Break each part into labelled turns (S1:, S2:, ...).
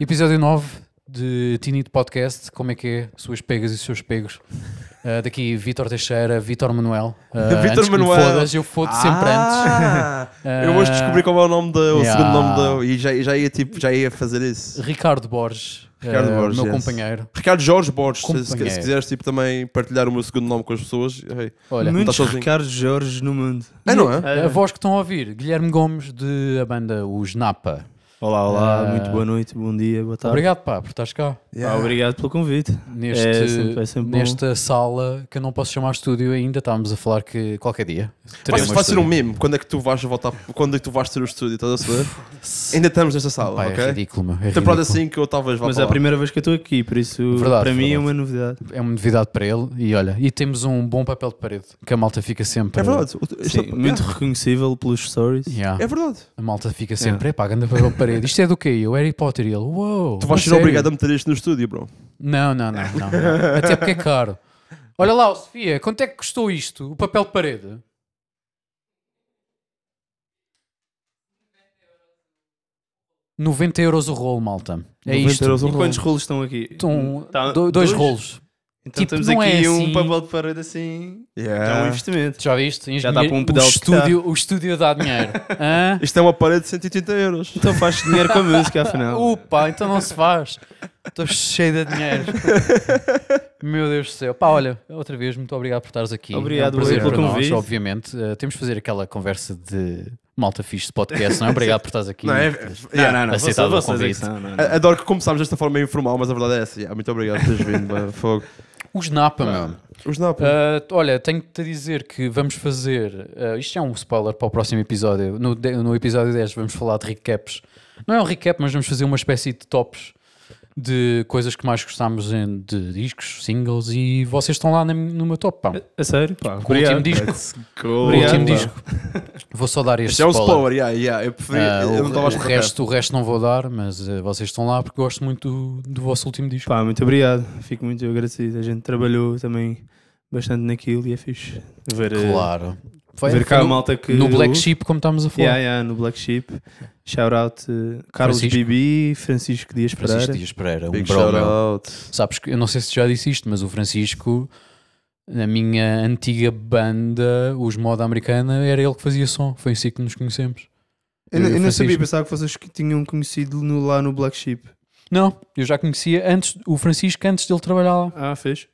S1: episódio 9 de Tinito Podcast. Como é que é? Suas pegas e seus pegos. Ah, daqui Vítor Teixeira, Vítor Manuel. Ah,
S2: Vítor
S1: antes que me
S2: Manuel.
S1: fodas, eu fodo sempre antes.
S2: Ah,
S1: Ah.
S2: Eu hoje descobri qual é o nome da, o
S1: Yeah.
S2: segundo nome da, e já, já ia tipo, já ia fazer isso.
S1: Ricardo Borges,
S2: Ricardo
S1: ah,
S2: Borges,
S1: meu
S2: yes.
S1: companheiro.
S2: Ricardo Jorge Borges, se, se,
S1: Companheiro.
S2: se quiseres tipo, também partilhar o meu segundo nome com as pessoas. Ei.
S1: Olha,
S2: Não tá
S3: Muitos
S2: sozinho.
S3: Ricardo Jorge no mundo.
S2: Ah, não é?
S1: a voz que estão a ouvir, Guilherme Gomes, de a banda Os Napa.
S3: Olá, olá,
S1: Ah.
S3: muito boa noite, bom dia, boa tarde.
S1: Obrigado, pá, por estares cá.
S3: Ah, obrigado pelo convite.
S1: Neste,
S3: É sempre- é sempre bom.
S1: nesta sala que eu não posso chamar estúdio ainda, estávamos a falar que qualquer dia.
S2: Vai,
S1: teremos
S2: vai ser um
S1: estúdio.
S2: meme. Quando é que tu vais voltar? Quando é que tu vais ter o estúdio? Estás a saber? Ainda estamos nesta sala,
S1: Pá,
S2: ok?
S1: É ridículo, meu. É,
S2: Temporada
S1: ridículo.
S2: 5 eu talvez vá
S3: Mas é
S2: para
S3: a
S2: lá.
S3: primeira vez que eu estou aqui, por isso
S1: Verdade,
S3: para mim
S1: verdade.
S3: é uma novidade.
S1: é uma novidade para ele. E olha, e temos um bom papel de parede que a malta fica sempre.
S2: É verdade. O- isto-
S3: Sim, muito reconhecível pelos stories.
S1: Yeah.
S2: É verdade.
S1: A malta fica sempre, epá, ganda papel de parede. Isto é do que eu, Harry Potter e ele. Uou!
S2: Tu vais
S1: a
S2: ser
S1: sério?
S2: obrigado a meter isto no estúdio, bro.
S1: Não, não, não, não, não. Até porque é caro. Olha lá, ó, Sofia, quanto é que custou isto? O papel de parede? € 90 euros o rolo, malta. É
S3: 90
S1: isto.
S3: euros um
S1: E
S3: rolo.
S1: quantos-
S3: quantos rolos estão aqui?
S1: Estão
S3: Tá-
S1: do- um dois, rolos.
S3: Então
S1: Tipo,
S3: temos
S1: não
S3: aqui
S1: é
S3: um
S1: assim- Ah.
S3: papel de parede assim. É um
S2: Yeah.
S3: investimento.
S1: Já viste?
S3: Já dá para um pedal
S1: o
S3: que está.
S1: estúdio, o estúdio dá dinheiro. Hã?
S2: Isto é uma parede de 180 euros.
S3: Então faz dinheiro com a música, afinal.
S1: Opa, então não se faz. Estou cheio de dinheiro. Meu Deus do céu. Pá, olha, outra vez, muito obrigado por estares aqui.
S3: Obrigado,
S1: é um prazer
S3: eu, pelo
S1: para nós,
S3: convite.
S1: obviamente. Eh, temos de fazer aquela conversa de malta fixe de podcast, não é? Obrigado por estares aqui.
S2: Não, é, yeah,
S3: não,
S1: Aceitado
S3: vocês-
S1: o convite.
S3: vocês é que são, não, não.
S2: A- Adoro que começámos desta forma informal, mas a verdade é essa. Yeah, muito obrigado por teres vindo, mano. Fogo.
S1: Os Napa, meu.
S2: Os Napa.
S1: Ah, olha, tenho-te a dizer que vamos fazer. ah, isto é um spoiler para o próximo episódio. No, de- no episódio 10 vamos falar de recaps. Não é um recap, mas vamos fazer uma espécie de tops de coisas que mais gostámos em- de discos, singles e vocês estão lá na, mi- no meu top. Pá.
S3: A sério? Pá,
S1: Com o último
S3: obrigado.
S1: disco.
S2: Cool.
S1: O
S3: Obrigado,
S1: último
S3: pá.
S1: disco. Vou só dar este
S2: Este é o
S1: spoiler.
S2: spoiler, yeah, yeah. Eu, preferi,
S1: Ah,
S2: eu não
S1: o,
S2: estava a
S1: o
S2: esperar.
S1: resto, o resto não vou dar, mas ah, vocês estão lá porque gosto muito do, do vosso último disco.
S3: Pá, muito obrigado. Fico muito agradecido. A gente trabalhou também bastante naquilo e é fixe. Ver, eh,
S1: Claro. Foi-
S3: ver
S1: é, foi
S3: cá a
S1: no-
S3: malta que.
S1: no Black Sheep, como estamos a falar.
S3: Yeah, yeah, no Black Sheep. Shout out eh, Carlos
S1: Francisco.
S3: Bibi, Francisco Dias Pereira.
S1: Francisco Dias Pereira, um
S2: Big
S1: bro
S2: shout
S1: meu.
S2: out.
S1: Sabes que eu não sei se já disse isto, mas o Francisco, na minha antiga banda, os Moda Americana, era ele que fazia som. Foi assim que nos conhecemos.
S3: Eu, eu não
S1: Francisco.
S3: sabia, pensava que vocês que tinham conhecido no, lá no Black Sheep.
S1: Não, eu já conhecia antes o Francisco antes dele trabalhar lá.
S3: Ah, fez.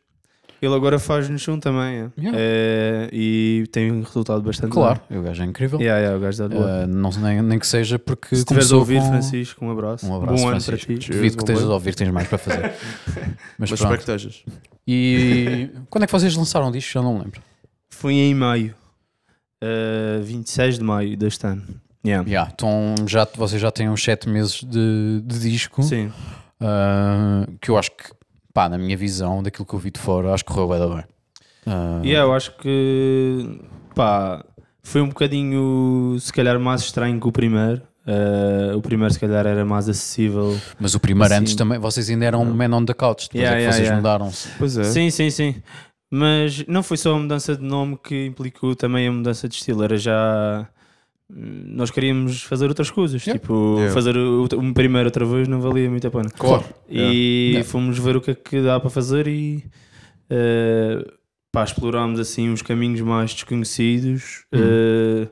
S3: Ele agora faz no chão também. É.
S1: Yeah.
S3: Eh, e tem um resultado bastante
S1: Claro, o gajo é incrível.
S3: bom. Yeah, yeah, o gajo dá boa.
S1: Ah, não, nem, nem Eh, que seja porque
S3: Se tiveres a
S1: começou
S3: ouvir,
S1: com...
S3: Francisco, um abraço.
S1: Um abraço,
S3: Bom ano para
S1: Francisco.
S3: ti.
S1: Devido que
S2: Cheers,
S1: estejas
S2: bom
S1: a ouvir, tens mais para fazer. Mas,
S2: Mas espero
S1: pronto.
S2: que estejas.
S1: E quando é que vocês lançaram disto? Já não me lembro.
S3: Foi em maio. Eh, 26 de maio deste ano. Yeah.
S1: Yeah, então já, vocês já têm uns 7 meses de, de disco.
S3: Sim.
S1: Ah, que eu acho que, pá, na minha visão, daquilo que eu vi de fora, acho que correu bué da bem. Ah,
S3: E eu acho que pá, foi um bocadinho se calhar mais estranho que o primeiro. Eh, o primeiro se calhar era mais acessível.
S1: Mas o primeiro
S3: Assim.
S1: antes também, vocês ainda eram Man on the Couch, depois
S3: Yeah,
S1: é que
S3: yeah,
S1: vocês
S3: yeah.
S1: mudaram-se.
S2: Pois é.
S3: Sim, sim, sim. Mas não foi só a mudança de nome que implicou também a mudança de estilo, era já hum, nós queríamos fazer outras coisas,
S1: Yeah.
S3: tipo
S2: Yeah.
S3: fazer o, o primeiro outra vez não valia muito a pena.
S2: Claro.
S3: E
S1: Yeah.
S3: fomos ver o que é que dá para fazer e eh, pá, explorámos assim uns caminhos mais desconhecidos
S1: Uhum.
S3: eh,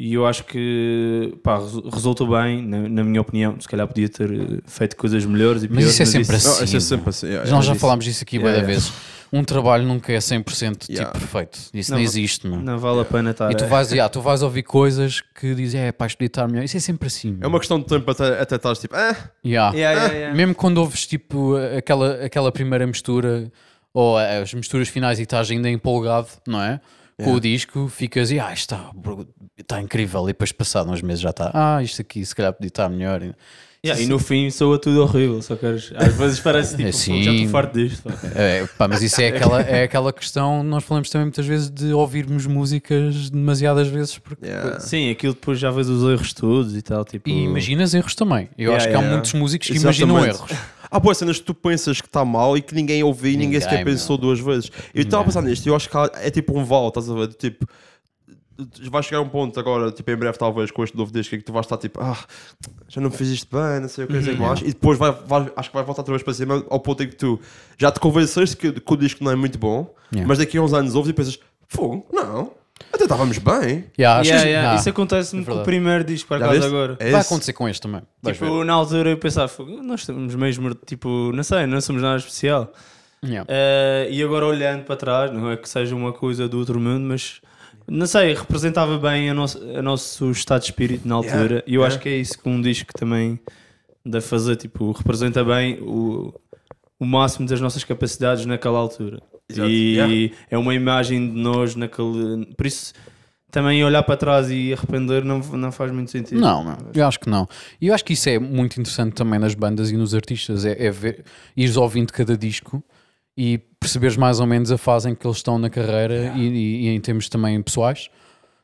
S3: e eu acho que pá, resu- resultou bem, na, na minha opinião. Se calhar podia ter eh, feito coisas melhores e
S1: Mas
S3: piores,
S1: isso é sempre assim.
S2: Não, isso é sempre assim. yeah,
S1: Nós já
S2: isso.
S1: falámos disso aqui
S3: Yeah,
S1: bué da vez. Um trabalho nunca é 100%
S2: Yeah.
S1: tipo perfeito. Isso
S3: Não,
S1: não
S3: mas-
S1: existe, meu.
S3: não é. vale a pena estar
S1: assim. E tu
S3: a-
S1: vais, yeah, tu vais ouvir coisas que dizem, é pá, expeditar melhor. Isso é sempre assim.
S2: É
S1: meu.
S2: uma questão de tempo até, até estás tipo, ah,
S1: Yeah.
S3: Yeah, yeah, yeah.
S1: Mesmo quando ouves tipo aquela, aquela primeira mistura ou eh, as misturas finais e estás ainda empolgado, não é? Com o disco, ficas e ah, isto está, bro- está incrível. E depois, passado uns meses, já está, ah, isto aqui se calhar podia estar melhor.
S3: Yeah, e no fim soa tudo horrível, só queres. Às vezes parece tipo,
S1: Assim.
S3: "Pô, já estou farto disto. pá."
S1: É, pá, mas isso é aquela, é aquela questão, nós falamos também muitas vezes de ouvirmos músicas demasiadas vezes porque.
S2: yeah.
S3: Sim, aquilo depois já vês os erros todos e tal. Tipo,
S1: É. E imaginas erros também. Eu
S3: Yeah,
S1: acho que há
S3: yeah.
S1: muitos músicos que
S2: Exatamente.
S1: imaginam erros.
S2: Há boas cenas que tu pensas que está mal e que ninguém ouviu e ninguém,
S1: Ninguém,
S2: sequer pensou duas vezes. Eu estava a pensar nisto, eu acho que há- é tipo um val, estás a ver? Tipo, tu vais chegar a um ponto agora, tipo, em breve talvez, com este novo disco, em que tu vais estar tipo, ah, já não me fiz isto bem, não sei o que, não sei o que
S1: Uhum.
S2: mais, e depois vai, vai- acho que vai voltar outra vez para cima, ao ponto em que tu já te convenceste que, que o disco não é muito bom,
S1: Yeah.
S2: mas daqui a uns anos ouves e pensas, fogo, não, até estávamos bem.
S1: Yeah, acho
S3: Yeah,
S1: que-
S3: yeah,
S1: Ah,
S3: Isso acontece-me
S1: é
S3: com o
S1: verdade.
S3: primeiro disco, para
S2: Já
S3: acaso
S2: viste?
S3: agora.
S2: É
S1: vai
S2: isso.
S1: acontecer com este também. Vais
S3: Tipo, na altura eu pensava, "Fogo, nós estamos mesmo, tipo, não sei, não somos nada especial.
S1: ver. Yeah.
S3: Eh, e agora olhando para trás, não é que seja uma coisa do outro mundo, mas não sei, representava bem o nosso, o nosso estado de espírito na altura.
S2: Yeah,
S3: E eu
S2: yeah.
S3: acho que é isso que um disco também deve fazer, tipo, representa bem o, o máximo das nossas capacidades naquela altura.
S2: Exato,
S3: E
S2: yeah.
S3: é uma imagem de nós naquele. Por isso, também olhar para trás e arrepender não, não faz muito sentido.
S1: Não, meu, eu acho que não. E eu acho que isso é muito interessante também nas bandas e nos artistas, é, é ver, ires ouvindo cada disco e perceberes mais ou menos a fase em que eles estão na carreira e, e- e em termos também pessoais.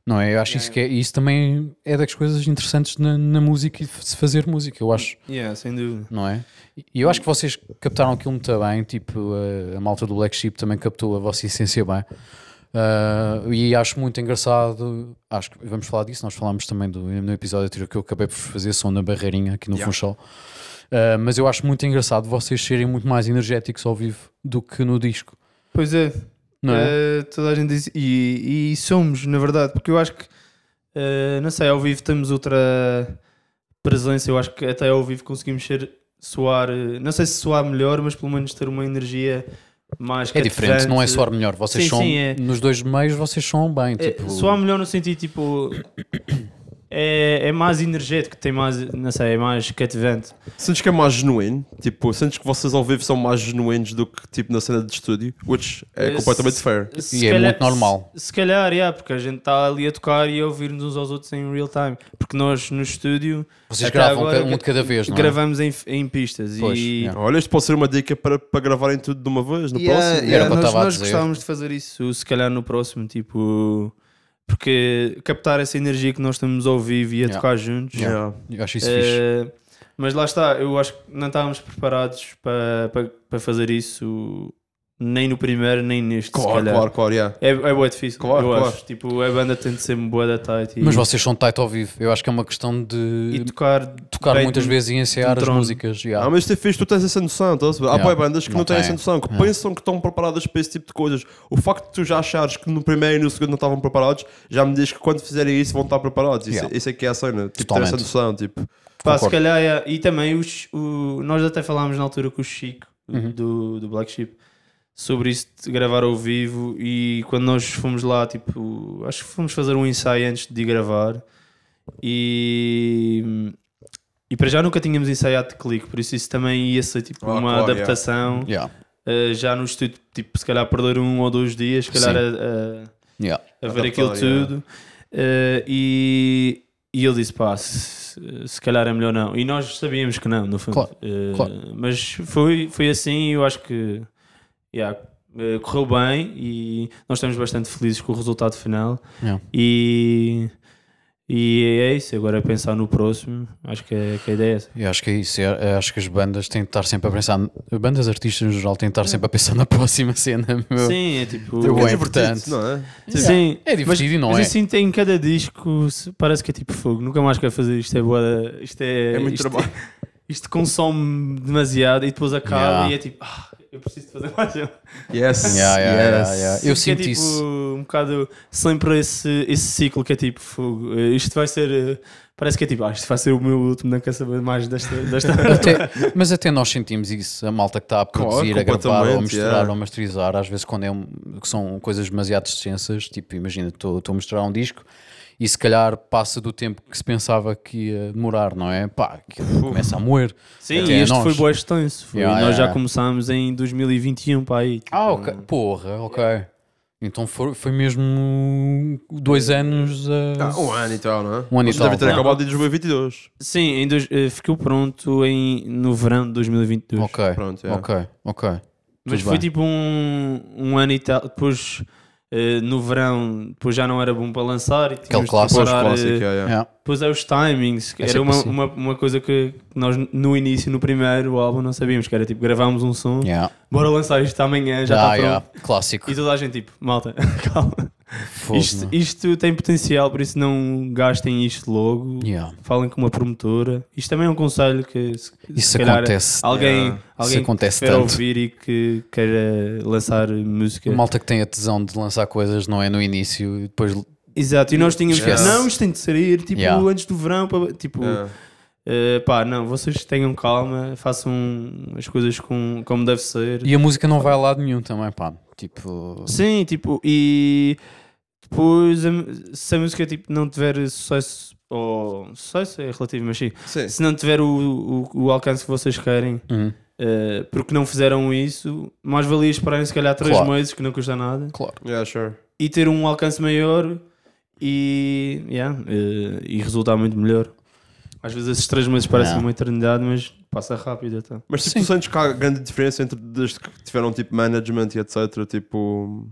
S1: Não é? Eu acho isso que é, isso também é das coisas interessantes na, na música e de se fazer música, eu acho,
S3: Yeah, sem dúvida.
S1: não é? E eu acho que vocês captaram aquilo muito bem, tipo a, a malta do Black Sheep também captou a vossa essência bem. Ah, e acho muito engraçado, acho que vamos falar disso. Nós falámos também do, no episódio anterior que eu acabei por fazer, som na barreirinha aqui no
S2: Yeah.
S1: Funchal. Ah, mas eu acho muito engraçado vocês serem muito mais energéticos ao vivo do que no disco,
S3: Pois é,
S1: não é?
S3: Eh, toda a gente diz, e, e somos, na verdade, porque eu acho que, eh, não sei, ao vivo temos outra presença. Eu acho que até ao vivo conseguimos ser, soar, eh, não sei se soar melhor, mas pelo menos ter uma energia mais
S1: é diferente, não é
S3: cativante.
S1: soar melhor. Vocês
S3: Sim,
S1: são,
S3: sim, é.
S1: nos dois meios, vocês são bem.
S3: É,
S1: tipo,
S3: soar melhor no sentido tipo. É, é mais energético, tem mais, não sei, é mais cativante.
S2: Sentes que é mais genuíno? Tipo, sentes que vocês ao vivo são mais genuínos do que tipo na cena de estúdio? Which é
S3: Eh,
S2: completamente fair.
S1: E é muito normal.
S3: Se, se calhar, yeah, porque a gente está ali a tocar e a ouvir-nos uns aos outros em real time. Porque nós no estúdio
S1: vocês
S3: até
S1: gravam
S3: agora
S1: ca- um de cada vez, não é?
S3: gravamos em, em pistas
S1: Pois,
S3: e
S1: yeah.
S2: Olha, isto pode ser uma dica para, para gravarem tudo de uma vez no
S3: Yeah,
S2: próximo.
S1: Era o que eu
S3: nós,
S1: tava a
S3: nós
S1: dizer.
S3: gostávamos de fazer isso, se calhar no próximo, tipo, porque captar essa energia que nós estamos ao vivo e a
S1: Yeah.
S3: tocar juntos.
S1: Yeah.
S2: Yeah.
S1: Eu acho isso
S3: Eh,
S1: fixe.
S3: mas lá está, eu acho que não estávamos preparados para, para, para fazer isso nem no primeiro, nem neste. se
S2: Claro,
S3: calhar.
S2: claro, claro, yeah.
S3: É, é bué difícil,
S2: Claro,
S3: eu
S2: claro.
S3: acho. Tipo, a banda tem de ser bué da tight e,
S1: Mas vocês são tight ao vivo. Eu acho que é uma questão de
S3: e tocar,
S1: tocar
S3: bem
S1: muitas
S3: no-
S1: vezes e encear
S3: no
S1: as
S3: trono.
S1: músicas. yeah.
S2: Ah, mas isto é fixe, tu tens essa noção, estás a perceber? Há
S1: Yeah.
S2: yeah. bandas que não,
S1: Não
S2: têm
S1: têm.
S2: essa noção, que
S1: Yeah.
S2: pensam que estão preparadas para esse tipo de coisas. O facto de tu já achares que no primeiro e no segundo não estavam preparados, já me diz que quando fizerem isso vão estar preparados. Isso,
S1: Yeah.
S2: isso é que é a cena, tipo, ter
S1: Totalmente.
S2: essa noção, tipo.
S3: Pá, se
S1: Concordo.
S3: calhar, é. e também os, o- nós até falámos na altura com o Chico
S1: Uhum.
S3: do, do Black Sheep sobre isso de gravar ao vivo e quando nós fomos lá, tipo, acho que fomos fazer um ensaio antes de gravar e, e para já nunca tínhamos ensaiado de clique, por isso isso também ia ser tipo
S2: Ah,
S3: uma
S2: claro,
S3: adaptação
S1: Yeah,
S3: eh, já no estúdio, tipo, se calhar perder um ou dois dias, se calhar eh, a- a-
S1: yeah.
S3: a ver
S2: Adaptar,
S3: aquilo
S2: yeah.
S3: tudo. Eh, e, e ele disse: pá, se, se calhar é melhor não. E nós sabíamos que não, no fundo.
S1: Claro,
S3: Eh,
S1: claro.
S3: Mas foi, foi assim e eu acho que yeah, eh, correu bem e nós estamos bastante felizes com o resultado final.
S1: Yeah.
S3: E, e é isso, agora é pensar no próximo. Acho que, é, que a ideia é essa.
S1: Eu acho que é isso. Eu eu acho que as bandas têm de estar sempre a pensar. Bandas artistas no geral têm de estar sempre a pensar na próxima cena. meu.
S3: Sim, é tipo.
S1: Eu
S2: é
S1: é
S2: divertido,
S1: importante.
S2: não é?
S3: Sim,
S1: É divertido
S3: mas,
S1: e não
S3: mas
S1: é.
S3: assim tem em cada disco, se- parece que é tipo fogo, nunca mais quero fazer isto, é boa, isto é,
S2: É muito
S3: isto,
S2: trabalho.
S3: isto consome demasiado e depois acaba
S1: Yeah.
S3: e é tipo, ah, eu preciso de fazer mais. um."
S2: Yes,
S1: Yeah, yeah,
S2: yes.
S1: yeah, Ah, yeah. Eu
S3: Que é,
S1: sinto
S3: tipo,
S1: isso.
S3: um bocado sempre esse, esse ciclo que é tipo fogo, eh, isto vai ser, eh, parece que é tipo, ah, isto vai ser o meu último, não quero saber mais desta. desta...
S1: Até- mas até nós sentimos isso. A malta que está a
S2: Claro,
S1: produzir, a gravar, ou a
S2: completamente,
S1: misturar,
S2: yeah.
S1: ou a masterizar, às vezes quando é um- que são coisas demasiado extensas, tipo, imagina, estou estou a misturar um disco e se calhar passa do tempo que se pensava que ia demorar, não é? Pá, que começa a moer.
S3: Sim,
S1: Até
S3: e este
S1: nós.
S3: foi boa extenso, foi.
S1: Yeah,
S3: nós
S1: yeah,
S3: já
S1: yeah.
S3: começámos em 2021 para aí. tipo,
S1: Ah, ok. Porra, ok. Então for- foi, mesmo dois
S3: É.
S1: anos. a-
S2: Ah, um ano e tal, não é?
S1: Um ano e
S2: Mas
S1: tal,
S2: Deve ter
S1: tá.
S2: acabado em 2022.
S3: Sim, em dois- eh, ficou pronto em, no verão de 2022.
S1: ok,
S2: Pronto, é.
S1: ok, ok.
S3: Mas
S1: Tudo
S3: foi
S1: bem.
S3: tipo um, um ano e tal. Depois, eh, no verão, depois já não era bom para lançar. E tínhamos de
S1: clássico.
S2: Pois,
S3: preparar,
S2: clássico,
S3: eh,
S2: yeah, yeah.
S1: Yeah.
S3: Depois é os timings. que
S1: É
S3: era
S1: sempre
S3: uma,
S1: assim.
S3: uma, uma coisa que nós no início, no primeiro álbum, não sabíamos. Que era tipo, gravámos um som,
S1: Yeah.
S3: bora lançar isto amanhã, já
S1: Ah,
S3: está pronto.
S1: yeah. Clássico.
S3: E toda a gente tipo, malta, calma.
S1: Fogo,
S3: Isto,
S1: meu.
S3: isto tem potencial, por isso não gastem isto logo.
S1: Yeah.
S3: Falem com uma promotora. Isto também é um conselho que se, se
S1: Isso
S3: calhar
S1: acontece. é,
S3: alguém,
S2: Yeah.
S3: alguém
S1: acontece
S3: que queira
S1: tanto.
S3: ouvir e que queira lançar música.
S1: Malta que tem a tesão de lançar coisas, não é? No início, e depois.
S3: Exato, e nós tínhamos que
S1: Esquece.
S3: não, isto tem de sair tipo
S1: Yeah.
S3: antes do verão, para, tipo,
S1: é. Uh.
S2: Yeah.
S3: eh, pá, não, vocês tenham calma, façam as coisas com, como deve ser.
S1: E a música não vai a lado nenhum também, pá. Tipo.
S3: Sim, tipo, e depois a- se a música tipo, não tiver sucesso, ou sucesso é relativo, mas sim,
S2: Sim.
S3: se não tiver o, o, o alcance que vocês querem,
S1: Hum,
S3: eh, porque não fizeram isso, mais valia esperarem se calhar 3
S1: Claro.
S3: meses, que não custa nada,
S1: claro.
S2: Yeah, sure.
S3: e ter um alcance maior e, yeah, eh, e resultar muito melhor. Às vezes esses 3 meses parecem
S1: Não.
S3: uma eternidade, mas passa rápido então. até.
S2: Mas tipo,
S1: Sim.
S2: tu sentes que há grande diferença entre desde que tiveram tipo management e etc. Tipo.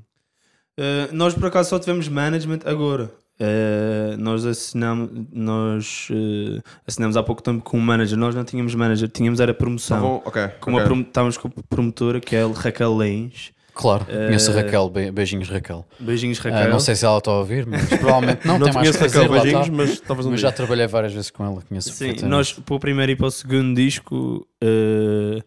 S3: Uh, nós por acaso só tivemos management agora. Uh, nós assinamos, nós uh, assinamos há pouco tempo com um manager. Nós não tínhamos manager, tínhamos era promoção.
S2: Estavam. Ok.
S3: com
S2: Tá ok.
S3: uma prom- estávamos com a promotora que é a Raquel Lens.
S1: Claro. Conheço a
S3: Eh,
S1: Raquel. be- Beijinhos, Raquel.
S3: Beijinhos, Raquel.
S1: Ah, não sei se ela está a ouvir, mas provavelmente não.
S2: Não
S1: tem mais que
S2: conheço
S1: fazer,
S2: aquele
S1: lá está.
S2: beijinhos, mas estavas um
S1: Mas já
S2: dia.
S1: trabalhei várias vezes com ela, conheço
S3: Sim,
S1: perfeitamente.
S3: nós para o primeiro e para o segundo disco uh,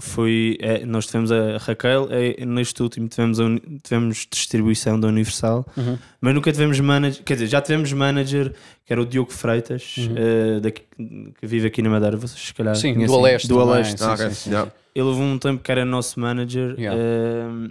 S3: foi. é, nós tivemos a Raquel, é, neste último tivemos, a Uni- tivemos distribuição da Universal.
S1: Uhum.
S3: Mas nunca tivemos manager, quer dizer, já tivemos manager, que era o Diogo Freitas, eh, daqui- que vive aqui na Madeira, vocês se calhar
S1: Sim, do
S3: conhecem.
S1: Aleste.
S3: Do
S1: também,
S3: Aleste.
S1: sim,
S2: Ah, ok.
S1: sim, sim.
S2: Yeah.
S3: Ele houve um tempo que era nosso manager
S1: Yeah.
S3: eh,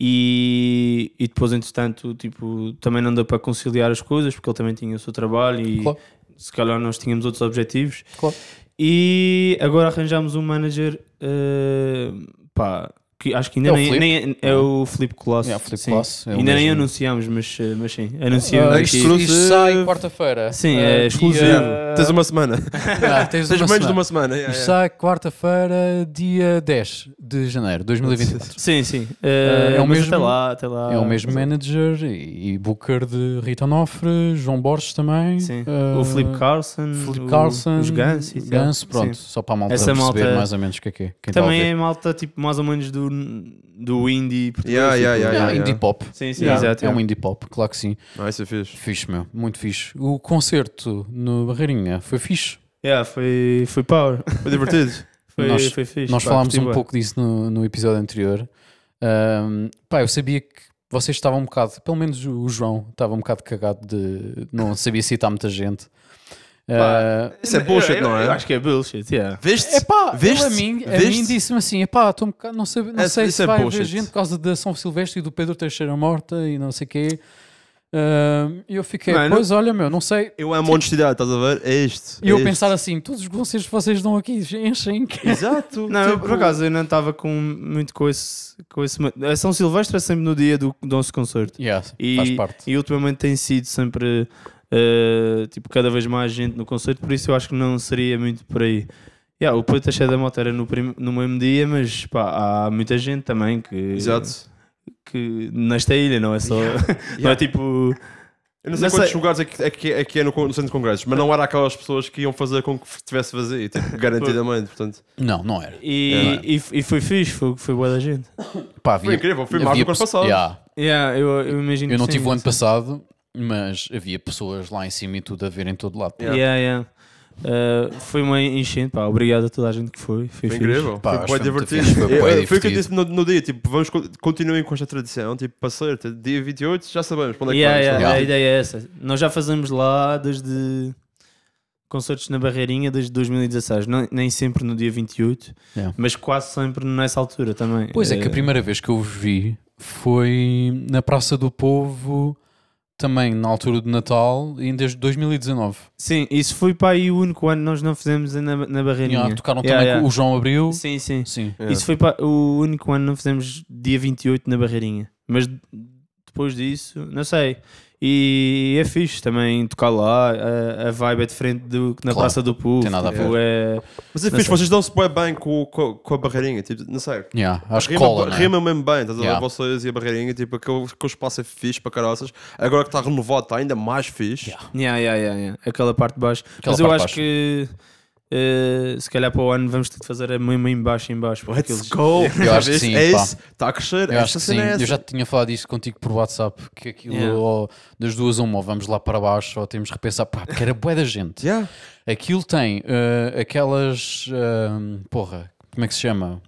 S3: e, e depois, entretanto, tipo, também não deu para conciliar as coisas, porque ele também tinha o seu trabalho e
S1: Claro.
S3: se calhar nós tínhamos outros objetivos.
S1: Claro.
S3: E agora arranjámos um manager, eh, pá, que acho que ainda
S1: É o
S3: nem,
S1: Filipe.
S3: nem- é o Filipe Colosso.
S1: Yeah, Filipe
S3: sim.
S1: Colasso, é o
S3: ainda nem
S1: mesmo.
S3: anunciámos, mas, eh, mas sim, anunciamos.
S1: Ah,
S3: aqui.
S1: isto, isto
S2: Exclusive.
S1: sai quarta-feira.
S3: Sim,
S1: Ah,
S3: é
S1: dia-
S3: exclusivo.
S2: Tens uma semana.
S1: Ah, tens
S2: Tens
S1: uma
S2: menos de
S1: semana.
S2: uma semana. é. yeah,
S1: Isto
S2: yeah.
S1: sai quarta-feira, dia 10 de janeiro de 2024.
S3: Sim, sim.
S1: Eh,
S3: Eh,
S1: é o
S3: mas
S1: mesmo-
S3: Até lá, até lá.
S1: É o mesmo manager e, e booker de Rita Onofre, João Borges também.
S3: Sim.
S1: ah,
S3: o Filipe Carlson,
S1: Filipe
S3: o-
S1: Carlson,
S3: os Guns, e tal.
S1: Guns, pronto,
S3: Sim.
S1: só para a malta
S3: Essa
S1: perceber
S3: malta-
S1: mais ou menos o que é que é. Quem
S3: Também
S1: está
S3: é malta tipo mais ou menos do, do indie português.
S2: Yeah,
S3: tipo.
S2: yeah,
S1: a ouvir.
S2: yeah,
S1: É
S2: yeah.
S1: indie pop.
S3: Sim, sim,
S2: Yeah.
S3: exato.
S1: É um indie pop, claro que sim.
S2: Ah, isso é fixe.
S1: Fixe, meu, muito fixe. O concerto no Barreirinha foi fixe.
S3: Yeah, foi, foi power.
S2: Foi divertido.
S3: Foi,
S1: Nós-
S3: foi fixe.
S1: Nós
S3: pá,
S1: falámos
S3: curti
S1: um
S3: bué.
S1: pouco disso no, no episódio anterior. Ahm, pá, eu sabia que vocês estavam um bocado, pelo menos o João estava um bocado cagado de não sabia citar muita gente. Ah,
S2: Isso é bullshit,
S3: Eu- eu-
S2: não é?
S3: Eu acho que é bullshit, yeah.
S2: Viste?
S1: Epá, ele
S2: Viste?
S1: a mim, a
S2: Viste?
S1: mim disse-me assim: epá, estou um bocado, não, sabe, não
S2: É,
S1: sei
S2: isso
S1: se
S2: é
S1: vai haver
S2: bullshit.
S1: gente por causa da São Silvestre e do Pedro Teixeira Morta e não sei o quê. Ahm, E eu fiquei,
S3: Mano.
S1: pois olha, meu, não sei.
S2: Eu amo a honestidade, estás a ver? É isto.
S1: E eu
S2: é isto.
S1: pensar assim: todos os conselhos que vocês dão aqui enchem.
S2: Exato.
S3: Não, eu,
S2: tipo,
S3: por acaso eu não estava com muito com esse, com esse. A São Silvestre é sempre no dia do do nosso concerto.
S1: Yeah,
S3: E,
S1: faz parte.
S3: e ultimamente tem sido sempre eh, tipo, cada vez mais gente no concerto, por isso eu acho que não seria muito por aí. Yeah, o Pedro Teixeira da Mota era no, prim- no mesmo dia, mas pá, há muita gente também que,
S2: Exato.
S3: que nesta ilha, não é só. não é tipo.
S2: Eu não sei
S3: Não
S2: quantos
S3: sei.
S2: lugares é que é, que é, que é no, con- no centro de congressos, mas não era aquelas pessoas que iam fazer com que tivesse vazio, tipo, garantidamente, portanto.
S1: Não, não era.
S3: E, e, e foi fixe, foi, foi boa da gente.
S1: Pá, havia,
S2: Foi incrível, foi mais do
S1: havia
S2: que o ano
S1: pesso-
S2: passado.
S1: Yeah.
S3: Yeah, eu, eu imagino
S1: Eu não
S3: que
S1: tive
S3: sim,
S1: o ano
S3: sim.
S1: passado, mas havia pessoas lá em cima e tudo a ver em todo lado.
S2: Yeah.
S3: Yeah, yeah. Eh, foi uma enchente, pá, obrigado a toda a gente que foi. Foi,
S2: Foi
S3: fixe.
S2: incrível,
S1: Pá,
S2: foi
S1: acho que
S2: bué
S1: foi muito
S2: divertido.
S1: fixe, foi
S2: Eu-
S1: bué
S2: eu- Foi o que eu
S1: divertido.
S2: disse no, no dia, tipo, vamos, co- continuem com esta tradição, tipo, para ser, dia 28 já sabemos para onde é que
S3: Yeah,
S2: vamos.
S3: yeah,
S2: tá?
S1: Yeah.
S3: A ideia é essa. Nós já fazemos lá desde concertos na Barreirinha desde 2016. Não- nem sempre no dia 28,
S1: Yeah.
S3: mas quase sempre nessa altura também.
S1: Pois é, que
S3: Eh,
S1: a primeira vez que eu os vi foi na Praça do Povo, também na altura do Natal, e desde 2019.
S3: Sim, isso foi para aí o único ano que nós não fizemos na, na Barreirinha.
S1: Yeah, tocaram
S3: Yeah,
S1: também
S3: yeah.
S1: com o João Abril.
S3: Sim, sim.
S1: Sim.
S2: Yeah.
S3: Isso foi para o único ano que não fizemos dia 28 na Barreirinha. Mas d- depois disso, não sei. E é fixe também tocar lá. A, a vibe é diferente do que na
S1: Claro,
S3: Praça do Povo.
S1: tem nada a
S3: tipo,
S1: ver.
S3: é-
S2: Mas é
S3: Não
S2: fixe,
S3: sei.
S2: vocês dão-se bué bem com, com, com a barreirinha, tipo, não sei.
S1: Yeah, acho que
S2: rima,
S1: cola, não é?
S2: rima mesmo bem, estás a ver?
S1: Yeah.
S2: Vocês e a barreirinha, tipo, aquele, aquele espaço é fixe para caroças. Agora que está renovado, está ainda mais fixe.
S1: Yeah.
S3: Yeah, yeah, yeah, yeah. Aquela parte de baixo.
S1: Aquela
S3: Mas eu
S1: parte de
S3: acho que eh, se calhar para o ano vamos ter de fazer a mesma embaixo embaixo. porque
S2: Let's
S3: eles-
S2: go!
S1: Eu acho que sim,
S2: É
S1: pá.
S2: isso, está a crescer.
S1: Eu acho
S2: Esta
S1: que sim.
S2: cena é
S1: Eu
S2: essa.
S1: já tinha falado isto contigo por WhatsApp, que aquilo
S3: Yeah.
S1: ou das duas uma, ou vamos lá para baixo, ou temos que repensar, pá, porque era bué da gente.
S2: Yeah.
S1: Aquilo tem eh, aquelas, eh, porra, como é que se chama?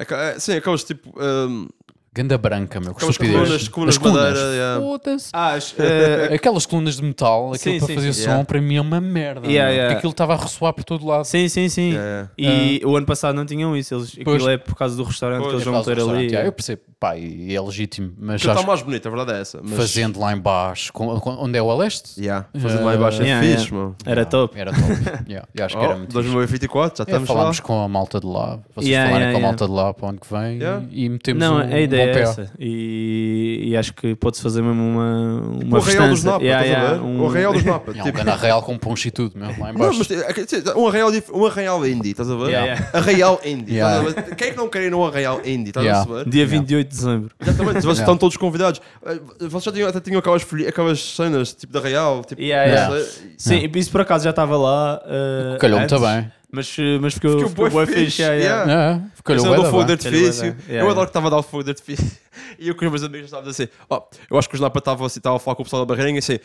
S2: Aca- é, Sim, aquelas tipo. ehm,
S1: Ganda branca, meu, que
S2: Aquelas
S1: estupidez.
S2: colunas- colunas
S1: As
S2: de madeira, yeah.
S1: foda-se. É
S3: Ah, as- eh,
S1: Aquelas colunas de metal, aquilo
S3: Sim,
S1: para
S3: sim,
S1: fazer
S2: sim.
S1: som,
S2: Yeah.
S1: para mim é uma merda.
S3: Yeah,
S1: meu,
S3: yeah.
S1: Porque aquilo estava a ressoar por todo lado.
S3: sim, sim, sim.
S2: yeah, yeah.
S3: E o ano passado não tinham isso. Eles,
S1: Ah. Pois.
S3: aquilo é por causa do restaurante
S2: Pois,
S3: que eles
S1: É por
S3: vão
S1: causa
S3: ter
S1: do
S3: ali.
S1: restaurante, yeah, Eu percebo, pá, e é legítimo, mas
S2: Aquilo
S1: acho
S2: está mais bonito, a verdade é essa. Mas...
S1: que fazendo lá em baixo, com- com- onde é o a leste?
S2: Yeah, Fazendo lá em baixo é
S3: Yeah,
S2: fixe,
S3: yeah.
S2: mano.
S3: Era
S1: Yeah,
S3: top.
S1: Era top. Yeah, eu acho que era
S2: Oh,
S1: muito fixe.
S2: 2024, já
S1: É,
S2: estamos lá.
S1: falámos com a malta de lá, vocês
S3: Yeah,
S1: falarem
S3: yeah,
S1: com a
S3: yeah.
S1: malta de lá para onde que vem
S2: Yeah.
S1: e, e metemos
S3: não,
S1: um,
S3: a
S1: um
S3: ideia é
S1: bom pé.
S3: essa. E, e acho que pode-se fazer mesmo uma. uma
S2: Tipo o Um Arraial dos
S3: festança.
S2: Napa,
S3: Yeah,
S2: estás a
S3: yeah,
S2: ver?
S3: um-
S2: O Arraial dos Napa.
S1: É um
S2: tipo-
S1: grande arraial com poncho e tudo, mesmo lá em
S2: Não,
S1: baixo.
S2: mas, é, quer dizer, um arraial, dif- um arraial indie, estás a ver?
S3: Yeah, yeah.
S2: Arraial indie.
S1: Yeah.
S2: Estás a ver? Quem é que não quer ir num arraial indie? Estás
S1: Yeah.
S2: a perceber?
S3: Dia 28 de dezembro.
S2: Exatamente, vocês
S1: Yeah.
S2: estão todos convidados. Eh, Vocês já tinham, até tinham aquelas, folhi- aquelas cenas tipo da Real, tipo.
S3: Yeah,
S2: não
S1: yeah.
S2: sei.
S3: Sim, isso por acaso já estava lá. eh,
S1: Calhou muito
S3: antes,
S1: bem.
S3: Mas, eh, mas ficou,
S2: Ficou
S3: ficou,
S2: bué
S3: bué
S2: fixe,
S3: fixe, yeah, yeah.
S2: yeah.
S1: É, calhou
S2: Eu
S1: bué
S2: dou
S1: da
S2: fogo
S1: bem.
S2: de
S3: Calhou bué
S2: artifício.
S3: da
S2: Eu
S3: bem. Yeah,
S2: é um adoro que estava a dar fogo de artifício. E eu com os meus amigos estava a dizer assim: ó, eu acho que os Napa estavam assim, estavam a falar com o pessoal da Barreirinha assim: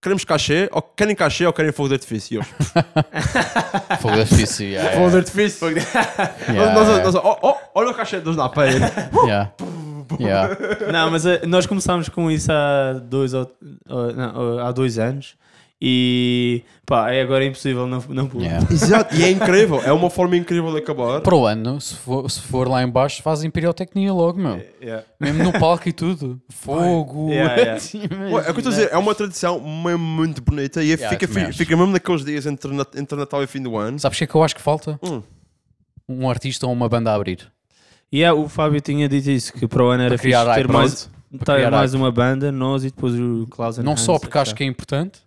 S2: queremos cachê, ou querem cachê, ou querem fogo de artifício. E eu,
S1: Fogo de artifício, yeah,
S2: fogo de
S1: yeah,
S2: artifício, fogo de
S1: é. yeah,
S2: Nós- nós- ó, ó, Olha o cachê dos Napa aí.
S1: yeah. Yeah.
S3: Não, mas eh, nós começámos com isso há dois, ou- ou- não, ou- há dois anos. E pá, é agora impossível não, não pular.
S1: Yeah.
S2: Exato, e é incrível, é uma forma incrível de acabar.
S1: Para o ano, se for, se for lá em baixo, fazem pirotecnia logo, meu.
S3: Yeah.
S1: Mesmo no palco e tudo. Fogo.
S3: Yeah, yeah.
S1: Sim, mesmo,
S2: Ué, é o que eu estou a dizer, é uma tradição mesmo muito bonita e
S1: Yeah,
S2: fica,
S1: também
S2: fi-
S1: acho.
S2: fica mesmo naqueles dias entre, nat- entre Natal e fim do ano.
S1: Sabes o que é que eu acho que falta?
S2: Hum.
S1: Um artista ou uma banda a abrir.
S3: E é, o Fábio tinha dito isso, que para o ano era
S1: criar
S3: fixe
S1: hype,
S3: ter mais,
S1: Para criar
S3: ter mais uma banda, nós e depois o Klaus and
S1: Não só
S3: Hans,
S1: porque acho que é importante,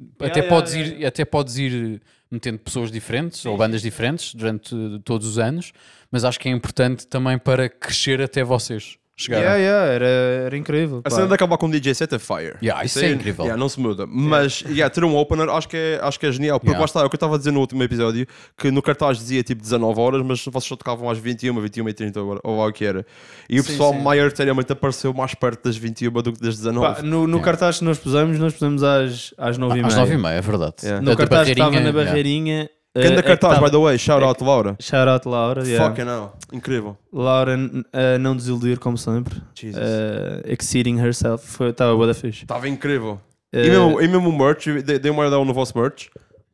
S3: Yeah,
S1: até,
S3: yeah,
S1: podes
S3: yeah,
S1: Ir, até podes ir metendo pessoas diferentes ou bandas diferentes durante uh, todos os anos, mas acho que é importante também para crescer até vocês chegarem.
S3: Yeah, yeah, era, era incrível.
S2: A
S3: pá.
S2: cena de acabar com um DJ set é fire.
S1: Yeah, isso é
S2: aí,
S1: incrível.
S2: yeah, não se muda. Mas yeah, ter um opener acho que é, acho que é genial. Porque
S1: Yeah.
S2: lá está, é o que eu estava a dizer no último episódio, que no cartaz dizia tipo 19 horas, mas vocês só tocavam às 21, 21 e 30 agora, ou lá o que era. E o pessoal maioritariamente apareceu mais perto das 21 do que das 19.
S3: Pá, no no
S1: Yeah.
S3: cartaz que nós pusemos, nós pusemos às, às 9h30.
S1: Às nove e meia, é verdade.
S2: Yeah.
S3: No
S1: Da- da
S3: cartaz que estava
S1: Barreirinha,
S3: na
S1: yeah.
S3: barreirinha. eh,
S2: Ganda
S3: é que
S2: cartaz,
S3: estava-
S2: by the way, shout out Laura.
S3: Shout out Laura. yeah.
S2: Fucking hell, incrível.
S3: Laura n- a não desiludir, como sempre.
S2: Jesus.
S3: Eh, exceeding herself. Foi- Estava boa da fixe.
S2: Estava incrível.
S3: Eh,
S2: E, mesmo, e mesmo o merch, dei dei uma olhada no vosso merch,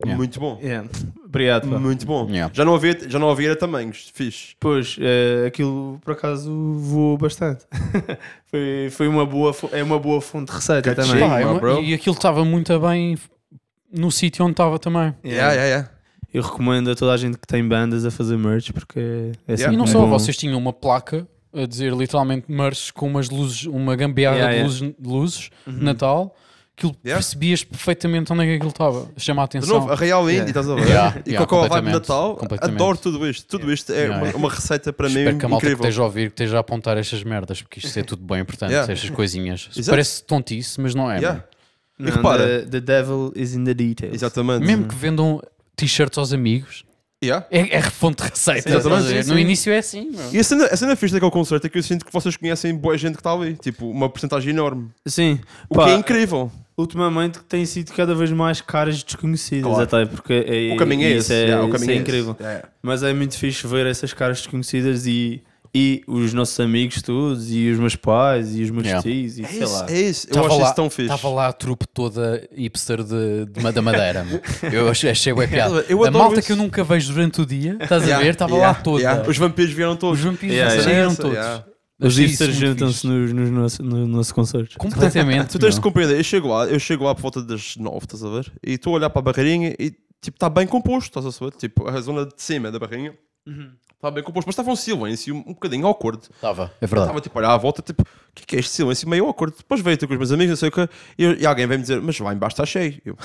S1: Yeah.
S2: muito bom.
S3: yeah. Obrigado. pá.
S2: Muito bom.
S1: Yeah.
S2: Já, não havia, já não havia tamanhos, fixe.
S3: Pois, eh, aquilo por acaso voou bastante. foi, foi uma boa, fo- é uma boa fonte de receita
S2: Catchy.
S3: também.
S1: Pá, é
S2: Sim,
S1: uma-
S2: bro.
S1: e aquilo estava muito bem no sítio onde estava também.
S2: Yeah, yeah, yeah.
S3: Eu recomendo a toda a gente que tem bandas a fazer merch porque é
S2: Yeah.
S3: sempre
S1: E não
S3: muito
S1: só,
S3: bom.
S1: vocês tinham uma placa a dizer literalmente merch com umas luzes, uma gambeada
S3: Yeah,
S1: de
S3: yeah.
S1: luzes, de luzes de Natal, que
S2: Uhum. Yeah.
S1: percebias perfeitamente onde é que aquilo estava. Chama a
S2: De
S1: atenção.
S2: novo, a Real Indie,
S3: Yeah.
S2: estás a ver?
S1: Yeah,
S2: E
S1: yeah,
S2: com a vibe de
S1: completamente,
S2: Natal,
S1: completamente.
S2: adoro tudo isto. Tudo isto é
S1: Yeah,
S2: uma,
S1: yeah.
S2: uma receita para mim
S1: Espero que a malta que
S2: incrível.
S1: esteja a ouvir, que esteja a apontar estas merdas, porque isto é tudo bem importante,
S2: Yeah.
S1: estas coisinhas.
S2: Exato.
S1: Parece tontice, mas não é.
S2: Yeah,
S3: Não,
S2: repara-
S3: the, the devil is in the details.
S1: mano.
S2: Exatamente.
S1: Mesmo que vendam t-shirts aos amigos,
S2: Yeah.
S1: é, é fonte de receita.
S2: Sim,
S1: estás a ver?
S2: sim,
S1: No
S2: sim.
S1: início é assim. meu.
S2: E a cena, a cena fixe daquele concerto é que eu sinto que vocês conhecem boa gente que está ali. Tipo, uma porcentagem enorme.
S3: Sim.
S2: O
S3: Pá,
S2: que é incrível.
S3: Ultimamente tem sido cada vez mais caras desconhecidas,
S2: Claro.
S3: até porque é,
S2: O caminho é esse.
S3: isso É,
S2: yeah, o
S3: isso
S2: caminho
S3: é
S2: esse.
S3: incrível.
S2: Yeah.
S3: Mas é muito fixe ver essas caras desconhecidas e, e os nossos amigos todos, e os meus pais, e os meus
S1: Yeah.
S3: tios, e
S2: É
S3: sei lá.
S2: isso, é isso. Eu
S1: Tava
S2: acho
S1: lá-
S2: isso tão fixe.
S1: Estava lá a trupe toda hipster de, de ma- da Madeira. meu. eu achei, achei bué piada.
S2: Eu
S1: a
S2: adoro
S1: malta
S2: isso.
S1: que eu nunca vejo durante o dia, estás a
S2: Yeah,
S1: ver? Estava
S2: yeah,
S1: lá toda.
S2: yeah. Os vampiros vieram
S1: Os
S2: todos.
S1: vampiros
S3: Yeah, yeah.
S1: saíram
S2: Essa,
S1: todos.
S2: yeah.
S3: Os
S1: Achei
S3: hipsters
S1: é isso muito
S3: juntam-se
S1: fixe.
S3: nos, nos nosso, no nosso concerto.
S1: Completamente.
S2: Tu tens de
S1: meu.
S2: compreender, eu chego lá, eu chego lá por volta das 9, estás a ver? E estou a olhar para a barreirinha e tipo, está bem composto, estás a ver? Tipo, a zona de cima da barreirinha está bem composto, mas estava um silêncio um bocadinho awkward.
S1: Estava, é verdade.
S2: Estava tipo, a olhar à volta, tipo, o que é, que é este silêncio meio awkward? Depois veio ter com os meus amigos, não sei o que, e, eu- e alguém vem-me dizer, mas lá embaixo está cheio. Eu,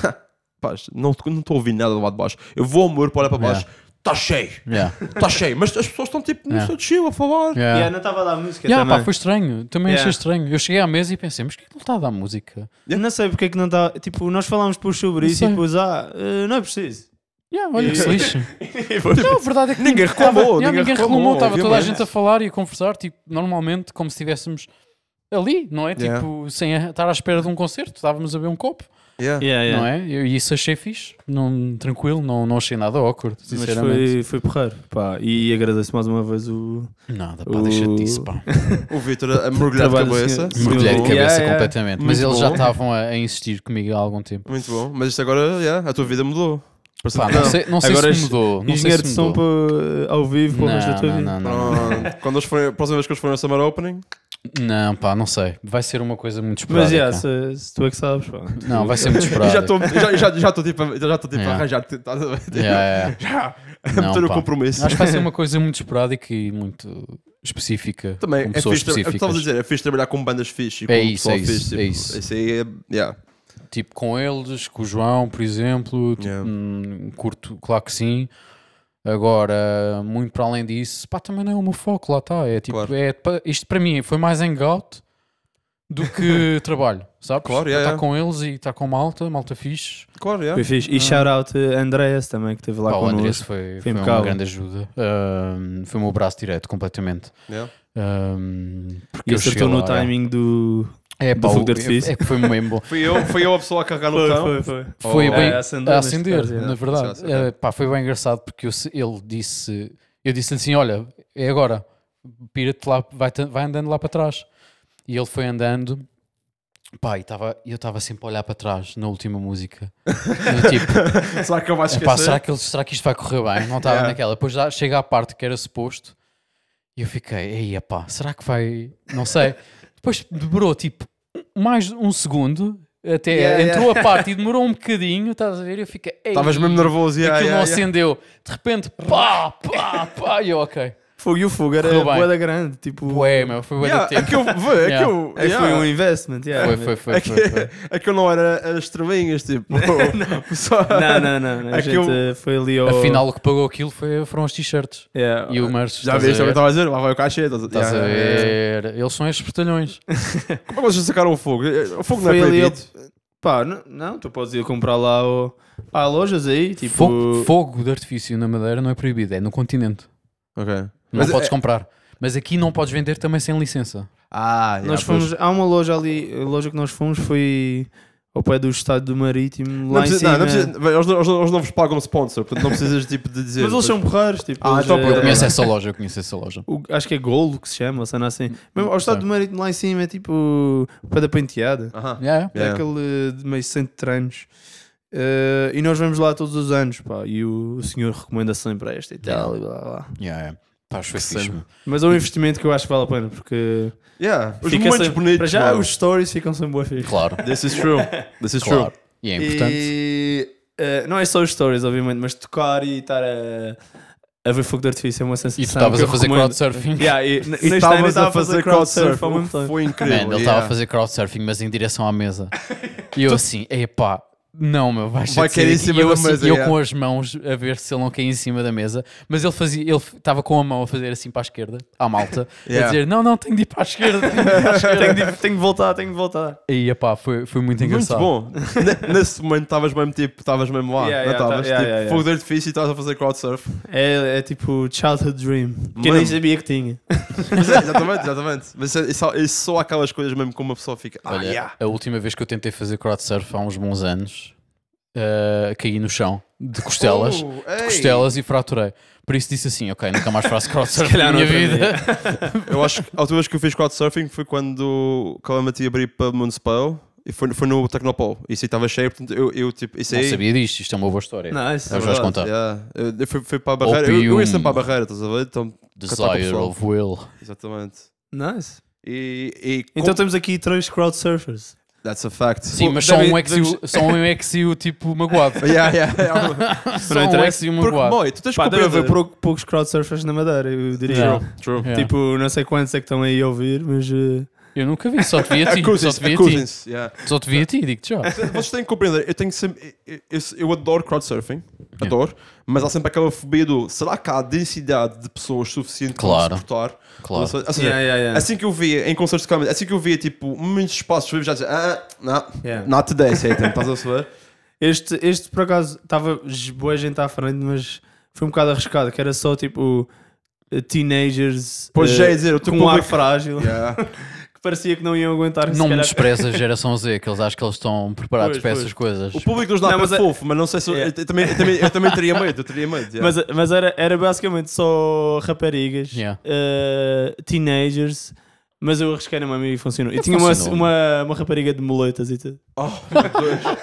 S2: paz, não estou não tô a ouvir nada do lado de baixo. Eu vou ao muro para olhar para baixo, está cheio,
S1: Yeah.
S2: está cheio, mas as pessoas estão tipo, não
S1: Yeah.
S2: estou de chill a falar.
S1: Yeah.
S3: Yeah, não estava a dar música
S1: Yeah,
S3: também.
S1: pá, foi estranho. Também
S3: Yeah.
S1: achei estranho. Eu cheguei à mesa e pensei, mas o que é que ele está a dar música?
S3: Não sei porque é que não está. Tipo, tá, nós falámos depois
S1: Não
S3: sobre isso e
S1: sei.
S3: depois, ah, eh, não é preciso.
S1: Yeah, olha que se lixe.
S2: Não,
S1: Não, a verdade é que
S2: Ninguém reclamou,
S1: tava- yeah,
S2: ninguém
S1: ninguém
S2: reclamou,
S1: reclamou, estava toda a
S2: obviamente.
S1: gente a falar e a conversar, tipo, normalmente, como se estivéssemos ali, não é?
S2: Yeah.
S1: Tipo, sem a- estar à espera de um concerto, estávamos a ver um copo,
S2: Yeah.
S3: Yeah, yeah.
S1: não é? E eu- e isso achei fixe, não, tranquilo, não, não achei nada awkward,
S3: Mas
S1: sinceramente.
S3: foi, foi porreiro, pá. E agradeço mais uma vez o.
S1: Nada, pá, deixa-te disso, pá.
S2: O Vitor a mergulhar de
S3: Trabalho,
S2: cabeça.
S3: senhor.
S1: Mergulhei de
S3: bom.
S1: cabeça
S3: Yeah, yeah.
S1: completamente, mas
S2: Muito
S1: eles já
S2: bom.
S1: estavam a, a insistir comigo há algum tempo.
S2: Muito bom. Mas isto agora, yeah, a tua vida mudou. Parece
S1: Pá,
S2: que-
S1: não sei, não sei
S3: Agora
S1: se
S3: este
S1: mudou, não sei
S3: Engenheiro de
S1: se
S3: som
S1: mudou.
S3: para- ao vivo para o resto da tua
S1: Não,
S3: vida.
S1: não, não, não, não,
S2: Pronto. Quando eles forem, a próxima vez que eles forem ao Summer Opening,
S1: não, pá, não sei. Vai ser uma coisa muito
S3: Mas
S1: esporádica.
S3: yeah, se, se tu é que sabes, pá.
S1: Não, vai ser muito
S2: e
S1: esporádica.
S2: já estou já, já, já estou tipo, a- já estou, tipo
S1: Yeah.
S2: a arranjar. estás a ver?
S1: Yeah, yeah.
S2: Já.
S1: Não,
S2: Meter o
S1: pá.
S2: compromisso.
S1: Acho que vai ser uma coisa muito esporádica e muito específica.
S2: Também
S1: com
S2: é
S1: pessoas
S2: fixe, tra- é o que
S1: específicas.
S2: estavas a dizer, é fixe trabalhar com bandas fixe e com
S1: É isso,
S2: pessoal
S1: é isso,
S2: fixe.
S1: é
S2: tipo,
S1: isso.
S2: Esse aí é. Yeah.
S1: Tipo, com eles, com o João, por exemplo. Tipo,
S2: Yeah.
S1: hum, curto, claro que sim. Agora, muito para além disso, pá, também não é o meu foco, lá está. É tipo,
S2: Claro.
S1: é, pa- isto para mim foi mais hangout do que trabalho, sabes?
S2: Claro, yeah,
S1: Estar
S2: yeah.
S1: com eles e estar com malta, malta fixe.
S2: Claro,
S3: Foi
S2: yeah.
S3: fixe. E shout out a Andreas também, que esteve lá
S1: Pá, o Andrés
S3: connosco.
S1: foi,
S3: Foi
S1: foi, uma
S3: impecável.
S1: grande ajuda. Ahm, foi o meu braço direito, completamente.
S2: yeah.
S1: Ahm, porque
S3: E
S1: eu cheguei
S3: acertou no
S1: lá, é.
S3: timing do.
S1: É,
S3: Do
S1: pá,
S3: fogo de
S1: o-
S3: artifício.
S1: é que foi mesmo bom.
S2: Fui eu, fui eu a pessoa a carregar no botão.
S3: foi.
S1: Foi
S2: Oh.
S1: bem
S3: É,
S1: a
S3: acendeu
S1: acender,
S3: neste caso, é.
S1: na verdade.
S2: Sim, acendeu.
S1: Eh, pá, foi bem engraçado porque eu se- ele disse, eu disse-lhe assim: olha, é agora, pira-te lá, vai, te- vai andando lá para trás. E ele foi andando, pá, e tava, e eu estava sempre a olhar para trás na última música. Eu, tipo,
S2: Será que eu vou
S1: Epá, será,
S2: esquecer?
S1: que, ele- será que isto vai correr bem? Não estava
S2: Yeah.
S1: naquela. Depois já chega à parte que era suposto e eu fiquei, ei, epá, será que vai? Não sei. Depois demorou tipo mais de um segundo, até
S2: Yeah,
S1: entrou a parte e demorou um bocadinho, estás a ver? E eu fiquei, ei,
S2: Estavas mesmo nervoso.
S1: aquilo
S2: Yeah,
S1: não
S2: yeah, yeah.
S1: acendeu. De repente, pá, pá, pá, e eu, ok.
S3: Fogo e o fogo era
S1: Correu bem.
S3: boa da grande. Tipo,
S1: Ué, meu, foi bem
S2: Yeah,
S1: tempo.
S2: é que eu. vê, É que
S1: Yeah.
S2: eu.
S3: é que
S2: yeah.
S3: foi um investment. Yeah.
S1: Foi, foi, foi,
S2: É
S1: foi, foi.
S2: que, é que eu não era as estrelinhas, tipo. Só-
S3: Não, não, não. não. A
S2: É que
S3: gente
S2: eu-
S3: eh, foi ali ao.
S1: Afinal, o que pagou aquilo foi, foram os t-shirts
S3: Yeah.
S1: e o merch.
S2: Ah, Já
S1: estás a
S2: viste o que eu
S1: ver?
S2: estava a dizer? Lá vai o cachê. Estás
S1: Estás a
S2: tá- yeah, yeah, yeah.
S1: ver? Eles são estes portalhões.
S2: Como é que vocês sacaram o fogo? O fogo não é
S3: Foi ali
S2: proibido.
S3: Pá, não, não, tu podes ir comprar lá ao... há lojas aí, tipo.
S1: Fogo, fogo de artifício na Madeira não é proibido, é no continente.
S2: Ok.
S1: Não
S2: Mas
S1: podes
S2: é-
S1: comprar. Mas aqui não podes vender também sem licença.
S2: Ah, yeah,
S3: Nós
S2: pois.
S3: fomos, há uma loja ali, a loja que nós fomos foi ao pé do Estado do Marítimo,
S2: Não
S3: lá em
S2: precisa,
S3: cima.
S2: não, não precisa, bem, eles, não, eles, não, eles não vos pagam sponsor, portanto não precisas tipo, de dizer.
S3: Mas eles são porreiros, tipo.
S2: Ah,
S3: eles,
S2: então,
S3: eh,
S2: pô,
S1: Eu
S2: É.
S1: conheço essa loja, eu conheço essa loja.
S3: o- acho que é Golo que se chama, cena assim. Mesmo ao Estado
S1: Sim.
S3: do Marítimo lá em cima é tipo o pé da penteada.
S2: Aham.
S1: Yeah, yeah.
S3: É
S2: Ah, Yeah.
S3: aquele de meio centro de treinos. Eh, e nós vamos lá todos os anos, pá. E o, o senhor recomenda sempre esta e tal, e blá blá.
S1: Yeah, yeah. Pá, foi
S2: Sim.
S1: fixe, meu.
S3: Mas é um investimento que eu acho que vale a pena, porque
S2: Yeah. Os
S3: fica
S2: momentos
S3: sempre-
S2: bonitos.
S3: Para já,
S2: mano.
S3: os stories ficam sempre boa fixe.
S1: Claro,
S2: This is true. This is
S1: claro.
S2: true.
S1: E é importante.
S3: E, eh, não é só os stories, obviamente, mas tocar e estar a, a ver fogo de artifício é uma sensação.
S1: E tu estavas
S3: que
S1: a
S3: eu
S1: fazer
S3: recomendo.
S1: crowdsurfing.
S3: Yeah, e,
S2: E
S3: neste ano eu estava a fazer crowdsurf ao mesmo
S2: Foi,
S3: tempo.
S2: incrível.
S1: Man, ele estava
S2: yeah.
S1: a fazer crowdsurfing, mas em direção à mesa. E eu assim, epá, não, meu, vais
S2: Vai
S1: ter de sair
S2: cair em
S1: daqui."
S2: cima
S1: e eu,
S2: da
S1: assim,
S2: mesa,
S1: e eu
S2: yeah.
S1: com as mãos a ver se ele não caía em cima da mesa, mas ele fazia, ele estava com a mão a fazer assim para a esquerda, à malta,
S2: Yeah.
S1: a dizer, não, não, tenho de ir para a esquerda, tenho de ir para a esquerda.
S3: tenho, de, tenho de voltar, tenho de voltar.
S1: E epá, foi, foi muito
S2: Muito
S1: engraçado.
S2: bom. Ne- Nesse momento estavas mesmo tipo, estavas mesmo lá. não
S3: Yeah, yeah,
S2: estavas?
S3: tá- yeah,
S2: tipo,
S3: yeah, yeah.
S2: fogo de artifício e estavas a fazer crowdsurf.
S3: É, é tipo childhood dream. Que eu
S2: Mano.
S3: nem sabia que tinha.
S2: Mas é, exatamente, exatamente. Mas isso, é- isso, é só aquelas coisas mesmo que uma pessoa fica. Ah,
S1: Olha,
S2: yeah.
S1: Eh, a última vez que eu tentei fazer crowdsurf há uns bons anos, eh, caí no chão de costelas,
S2: Oh,
S1: de
S2: ei.
S1: costelas e fraturei. Por isso disse assim, ok, nunca mais faço crowdsurf
S3: calhar
S1: na minha
S3: não
S1: vida.
S2: Eu acho que a última vez que eu fiz crowdsurfing foi quando o Calamity abriu para Municipal e foi, foi no Tecnopol. Isso aí estava cheio, portanto eu, eu tipo, isso
S1: Não
S2: aí.
S1: sabia disto, isto é uma boa história.
S3: Não, isso
S1: É
S3: é
S1: os vais
S2: Verdade,
S1: contar.
S2: yeah. Eu, eu fui, fui para a barreira. Eu, eu ia sempre para a barreira, estás a ver? Então, catar com o
S1: Desire
S2: pessoal.
S1: of Will.
S2: exatamente.
S3: nice.
S2: E, e com-
S3: Então temos aqui três crowdsurfers.
S2: That's a fact.
S1: Sim, mas só
S3: devem-
S1: um exio, só um exio tipo magoado.
S2: Yeah, yeah, yeah.
S1: Só
S3: não
S1: um
S3: interessa.
S1: exio
S2: Porque,
S1: magoado.
S2: boy, tu tens que
S3: Pá, deve haver
S2: compreender.
S3: pou- poucos crowdsurfers na Madeira, eu diria.
S1: Yeah.
S2: True.
S1: Yeah.
S3: Tipo, não sei quantos é que estão aí a ouvir, mas. eh,
S1: Eu nunca vi, só te vi a ti. Só
S2: Acusem-se,
S1: te vi a ti,
S2: acusem-se, yeah.
S1: só te vi a ti, digo-te já.
S2: Vocês têm que compreender, eu tenho sempre. Eu, eu, eu adoro crowdsurfing, adoro, mas há sempre aquela fobia do será que há densidade de pessoas suficiente
S1: Claro.
S2: para suportar?
S1: Claro.
S2: Ou seja, ou seja,
S3: yeah, yeah, yeah.
S2: Assim que eu via em concertos de comedy, assim que eu via tipo muitos espaços livres, já dizia, ah, não,
S3: Yeah.
S2: not today, Satan, estás a saber?
S3: Este, este por acaso, estava boa gente à frente, mas foi um bocado arriscado, que era só tipo eh, teenagers
S2: Pois
S3: eh,
S2: já ia dizer, o teu
S3: com um ar
S2: público-
S3: frágil,
S2: Yeah.
S3: que parecia que não iam aguentar. se
S1: Não me
S3: calhar.
S1: despreza a geração Z, que eles acham que eles estão preparados
S3: Pois,
S1: para
S3: pois.
S1: essas coisas.
S2: O público nos dá
S3: Não,
S2: para
S3: mas é-
S2: fofo, mas não sei se. eu-
S3: Yeah.
S2: Eu, também, eu, também, eu também teria medo, eu teria medo. yeah.
S3: Mas, mas era, era basicamente só raparigas,
S1: Yeah.
S3: eh, teenagers, mas eu arrisquei na mami e funcionou. E
S1: Não
S3: tinha uma,
S1: funcionou,
S3: uma, uma rapariga de moletas e tudo.
S2: Oh, meu Deus.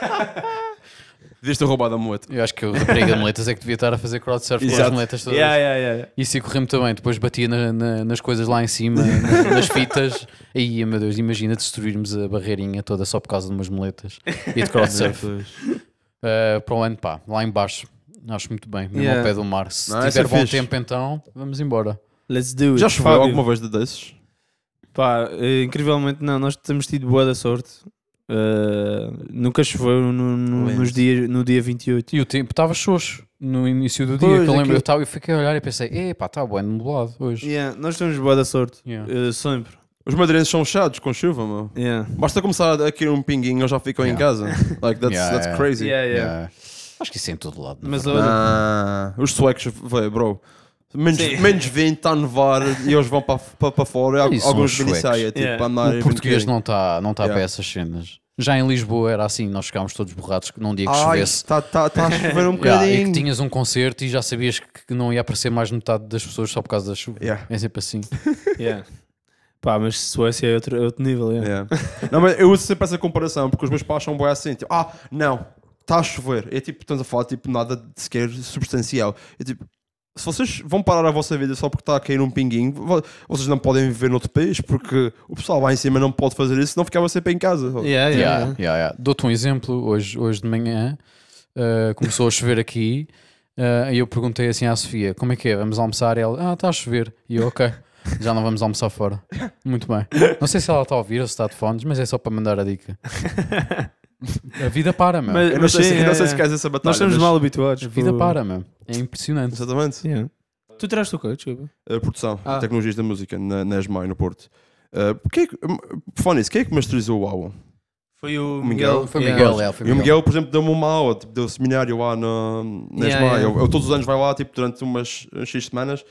S2: Devias ter roubado a moto.
S1: Eu acho que o rapariga de moletas é que devia estar a fazer crowdsurf com as
S2: Exato.
S1: moletas todas.
S3: Yeah, yeah, yeah.
S1: Isso e correu-me também. Depois batia na- na- nas coisas lá em cima, nas, nas fitas. Aí, meu Deus, imagina destruirmos a barreirinha toda só por causa de umas moletas e de crowdsurf. Uh, para o ano, pá, lá em baixo. Acho muito bem, mesmo
S3: Yeah.
S1: ao pé do mar. Se
S2: Não, essa
S1: tiver
S2: é
S1: bom
S2: fixe.
S1: tempo, então, vamos embora.
S3: Let's do it.
S2: Já choveu
S3: Fábio.
S2: alguma vez de desses?
S3: Pá, eh, incrivelmente não, nós temos tido boa da sorte. Eh, nunca choveu no, no-
S2: Lento.
S3: nos dias, no dia 28.
S1: E o tempo estava xoxo no início do dia.
S3: Pois,
S1: que eu, lembro,
S3: aquilo-
S1: eu, tava, eu fiquei a olhar e pensei, epá, está bem nublado hoje.
S3: Yeah, nós temos boa da sorte.
S1: Yeah.
S3: Eh, sempre.
S2: Os madeirenses são chados com chuva, meu.
S3: Yeah.
S2: Basta começar a cair um pinguinho, eles já ficam em
S1: Yeah.
S2: casa. Like, that's,
S1: Yeah,
S2: that's
S1: yeah.
S2: crazy.
S3: Yeah, yeah.
S1: Yeah. Acho que isso é em todo lado. não
S3: Mas
S1: é?
S3: olha,
S2: Ah, os suecos, velho, bro. Menos,
S3: Sim.
S2: menos 20, está a nevar e eles vão para, para, para fora.
S1: Isso são
S2: Al-
S1: os
S2: Alguns de
S1: suecos.
S2: minisaia, tipo,
S3: Yeah.
S2: a andar
S1: o
S2: e
S1: português
S2: brincar.
S1: não está não tá
S2: Yeah.
S1: para essas cenas. Já em Lisboa era assim, nós ficámos todos borrados num dia que
S2: Ai,
S1: chovesse.
S2: está tá, tá a chover um
S1: Yeah, e
S2: bocadinho.
S1: que tinhas um concerto e já sabias que que não ia aparecer mais metade das pessoas só por causa da chuva.
S2: Yeah.
S1: É sempre assim.
S3: yeah. Pá, mas Suécia é outro, é outro nível. Yeah.
S2: Yeah. Não, mas eu uso sempre essa comparação porque os meus pais são bem assim, tipo, ah, não, está a chover. É tipo, estamos a falar, tipo, nada de sequer substancial. É tipo, se vocês vão parar a vossa vida só porque está a cair um pinguinho, vo- vocês não podem viver noutro país porque o pessoal lá em cima não pode fazer isso, senão ficava sempre em casa.
S3: Yeah, yeah,
S1: Yeah,
S3: yeah.
S1: yeah, yeah. Dou-te um exemplo. Hoje, hoje de manhã uh, começou a chover aqui uh, e eu perguntei assim à Sofia: como é que é? Vamos almoçar? E ela: ah, está a chover. E eu: ok, já não vamos almoçar fora. Muito bem. Não sei se ela está a ouvir ou se está de fones, mas é só para mandar a dica. A vida para, meu.
S3: Mas-
S2: Eu não
S3: mas
S2: sei, se,
S3: sim, é.
S2: eu não sei se
S3: yeah, yeah.
S2: queres essa batalha.
S3: Nós estamos
S2: mas-
S3: mal habituados.
S1: A vida
S3: com-
S1: para, meu. É impressionante.
S2: Exatamente.
S3: Yeah. é. Tu tiraste o quê? Desculpa.
S2: A produção,
S3: Ah.
S2: tecnologias da música na, na ESMAI, no Porto. Uh, quem é que, por falar nisso, quem é que masterizou o álbum?
S3: Foi o
S2: Miguel.
S1: Foi o
S3: Yeah.
S1: Miguel, é, foi
S2: E
S1: o
S2: o
S1: Miguel.
S2: Miguel, por exemplo, deu-me uma aula, tipo, deu um seminário lá na, na
S3: Yeah,
S2: ESMAI.
S3: yeah.
S2: Eu, eu todos os anos vai lá, tipo, durante umas uns X semanas,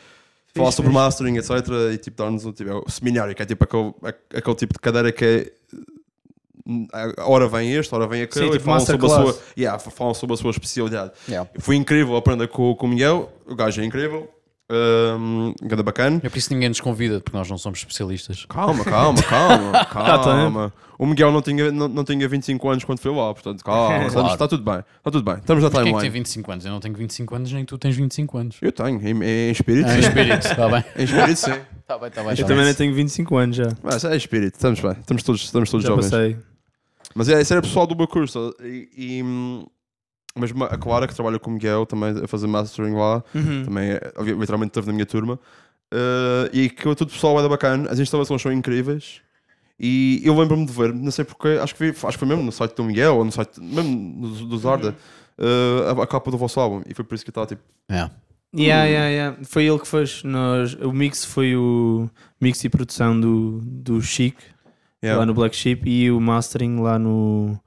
S2: falar sobre
S3: fixe.
S2: mastering, etc. E tipo, dar-nos um, tipo, é o seminário, que é tipo aquele, a- aquele tipo de cadeira que é. eh, a Hora vem este, a hora vem aquele,
S3: Sim,
S2: e
S3: tipo
S2: falam sobre, a
S3: masterclass.
S2: sua, yeah, falam sobre a sua especialidade.
S1: Yeah.
S2: Foi incrível aprender com, com o Miguel, o gajo é incrível, um, ganda bacana.
S1: É por isso que ninguém nos convida, porque nós não somos especialistas.
S2: Calma, calma, calma,
S3: Tá
S2: calma. o Miguel não tinha, não, não tinha 25 anos quando foi lá, portanto, calma,
S1: Claro.
S2: estamos- está tudo bem, está tudo bem, estamos na
S1: Mas Quem é que tem
S2: timeline.
S1: 25 anos? Eu não tenho 25 anos, nem tu tens 25 anos.
S2: Eu tenho, em, em espírito,
S1: Ah, em
S2: sim.
S1: espírito, está bem.
S2: Em espírito, sim.
S1: Está bem, está bem.
S3: Eu
S1: tá
S3: também
S1: bem.
S3: não tenho 25 anos já.
S2: Mas é espírito, estamos bem, estamos todos, estamos todos
S3: Já
S2: jovens.
S3: passei.
S2: Mas é, isso era pessoal do meu curso. E, e, hum, mas ma- a Clara, que trabalha com o Miguel, também a fazer mastering lá,
S3: Hum. Uhum.
S2: também é- obvi- literalmente esteve na minha turma. Eh, e que todo o pessoal era bacana, as instalações são incríveis. E eu lembro-me de ver, não sei porquê, acho que, vi- acho que foi mesmo no site do Miguel ou no site mesmo do, do Zarda, eh, a, a capa do vosso álbum. E foi por isso que eu estava tipo,
S1: É.
S3: Yeah, yeah, yeah. Foi ele que fez. Nós, o mix foi o mix e produção do, do Chic
S2: yeah.
S3: lá no Black Sheep e o mastering lá no,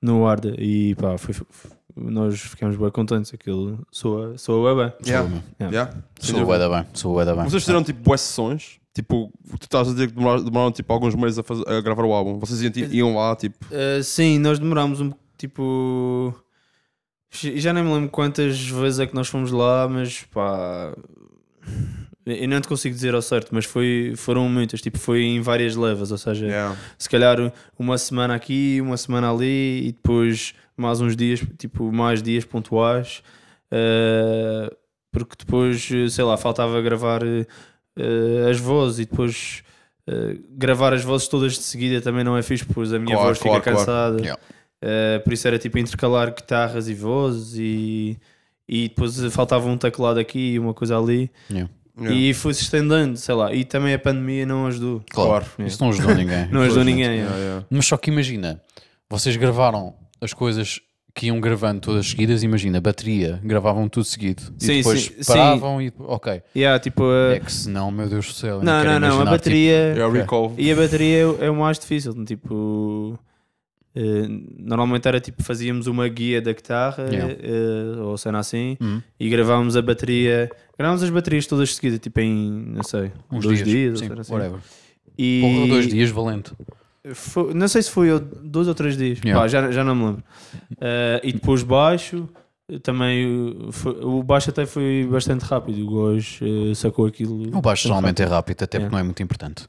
S3: no Arda. E pá, foi, foi- nós ficamos bem contentes. Aquilo soa, soa bem.
S2: Yeah,
S1: Sou- né?
S3: Yeah.
S2: yeah. Sem
S1: Sou é. o
S2: dúvida.
S1: Eda bem, sou o Eda bem.
S2: Vocês tiveram tipo boas sessões? Tipo, tu estás a dizer que demoraram, demoraram, tipo alguns meses a, faz- a gravar o álbum. Vocês iam, tipo, iam lá, tipo,
S3: Uh, sim, nós demorámos um tipo. Já nem me lembro quantas vezes é que nós fomos lá, mas pá. Eu não te consigo dizer ao certo, mas foi, foram muitas, tipo, foi em várias levas, ou seja,
S2: yeah.
S3: se calhar uma semana aqui, uma semana ali e depois mais uns dias, tipo, mais dias pontuais, eh, porque depois, eh, sei lá, faltava gravar eh, eh, as vozes e depois eh, gravar as vozes todas de seguida também não é fixe, pois a minha
S2: Claro,
S3: voz
S2: claro,
S3: fica
S2: claro.
S3: cansada.
S1: Yeah.
S3: Eh, por isso era tipo intercalar guitarras e vozes e, e depois faltava um teclado aqui e uma coisa ali
S1: Yeah.
S2: Yeah.
S3: e foi-se estendendo, sei lá, e também a pandemia não ajudou.
S1: Claro,
S3: Yeah.
S1: isso não ajudou ninguém.
S3: Não é. ajudou
S1: infelizmente.
S3: ninguém. yeah.
S2: Yeah, yeah.
S1: Mas só que imagina, vocês gravaram as coisas que iam gravando todas seguidas, imagina, bateria, gravavam tudo seguido.
S3: Sim,
S1: e depois
S3: sim,
S1: paravam e. Ok.
S3: Yeah, tipo, a-
S1: É que senão, meu Deus do céu. eu
S3: Não,
S1: quero tipo,
S3: não, não, a
S1: imaginar, tipo,
S3: bateria.
S2: Yeah, recall.
S3: E a bateria é o- é o mais difícil, tipo. eh, eh, normalmente era tipo, fazíamos uma guia da guitarra
S1: Yeah.
S3: eh, ou cena assim
S1: Hum.
S3: e gravámos a bateria, gravámos as baterias todas de seguida, tipo em, não sei,
S1: Uns
S3: dois
S1: dias,
S3: dias, ou
S1: sim,
S3: cena assim.
S1: whatever.
S3: E
S1: Porra, dois dias, valente.
S3: Foi- não sei se foi eu, dois ou três dias,
S1: Yeah.
S3: Pá, já, já não me lembro. Eh, e depois baixo, eh, também eh, foi- o baixo até foi bastante rápido, o Góis eh, sacou aquilo.
S1: O baixo geralmente é rápido, até porque não é muito importante.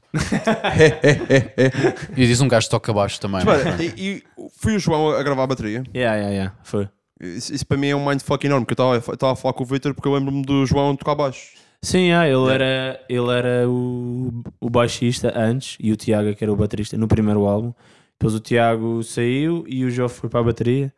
S1: e diz um gajo que toca baixo também. não é?
S2: Espera, e, e foi o João a gravar a bateria?
S3: Yeah, yeah, yeah, foi.
S2: Isso, isso para mim é um mindfuck enorme, porque eu estava a falar com o Victor porque eu lembro-me do João tocar baixo.
S3: Sim, ah, ele era, ele era o, o baixista antes e o Tiago, que era o baterista, no primeiro álbum. Depois o Tiago saiu e o João foi para a bateria.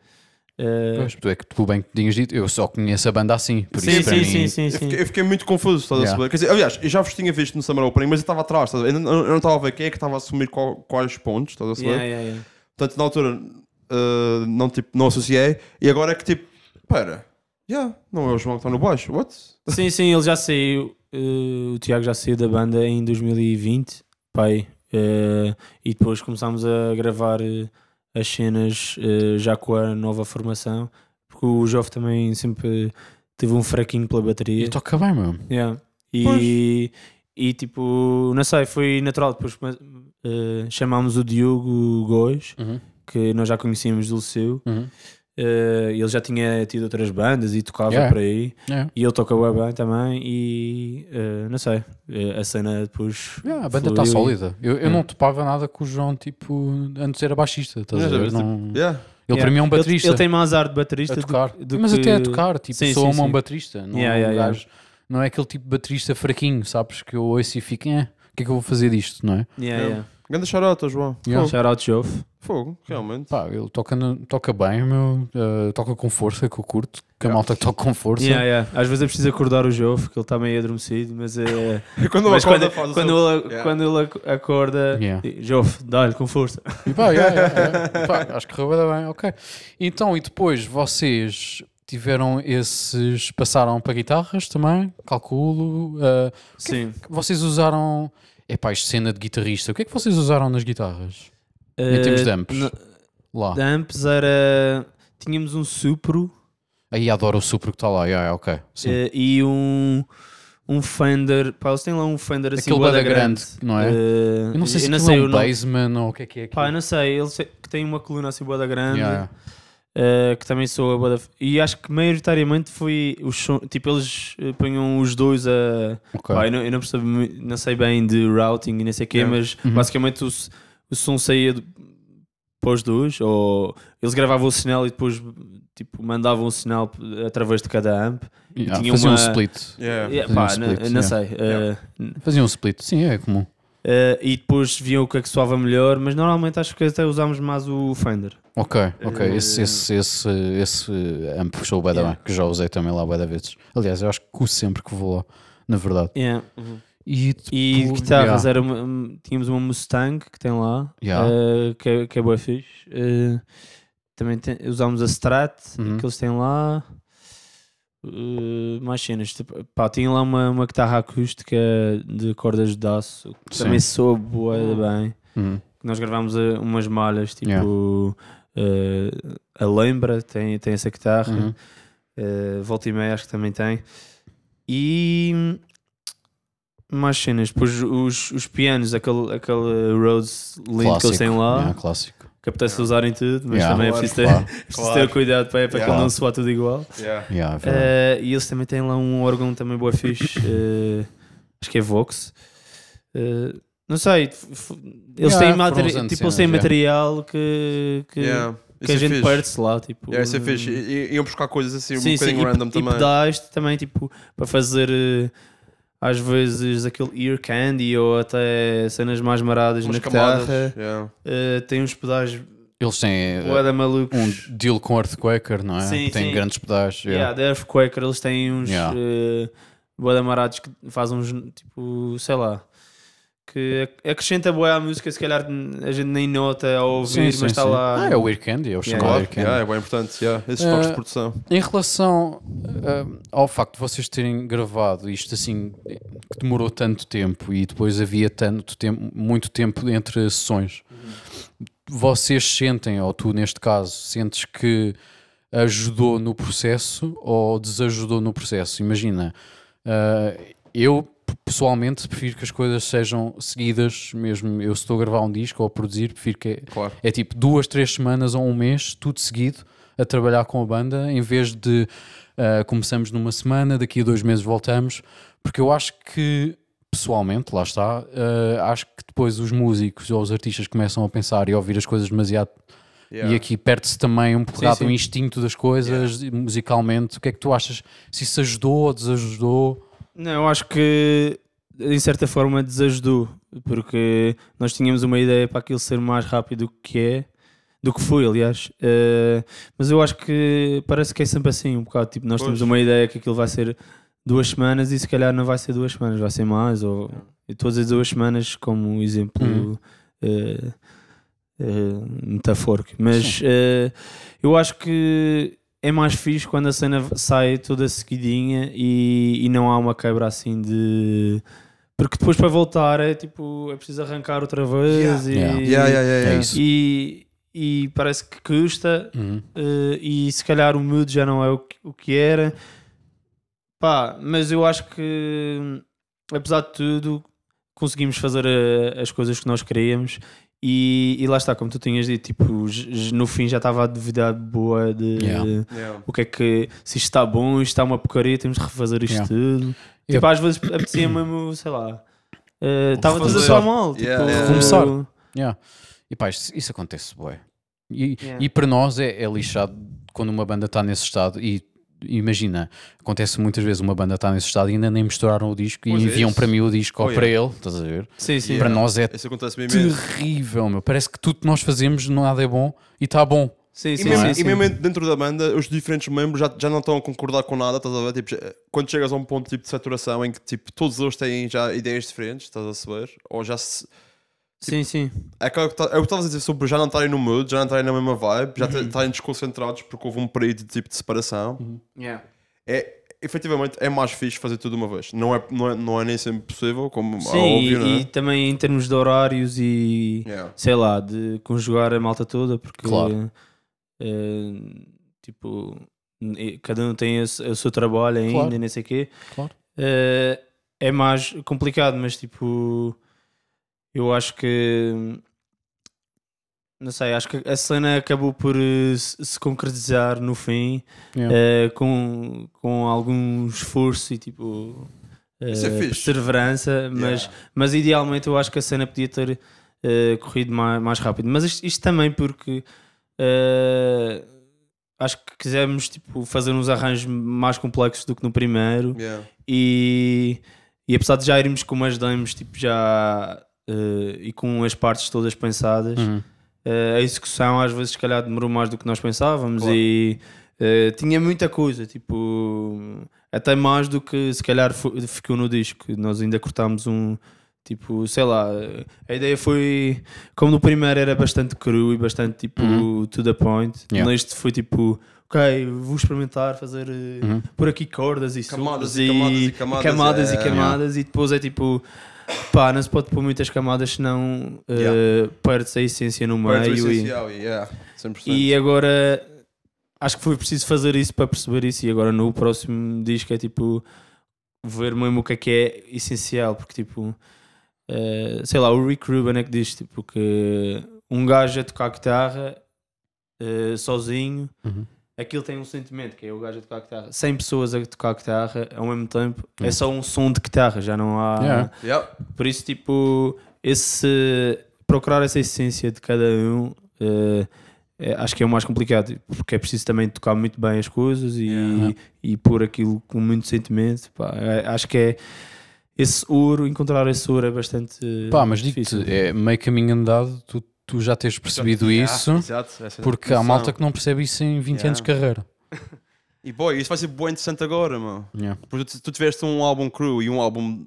S3: Eh,
S1: Pois, tu é que tu bem que tinhas dito, eu só conheço a banda assim. Por
S3: sim,
S1: isso para
S3: sim,
S1: mim-
S3: sim, sim,
S2: Eu
S3: sim.
S2: fiquei, eu fiquei muito confuso, estás
S1: Yeah.
S2: a saber? Quer dizer, aliás, eu já vos tinha visto no Summer Opening, mas eu estava atrás, estás a ver? eu não eu não estava a ver quem é que estava a assumir qual- quais pontos, estás a saber?
S3: Yeah, yeah, yeah.
S2: Portanto, na altura eh, não, tipo, não associei, e agora é que tipo, pera, yeah, não é o João que está no baixo, what?
S3: Sim, sim, ele já saiu. eh, o Tiago já saiu da banda em 2020, pai. eh, e depois começámos a gravar eh, as cenas eh, já com a nova formação, porque o Jove também sempre teve um fraquinho pela bateria.
S1: E toca bem, meu.
S3: Yeah. E,
S2: Pois.
S3: e tipo, não sei, foi natural. Depois come- eh, chamámos o Diogo Góis,
S1: Uhum,
S3: que nós já conhecíamos do Liceu.
S1: uhum.
S3: Eh, ele já tinha tido outras bandas e tocava
S1: Yeah.
S3: por aí.
S1: Yeah.
S3: E ele toca bué bem também. E eh, não sei, eh, a cena depois.
S1: Yeah, É, a banda tá
S3: fluiu
S1: está
S3: e-
S1: sólida. Eu, eu
S3: Hum.
S1: não topava nada com o João, tipo, antes era baixista.
S3: É,
S1: Estás a
S2: Yeah,
S1: ver?
S2: tipo,
S1: Não- Ele
S2: Yeah.
S1: para
S3: Yeah.
S1: mim é um baterista.
S3: Ele, ele tem mais ar de
S1: a
S3: baterista do-
S1: tocar.
S3: do
S1: Mas
S3: que-
S1: até a tocar, tipo,
S3: Sim,
S1: sou
S3: sim,
S1: um
S3: sim.
S1: baterista. Não,
S3: Yeah,
S1: é um
S3: yeah, yeah.
S1: gajo- não é aquele tipo de baterista fraquinho, sabes? Que eu ouço e fico, eh, o que é que eu vou fazer disto, não é?
S3: Yeah, yeah.
S2: Grande charota, João.
S1: Yeah.
S2: Fogo,
S3: Shout out Jove.
S2: fogo, realmente.
S1: Pá, ele toca, no- toca bem, meu, eh, toca com força, que eu curto. Que a malta que toca com força.
S3: Yeah, yeah. Às vezes eu preciso acordar o Jove, que ele está meio adormecido, mas é.
S2: E quando eu
S3: Mas
S2: acordo,
S3: quando,
S2: faz o
S3: quando,
S2: seu-
S3: ele,
S2: Yeah.
S3: quando ele ac- acorda,
S1: Yeah.
S3: yeah. Jof, dá-lhe com força.
S1: E pá, yeah, yeah, yeah. Pá, acho que correu bué da bem, ok. Então, e depois vocês tiveram esses, passaram para guitarras também, calculo. ah,
S3: Sim.
S1: vocês usaram, epá, isto cena de guitarrista, o que é que vocês usaram nas guitarras?
S3: Eh,
S1: termos de amps?
S3: na-
S1: Lá.
S3: de amps era. Tínhamos um Supro
S1: Aí adoro o Supro que está lá, yeah, yeah, ok. Sim.
S3: eh, e um. Um Fender. Pá, eles têm lá um Fender assim.
S1: Aquele
S3: bué
S1: bué
S3: da
S1: da grande, não é?
S3: Eh,
S1: eu não sei se
S3: eu não
S1: aquilo
S3: sei
S1: é
S3: o
S1: um
S3: nome.
S1: basement ou o que é que é.
S3: Pá, eu
S1: aquilo.
S3: não sei. Eles sei que têm uma coluna assim, boa da grande.
S1: Yeah, yeah.
S3: eh, que também sou a boa da... E acho que maioritariamente foi. Os som... Tipo, eles eh, punham os dois a.
S1: Ok.
S3: Pá, eu, não, eu não percebo, mui- não sei bem de routing e não sei o quê,
S2: Yeah.
S3: mas
S1: Uhum.
S3: basicamente o, s- o som saía do- para os dois, ou eles gravavam o sinal e depois tipo, mandavam o sinal p- através de cada amp.
S1: Yeah,
S3: tinha
S1: faziam
S3: uma-
S1: um split.
S2: assim, Yeah.
S3: Yeah,
S1: Faziam
S3: pá,
S1: um split,
S3: n- não
S1: yeah.
S3: sei. eh,
S2: É. Yeah.
S3: n-
S1: Faziam um split, sim, é comum.
S3: eh, e depois viam o que é que soava melhor, mas normalmente acho que até usámos mais o Fender.
S1: Ok, ok.
S2: Eh,
S1: Esse, esse, esse, esse amp puxou o da
S3: Yeah.
S1: bem, que já usei também lá bué da vezes. Aliás, eu acho que uso sempre que vou lá, na verdade.
S3: Yeah.
S2: Uhum.
S1: E,
S3: E de
S1: depois-
S3: guitarras
S1: yeah.
S3: era uma- um, tínhamos uma Mustang que tem lá,
S1: Yeah.
S3: eh, que, é- que é boa fixe. Eh, também tem- usámos a Strat
S1: Uhum.
S3: que eles têm lá. Eh, mais cenas, tipo, pá, tinha lá uma, uma guitarra acústica de cordas de aço que
S1: Sim.
S3: também soa boa bem.
S1: Uhum.
S3: Nós gravámos eh, umas malhas, tipo
S1: Yeah.
S3: eh, a Lembra tem, tem essa guitarra,
S1: Uhum.
S3: Eh, volta e meia acho que também tem. E mais cenas, depois os, os pianos, aquele, aquele Rhodes lindo que eles têm lá,
S1: yeah, clássico.
S3: que apetece usarem tudo, mas
S1: Yeah.
S3: também é
S2: Claro,
S3: preciso ter,
S1: claro.
S3: preciso
S2: Claro.
S3: ter cuidado para, para
S2: Yeah.
S3: que não soar tudo igual.
S2: Yeah.
S1: Yeah, é verdade.
S3: Eh, e eles também têm lá um órgão também boa fixe, eh, acho que é Vox. Eh, não sei, f- f- eles
S1: Yeah,
S3: têm,
S1: foram
S3: materi-
S1: usando
S3: tipo,
S1: cenas,
S3: eles têm
S1: yeah.
S3: material que, que,
S2: Yeah.
S3: que
S2: Isso
S3: a
S2: é
S3: gente
S2: fixe.
S3: perde-se lá. Tipo,
S2: Yeah, isso é fixe. I- i- Iam buscar coisas assim um
S3: e
S2: bocadinho
S3: pe-
S2: random
S3: e
S2: também.
S3: pedais também, tipo, para fazer eh, às vezes aquele ear candy ou até cenas mais maradas
S2: Umas
S3: na
S2: camadas.
S3: guitarra.
S2: Yeah.
S3: Eh, tem uns pedais
S1: Eles têm eh,
S3: boeda malucos.
S1: um deal com Earthquaker, não é?
S3: Sim,
S1: tem
S3: sim.
S1: grandes pedais.
S3: Yeah.
S1: Yeah.
S3: da Earthquaker eles têm uns
S1: Yeah.
S3: eh, bué de amarados que fazem uns, tipo, sei lá, que ac- acrescenta boa à música, se calhar a gente nem nota ao
S1: Sim,
S3: ouvir,
S1: sim,
S3: mas está
S1: sim.
S3: lá.
S1: Ah, é o Weird Candy, é o chamado
S2: Claro,
S1: Weird Candy.
S2: yeah, é bem importante. Yeah. Esses toques
S1: Eh,
S2: de produção.
S1: Em relação ah, ao facto de vocês terem gravado isto assim, que demorou tanto tempo e depois havia tanto tempo, muito tempo entre sessões, vocês sentem, ou tu neste caso, sentes que ajudou no processo ou desajudou no processo? Imagina, ah, eu p- pessoalmente prefiro que as coisas sejam seguidas, mesmo eu se estou a gravar um disco ou a produzir, prefiro que
S2: Claro.
S1: é tipo duas, três semanas ou um mês, tudo seguido, a trabalhar com a banda, em vez de ah, começamos numa semana, daqui a dois meses voltamos, porque eu acho que, pessoalmente, lá está, ah, acho que depois os músicos ou os artistas começam a pensar e a ouvir as coisas demasiado.
S2: Yeah.
S1: E aqui perde-se também um bocado
S3: sim.
S1: o instinto das coisas e musicalmente. O que é que tu achas? Se isso ajudou ou desajudou?
S3: Não, eu acho que em certa forma desajudou, porque nós tínhamos uma ideia para aquilo ser mais rápido do que é, do que foi, aliás. Eh, mas eu acho que parece que é sempre assim, um bocado tipo, nós
S2: Pois.
S3: temos uma ideia que aquilo vai ser duas semanas e se calhar não vai ser duas semanas, vai ser mais, ou e todas as duas semanas, como exemplo
S1: Uhum.
S3: eh, eh, metafórico. Mas eh, eu acho que é mais fixe quando a cena sai toda seguidinha e, e não há uma quebra assim de. Porque depois para voltar é tipo, é preciso arrancar outra vez
S2: Yeah.
S3: e,
S1: Yeah.
S2: Yeah, yeah, yeah, yeah.
S1: É isso.
S3: e, e parece que custa
S1: Uhum.
S3: eh, e se calhar o mood já não é o que, o que era. Pá, mas eu acho que apesar de tudo conseguimos fazer eh, as coisas que nós queríamos e, e lá está, como tu tinhas dito, tipo, j- j- no fim já estava a duvidar boa de
S1: Yeah.
S2: Yeah.
S3: o que é que se isto está bom, isto está uma porcaria, temos de refazer isto
S1: Yeah.
S3: tudo.
S1: Eu-
S3: Tipo, às vezes apetecia mesmo, sei lá, eh, estava tudo a
S2: Refazer.
S3: soar mal.
S2: Yeah,
S3: tipo,
S2: yeah.
S1: Recomeçar. Yeah. E pá, isso, isso acontece, bué. E,
S3: Yeah.
S1: e para nós é, é lixado quando uma banda está nesse estado e imagina, acontece muitas vezes uma banda está nesse estado e ainda nem misturaram o disco
S2: Pois
S1: e
S2: é
S1: enviam
S2: isso.
S1: para mim o disco
S2: Oh,
S1: ou para ele, estás a ver?
S3: Sim, sim.
S2: Yeah.
S1: Para nós é
S2: Isso acontece mesmo.
S1: terrível, meu. Parece que tudo que nós fazemos nada é bom e está bom.
S3: Sim,
S2: E
S3: sim,
S2: mesmo,
S3: sim,
S2: e
S3: sim.
S2: mesmo dentro da banda, os diferentes membros já, já não estão a concordar com nada, estás a ver? Tipo, já- quando chegas a um ponto tipo, de saturação em que tipo, todos eles têm já ideias diferentes, estás a saber? Ou já se.
S3: Sim, sim.
S2: É aquela que tá- é o que estavas a dizer sobre já não estarem no mood, já não estarem na mesma vibe, já
S3: Uhum.
S2: te- estarem desconcentrados porque houve um período de tipo de separação. É, efetivamente, é mais fixe fazer tudo de uma vez. Não é, não é, não é nem sempre possível, como
S3: Sim,
S2: é óbvio,
S3: e, e
S2: né?
S3: também em termos de horários e
S2: Yeah.
S3: sei lá, de conjugar a malta toda, porque
S1: Claro.
S3: eh, tipo, eh, cada um tem o se- o seu trabalho ainda,
S1: Claro.
S3: e nem sei o quê.
S1: Claro.
S3: Eh, é mais complicado, mas tipo, eu acho que não sei, acho que a cena acabou por eh, se se concretizar no fim
S1: Yeah.
S3: eh, com, com algum esforço e tipo eh,
S2: Isso é fixe.
S3: perseverança, mas,
S2: Yeah.
S3: mas idealmente eu acho que a cena podia ter eh, corrido mais, mais rápido. Mas isto, isto também porque eh, acho que quisemos tipo, fazer uns arranjos mais complexos do que no primeiro
S2: Yeah.
S3: e, e apesar de já irmos com umas demos tipo, já eh, e com as partes todas pensadas.
S1: Uhum.
S3: Eh, a execução às vezes se calhar demorou mais do que nós pensávamos
S2: Claro.
S3: e eh, tinha muita coisa, tipo até mais do que se calhar fo- ficou no disco. Nós ainda cortámos um tipo, sei lá, a ideia foi como no primeiro era bastante cru e bastante tipo to the point.
S1: Uhum. Yeah.
S3: Neste foi tipo, ok, vou experimentar fazer eh,
S1: Uhum.
S3: por aqui cordas e
S2: Camadas
S3: sopas
S2: e camadas e camadas,
S3: camadas, e,
S2: yeah.
S3: camadas, e depois é tipo pá, não se pode pôr muitas camadas senão eh, perde-se a essência no
S2: Perto do
S3: meio e,
S2: essencial, yeah. 100%.
S3: e agora acho que foi preciso fazer isso para perceber isso e agora no próximo disco é tipo ver mesmo o que é que é essencial porque tipo eh, sei lá, o Rick Rubin é que diz tipo que um gajo a tocar guitarra eh, sozinho
S1: Uhum.
S3: aquilo tem um sentimento que é o gajo a tocar guitarra 100 pessoas a tocar guitarra ao mesmo tempo é
S1: Hum.
S3: só um som de guitarra já não há
S1: Yeah.
S2: Yeah.
S3: por isso, tipo, esse, procurar essa essência de cada um eh, é- acho que é o mais complicado, porque é preciso também tocar muito bem as coisas e,
S1: Yeah.
S3: e pôr aquilo com muito sentimento. pá. É- acho que é esse ouro, encontrar esse ouro é bastante. eh,
S1: Pá, mas digo-te,
S3: difícil.
S1: é meio caminho andado, tu, tu já tens percebido
S2: Yeah,
S1: isso,
S2: exato, essa é
S1: porque há
S2: noção.
S1: malta que não percebe isso em 20
S2: Yeah.
S1: anos de carreira.
S2: E boy, isso vai ser bem interessante agora, mano.
S1: Yeah.
S2: Porque tu, tu tiveste um álbum cru e um álbum,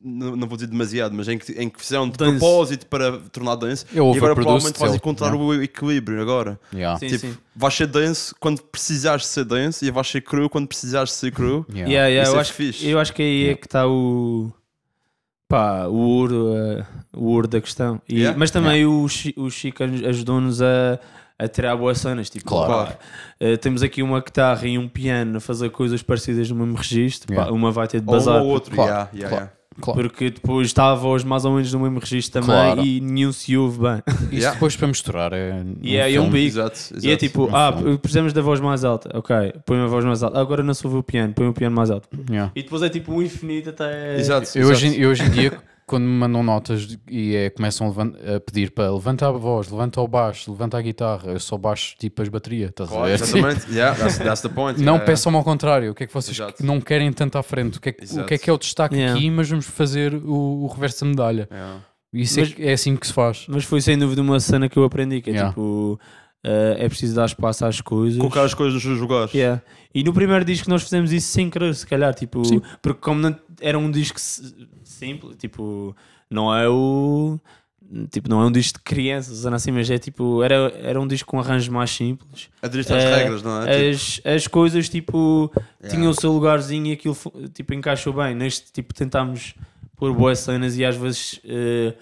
S2: não, não vou dizer demasiado, mas em que, em que fizeram de
S3: Dance.
S2: propósito para tornar dance.
S1: Eu
S2: e agora provavelmente
S1: overproduced
S2: vais
S1: ele.
S2: encontrar
S1: Yeah.
S2: o equilíbrio agora.
S1: Yeah.
S3: Sim,
S2: tipo,
S3: sim.
S2: vais ser dance quando precisares de ser dance e vais ser cru quando precisares de ser cru.
S1: Yeah.
S3: Yeah, yeah,
S2: Isso
S3: eu,
S2: é
S3: acho,
S2: fixe.
S3: eu acho que aí é que está o. tá Pá, o ouro, eh, o ouro da questão. E-
S2: Yeah.
S3: Mas também o, Chi- o Chico aj- ajudou-nos a, a tirar boas cenas. Tipo,
S1: Claro.
S3: pá,
S2: Claro.
S3: eh, temos aqui uma guitarra e um piano a fazer coisas parecidas no mesmo registro. pá,
S1: Yeah.
S3: uma vai ter de
S2: Ou um
S3: bazar.
S2: ou outro.
S1: Claro,
S2: yeah, yeah,
S1: claro.
S2: yeah.
S1: Claro.
S3: Porque depois está a voz mais ou menos no mesmo registro também
S1: Claro.
S3: e nenhum se ouve bem.
S1: Isso
S2: Yeah.
S1: depois para misturar é. um
S3: E é um
S1: filme.
S3: bico.
S2: Exato, exato.
S3: E é tipo,
S1: um
S3: ah,
S1: filme.
S3: precisamos da voz mais alta. Ok, põe a voz mais alta. Agora não se ouve o piano, põe o piano mais alto.
S1: Yeah.
S3: E depois é tipo um infinito até.
S2: Exato,
S1: Eu hoje,
S2: exato.
S1: em- eu hoje em dia, quando me mandam notas e é, começam a, levan- a pedir para levantar a voz, levanta o baixo, levanta a guitarra, eu só baixo tipo as baterias, estás a
S2: Claro,
S1: ver?
S2: exatamente. Yeah, that's, that's the point.
S1: Não
S2: yeah,
S1: peçam ao contrário, o que é que vocês
S2: Exato.
S1: que não querem tanto à frente? O que é que, o
S2: Exato.
S1: que, é, que é o destaque
S3: Yeah.
S1: aqui? Mas vamos fazer o, o reverso da medalha.
S2: yeah. Yeah.
S1: Isso é
S3: Mas-
S1: que- é, assim que se faz.
S3: Mas foi sem dúvida uma cena que eu aprendi: que é
S1: Yeah.
S3: tipo, eh, é preciso dar espaço às coisas.
S2: Colocar as coisas nos seus lugares.
S3: Yeah. E no primeiro disco nós fizemos isso sem querer, se calhar, tipo,
S1: Sim.
S3: porque como não- era um disco s- simples, tipo, não é o tipo, não é um disco de crianças, ou assim, mas é tipo, era, era um disco com arranjos mais simples.
S2: Aderiste às
S3: Eh,
S2: regras, não é? Tipo,
S3: As, as coisas tipo
S2: Yeah.
S3: tinham o seu lugarzinho e aquilo fu- tipo, encaixou bem. Neste tipo tentámos pôr boas cenas e às vezes eh,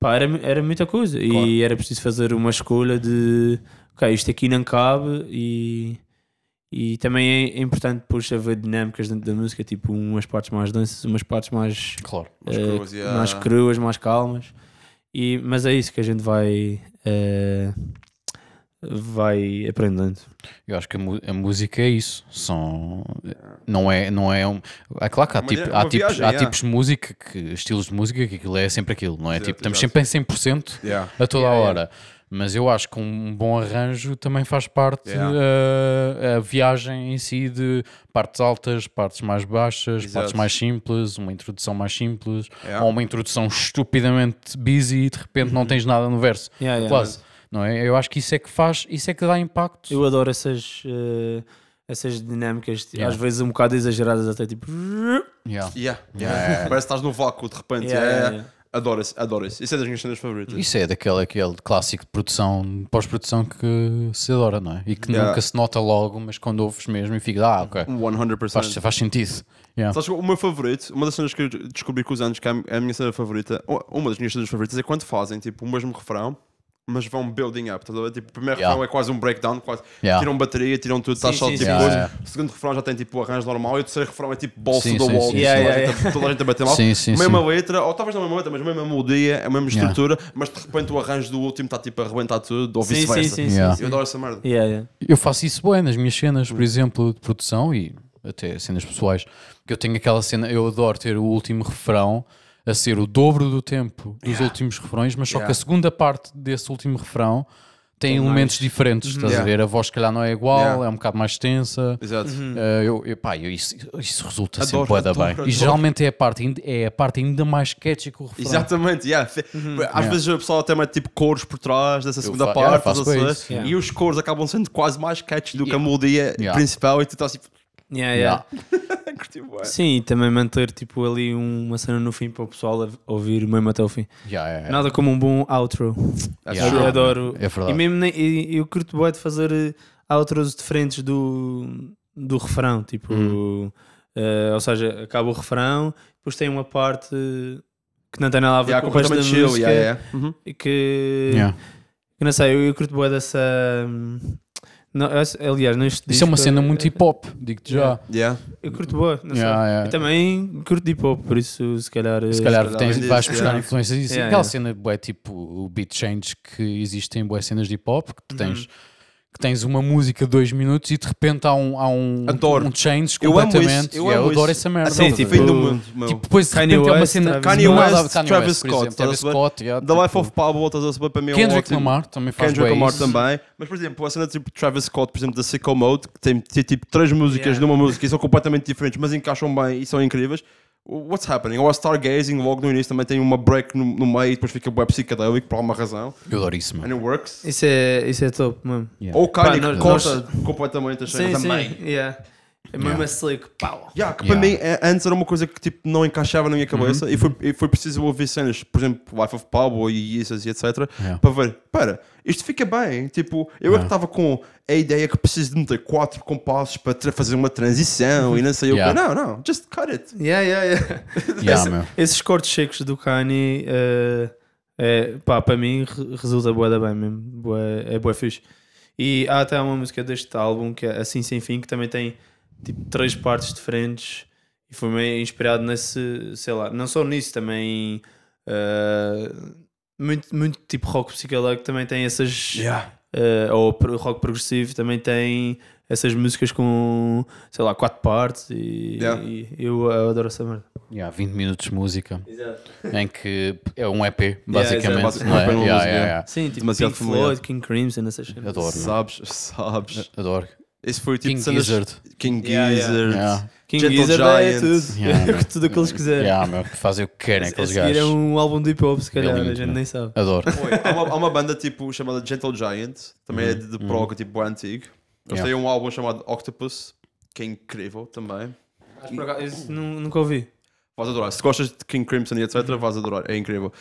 S3: pá, era, mu- era muita coisa e era preciso fazer uma escolha de ok, isto aqui não cabe e, e também é importante depois haver dinâmicas dentro da música, tipo umas partes mais danças, umas partes mais,
S1: Claro.
S2: umas
S3: eh,
S2: cruas, yeah.
S3: mais cruas, mais calmas. E, mas é isso que a gente vai, eh, vai aprendendo.
S1: Eu acho que a, mu- a música é isso. São, não é, não é, um, é claro que há,
S2: Uma-
S1: tipo-
S2: uma
S1: há tipos,
S2: viagem,
S1: há
S2: yeah.
S1: tipos de música, que, estilos de música, que aquilo é sempre aquilo, não é?
S2: Exato,
S1: tipo, estamos
S2: exato.
S1: sempre em 100%
S2: Yeah.
S1: a toda a
S3: Yeah,
S1: hora. Mas eu acho que um bom arranjo também faz parte
S2: Yeah.
S1: uh, a viagem em si de partes altas, partes mais baixas,
S2: Exato.
S1: partes mais simples, uma introdução mais simples,
S2: Yeah. Uhum.
S1: ou uma introdução estupidamente busy e de repente não tens nada no verso.
S3: Yeah, yeah.
S1: Quase. Não é? Eu acho que isso é que faz, isso é que dá impacto.
S3: Eu adoro essas, eh, essas dinâmicas, ti-
S1: Yeah.
S3: às vezes um bocado exageradas, até tipo.
S1: Yeah.
S2: Yeah, yeah. Parece que estás num vácuo de repente. É.
S3: Yeah,
S2: yeah.
S3: yeah, yeah.
S2: Adoro-se, adoro-se. Isso é das minhas cenas favoritas.
S1: Isso é daquele aquele clássico de produção, pós-produção que se adora, não é? E que
S2: Yeah.
S1: nunca se nota logo, mas quando ouves mesmo e fica, ah, ok,
S2: 100%.
S1: faz, faz sentido. Yeah.
S2: Sabes, o meu favorito, uma das cenas que eu descobri com os anos que é a minha cena favorita, ou- uma das minhas cenas favoritas é quando fazem tipo o mesmo refrão, mas vão building up. Estás a ver? Tipo, o primeiro
S1: Yeah.
S2: refrão é quase um breakdown, quase
S1: Yeah.
S2: tiram bateria, tiram tudo, estás
S3: Sim,
S2: só
S3: sim,
S2: tipo
S1: sim,
S2: coisa.
S1: sim.
S2: O segundo refrão já tem tipo o arranjo normal e o terceiro refrão é tipo bolso
S1: Sim,
S2: da
S1: sim,
S2: wall.
S1: sim, sim.
S2: tipo, toda, a
S3: Yeah,
S2: gente, toda a gente a bater mal.
S1: Sim, sim,
S2: mesma
S1: sim.
S2: letra, ou talvez não a mesma letra, mas a mesma melodia, é a mesma
S1: Yeah.
S2: estrutura, mas de repente o arranjo do último está tipo a arrebentar tudo, ou
S3: Sim, sim,
S2: vice-versa.
S3: sim, sim,
S1: Yeah.
S3: sim.
S2: Eu adoro essa merda.
S3: Yeah, yeah.
S1: Eu faço isso bem nas minhas cenas, por exemplo, de produção e até cenas pessoais. Que eu tenho aquela cena, eu adoro ter o último refrão a ser o dobro do tempo dos últimos refrões, mas só
S2: Yeah.
S1: que a segunda parte desse último refrão tem elementos diferentes, estás
S2: Yeah.
S1: a ver? A voz, se calhar, não é igual,
S2: Uhum. Yeah.
S1: é um bocado mais tensa.
S2: Exato.
S3: Uhum.
S1: Eh, eu, eu- pá, eu- isso, isso resulta
S2: Adoro,
S1: sempre bué da
S2: adoro,
S1: bem.
S2: adoro.
S1: E geralmente é a, parte, ainda- é a parte ainda mais catchy que o refrão.
S2: Exatamente, yeah. Fe-
S3: Uhum.
S2: Às
S1: Yeah.
S2: vezes o pessoal até mete tipo cores por trás dessa segunda
S1: fa-
S2: parte,
S1: yeah, faço
S2: estás a
S1: com
S2: ver?
S1: isso,
S3: yeah.
S2: e os cores acabam sendo quase mais catchy do que a melodia
S1: Yeah.
S2: principal e tu estás tipo,
S3: Yeah, yeah.
S2: curti bué.
S3: Sim, e também manter tipo, ali uma cena no fim para o pessoal a- ouvir mesmo até o fim.
S1: Yeah, yeah, yeah.
S3: Nada como um bom outro.
S2: That's
S1: É. Yeah.
S2: true.
S3: Eu adoro.
S1: É verdade.
S3: E mesmo nem- e- eu curto bem de fazer eh, outros diferentes do, do refrão, tipo, eh, ou seja, acaba o refrão, depois tem uma parte que não tem nada a ver
S2: Yeah,
S3: com o resto da
S2: completamente chill,
S3: música,
S2: yeah, yeah. Uhum.
S3: e que
S1: Yeah.
S3: que não sei, eu, eu curto bem dessa hum, não, essa- aliás, neste
S1: Isso é uma
S3: disco,
S1: cena
S3: eh,
S1: muito hip hop, digo-te já.
S3: Yeah.
S2: Yeah.
S3: eu curto boa, não sei.
S1: Yeah, yeah.
S3: Eu também curto de hip hop, por isso se calhar eh,
S1: Se calhar
S2: calhar
S1: tens,
S2: vem
S1: vais
S2: disso,
S1: buscar
S2: yeah.
S1: influências disso.
S3: Yeah,
S1: Aquela
S3: yeah.
S1: cena bué, tipo o beat change que existem bué cenas de hip hop, que tu tens, que tens uma música de dois minutos e de repente há um, há um,
S2: Adoro.
S1: um change
S2: Eu amo isso,
S1: completamente.
S2: eu
S1: Yeah,
S2: amo
S1: adoro
S2: isso.
S1: essa merda.
S3: Sim,
S2: Até o
S3: tipo,
S2: fim do mundo, meu.
S1: Tipo, depois de
S3: Kanye
S1: repente é uma
S3: West,
S1: cena
S3: Travis
S1: do nada-
S2: Kanye West, Travis
S1: por
S2: Scott,
S1: exemplo,
S2: estás a
S1: Travis
S2: ver?
S1: Scott, yeah,
S2: The Life
S1: tipo,
S2: of Pablo, estás a saber para mim é um
S1: Kendrick
S2: ótimo.
S1: Lamar também faz bué
S2: Kendrick Lamar
S1: isso.
S2: também, mas por exemplo, a cena tipo Travis Scott, por exemplo, da Sicko Mode, que tem, tem tipo três músicas
S3: Yeah.
S2: numa música e são completamente diferentes, mas encaixam bem e são incríveis. O- What's happening? Ou a Stargazing, logo no início, também tem uma break no, no meio e depois fica web psicadélico por alguma razão.
S1: Eu adoro isso,
S2: And
S1: mano.
S2: it works.
S3: isso é, isso é top mesmo.
S1: Yeah.
S2: Ou o Kanye
S3: Pá,
S2: que
S3: nós-
S2: corta completamente as
S3: Sim,
S2: cenas
S3: sim,
S2: também.
S3: yeah. É mesmo a slick, pau.
S2: Yeah,
S1: Yeah.
S2: que
S1: Uhum,
S2: para mim é- antes era uma coisa que tipo, não encaixava na minha cabeça e, foi, e foi preciso ouvir cenas, por exemplo, Life of Pablo e isso e etc.
S1: Yeah.
S2: Para ver, pera, isto fica bem. Tipo, eu é
S1: Yeah.
S2: que estava com a ideia que preciso de meter quatro compassos para tra- fazer uma transição e não sei
S1: Yeah.
S2: o que. Não, não, just cut it.
S3: Yeah, yeah, yeah.
S1: Yeah,
S3: Esse-
S1: meu.
S3: Esses cortes secos do Kanye, eh, é, pá, para mim re- resulta bué da bem mesmo. Bué- é bué fixe. E há até uma música deste álbum que é Assim Sem Fim, que também tem tipo três partes diferentes e foi meio inspirado nesse, sei lá, não só nisso, também eh, muito, muito tipo rock psicodélico também tem essas eh, ou pro- rock progressivo também tem essas músicas com sei lá, quatro partes e,
S2: Yeah.
S3: e eu, eu adoro essa merda.
S1: Yeah, 20 minutos de música em que é um EP,
S3: exato.
S1: basicamente.
S2: Basicamente,
S1: não é?
S2: uma
S1: Yeah,
S2: música,
S1: yeah,
S2: é.
S1: yeah.
S3: Sim, tipo
S2: Demasiado
S3: Pink
S2: familiar.
S3: Floyd, King Crimson, essas cenas.
S1: Adoro, meu.
S2: Sabes, sabes.
S1: Adoro.
S2: Esse foi o tipo
S1: King
S2: de cenas.
S1: Gizzard.
S2: King
S3: Yeah, yeah.
S2: Gizzard.
S1: Yeah.
S3: King
S2: Gentle
S3: Gizzard é
S2: Giant.
S3: tudo. É
S1: Yeah, meu.
S3: tudo o que eles quiserem.
S1: Yeah, meu, que fazem o que querem
S3: A
S1: aqueles
S3: seguir é
S1: gajos.
S3: um álbum de hip hop, se calhar,
S1: É lindo,
S3: a gente
S1: né?
S3: nem sabe.
S1: Adoro.
S2: Oi, há, uma, há uma banda tipo chamada Gentle Giant, também é de, de prog, tipo bué antigo. Eles
S1: Uhum, Yeah.
S2: têm um álbum chamado Octopus, que é incrível também.
S3: Mas por acaso, esse nu- nunca ouvi.
S2: Vais adorar. Se gostas de King Crimson e etc, vais adorar. É incrível.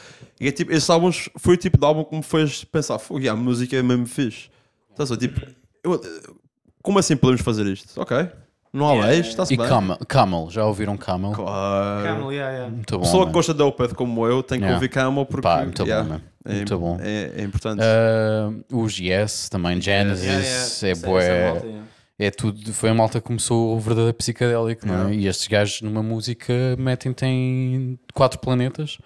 S2: E é tipo, esses álbuns foi o tipo de álbum que me fez pensar, fogo, yeah, a música é mesmo fixe. Estás a ver? tipo, eu- como assim podemos fazer isto? Ok, não há
S3: Yeah.
S2: leis, está-se
S1: E
S2: bem.
S1: Camel, Camel, já ouviram Camel?
S2: Claro.
S1: É.
S3: Camel, yeah, yeah.
S1: Muito bom.
S2: Pessoa que
S1: meu.
S2: gosta de Opeth como eu tem que
S1: Yeah.
S2: ouvir Camel porque
S1: Pá, muito
S2: yeah,
S1: bom, meu.
S2: é,
S1: Muito bom.
S2: é- é importante.
S1: Ah, os Yes, também Genesis, é bué. É tudo, foi a malta que começou o verdadeiro psicodélico, não é? E estes gajos numa música metem-te em quatro planetas,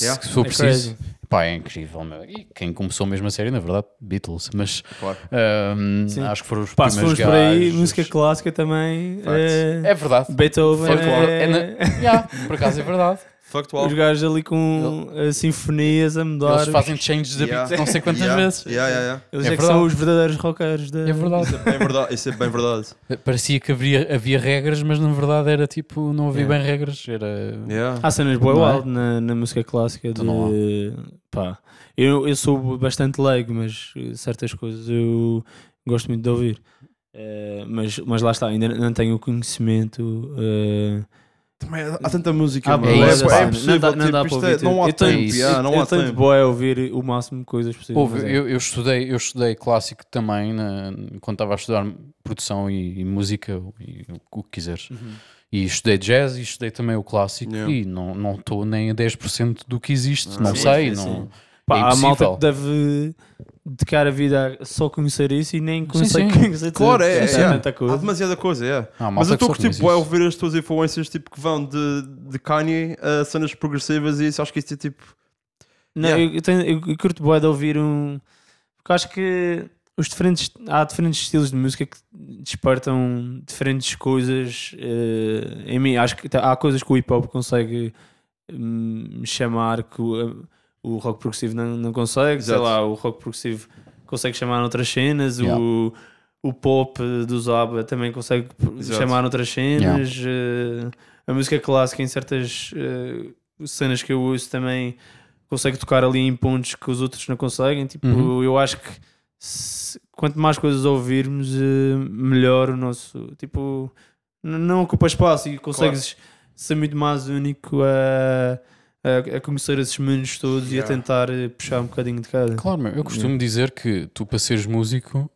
S2: Yeah,
S1: se for
S3: é
S1: preciso. Pá, é incrível, meu. E quem começou mesmo a série, na verdade, Beatles, mas
S2: Claro.
S1: ahm,
S3: Sim.
S1: acho que foram os
S3: Pá, se
S1: primeiros
S3: formos por aí,
S1: gajos.
S3: música clássica também.
S2: Facts.
S3: eh,
S1: É verdade.
S3: Beethoven.
S1: Foi claro.
S3: eh,
S1: É na- Yeah, por acaso é verdade.
S2: Fucked
S3: Os gajos ali com eh, sinfonias a mudar.
S1: Eles fazem changes de
S2: Yeah.
S1: beat não sei quantas
S2: Yeah,
S1: vezes.
S2: yeah, yeah, yeah.
S3: Eles
S1: É
S3: é, que
S1: verdade.
S3: são os verdadeiros rockers da.
S1: É verdade.
S2: Bem verdade, isso é bem verdade.
S1: Parecia que havia, havia regras, mas na verdade era tipo, não havia bem regras. Era.
S2: Yeah.
S3: Há cenas boa
S1: Não é?
S3: wild na, na música clássica
S1: Então não
S3: de pá. Eu, eu sou bastante leigo, mas eh, certas coisas eu gosto muito de ouvir. Eh, mas, mas lá está, ainda não tenho o conhecimento. eh,
S2: Também há tanta música,
S3: ah,
S2: mano.
S1: é
S3: bué,
S1: isso,
S3: pá,
S1: pá.
S2: é impossível,
S3: não dá, não
S2: tipo,
S3: dá para
S2: isto
S3: ouvir.
S2: é-
S3: tudo.
S2: não há
S3: eu tenho,
S1: tempo,
S2: yeah,
S3: eu-
S2: não
S3: eu
S2: há
S3: tento
S2: tempo.
S3: bué a ouvir o máximo de coisas possível.
S1: Houve-
S3: mas é.
S1: eu, eu estudei, eu estudei clássico também na- quando estava a estudar produção e, e música e o, o que quiseres. E estudei jazz e estudei também o clássico
S2: Uhum. Yeah. Ah,
S1: e não não estou nem a 10% do que existe, não
S3: Sim,
S1: sei.
S3: sim, sim.
S1: Não,
S3: Pá,
S1: é
S3: há malta
S1: impossível.
S3: que deve dedicar a vida a só conhecer isso e nem consegue
S1: sim.
S3: conhecer tudo.
S2: Claro, é, é,
S3: Isso
S2: é.
S3: tanta coisa.
S2: Há demasiada coisa, é.
S1: Há malta
S2: Mas eu
S1: que
S2: estou
S1: só
S2: a tipo,
S1: conhece
S2: a
S1: isso.
S2: ouvir as tuas influências tipo, que vão de, de Kanye a cenas progressivas e isso acho que isso é tipo.
S3: Não,
S2: Yeah.
S3: eu, eu, tenho, eu, eu curto bué de ouvir um. Porque acho que os diferentes, há diferentes estilos de música que despertam diferentes coisas eh, em mim. Acho que tá- há coisas que o hip hop consegue hum, me chamar que o, o rock progressivo não, não consegue.
S2: Exato.
S3: Sei lá, o rock progressivo consegue chamar outras cenas.
S1: Yeah.
S3: O, o pop do Zaba também consegue
S2: Exato.
S3: chamar outras cenas. eh, a música clássica em certas eh, cenas que eu ouço também consegue tocar ali em pontos que os outros não conseguem. Tipo,
S1: Uhum.
S3: eu acho que se- quanto mais coisas ouvirmos, eh, melhor o nosso. Tipo, n- não ocupa espaço e consegues ser muito mais único a, a, a conhecer esses mundos todos e a tentar eh, puxar um bocadinho de cada.
S1: Claro, meu, eu costumo dizer que tu, para seres músico,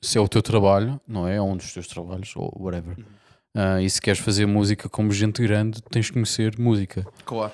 S1: se é o teu trabalho, não é? É um dos teus trabalhos, ou whatever.
S2: Uhum.
S1: Ah, e se queres fazer música como gente grande, tens de conhecer música.
S2: Claro.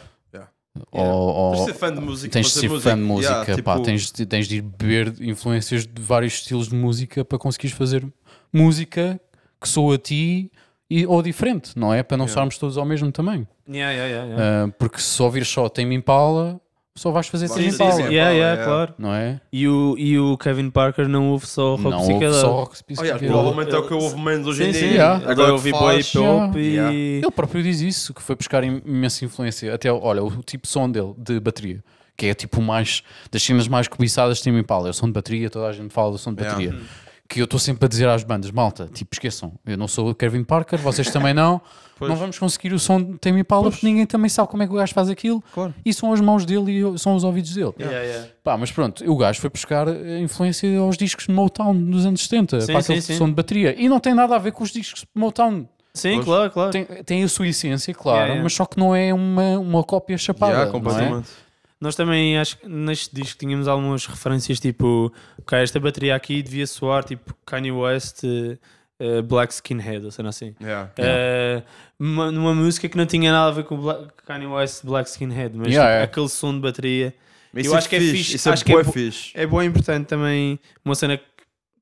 S1: Ou, ou-
S2: Tens de ser fã de música.
S1: Oh, tens de
S2: para
S1: ser fã de música,
S2: Yeah,
S1: pá,
S2: tipo,
S1: tens, de, tens de ir beber influências de vários estilos de música para conseguires fazer música que soa a ti e, ou diferente, não é? Para não
S2: Yeah.
S1: soarmos todos ao mesmo tamanho.
S3: Yeah, yeah, yeah, yeah.
S1: Ah, porque se ouvires só Tem Impala, só vais fazer
S2: Vai
S1: Tem
S2: fazer
S1: Impala,
S2: Tame Impala,
S3: Yeah, yeah,
S2: yeah.
S3: claro.
S1: não é?
S3: E o, e o Kevin Parker não ouve só rock
S1: não ouve
S3: psicodélico.
S1: só rock
S2: Aliás,
S1: psicodélico.
S2: provavelmente é o que eu ouvo menos hoje
S3: Sim,
S2: em
S3: sim.
S2: dia.
S1: Yeah.
S3: Agora ouvi boy
S2: faz-
S3: hip hop
S1: Yeah.
S3: e.
S1: Ele próprio diz isso, que foi buscar im- imensa influência. Até, olha, o tipo de som dele, de bateria, que é tipo mais das cenas mais cobiçadas de Tim Impala, é o som de bateria, toda a gente fala do som de
S2: Yeah.
S3: Hum.
S1: bateria. que eu estou sempre a dizer às bandas, malta, tipo, esqueçam, eu não sou o Kevin Parker, vocês também não,
S2: Pois.
S1: não vamos conseguir o som de Tame Impala porque ninguém também sabe como é que o gajo faz aquilo
S2: Claro.
S1: e são as mãos dele e são os ouvidos dele.
S3: Yeah, yeah.
S1: Pá, mas pronto, o gajo foi buscar a influência aos discos de Motown dos anos 70,
S3: Sim,
S1: para aquele
S3: sim, sim.
S1: som de bateria. E não tem nada a ver com os discos de Motown.
S3: Sim,
S2: Pois.
S3: claro, claro.
S1: Tem, tem a sua essência, claro,
S3: Yeah, yeah.
S1: mas só que não é uma, uma cópia chapada.
S2: Yeah,
S1: não é?
S2: completamente.
S3: Nós também, acho que neste disco tínhamos algumas referências, tipo, ok, esta bateria aqui devia soar tipo Kanye West, eh, eh, Black Skinhead, ou seja, assim.
S2: Yeah.
S3: Eh, uma- numa música que não tinha nada a ver com Bla- Kanye West, Black Skinhead, mas
S1: Yeah,
S3: tipo,
S1: é.
S3: aquele som de bateria.
S2: Mas
S3: Eu
S2: isso
S3: acho que é fixe,
S2: Isso é
S3: acho que é
S2: bué
S3: bo-
S2: fixe.
S3: É bom e importante também, uma cena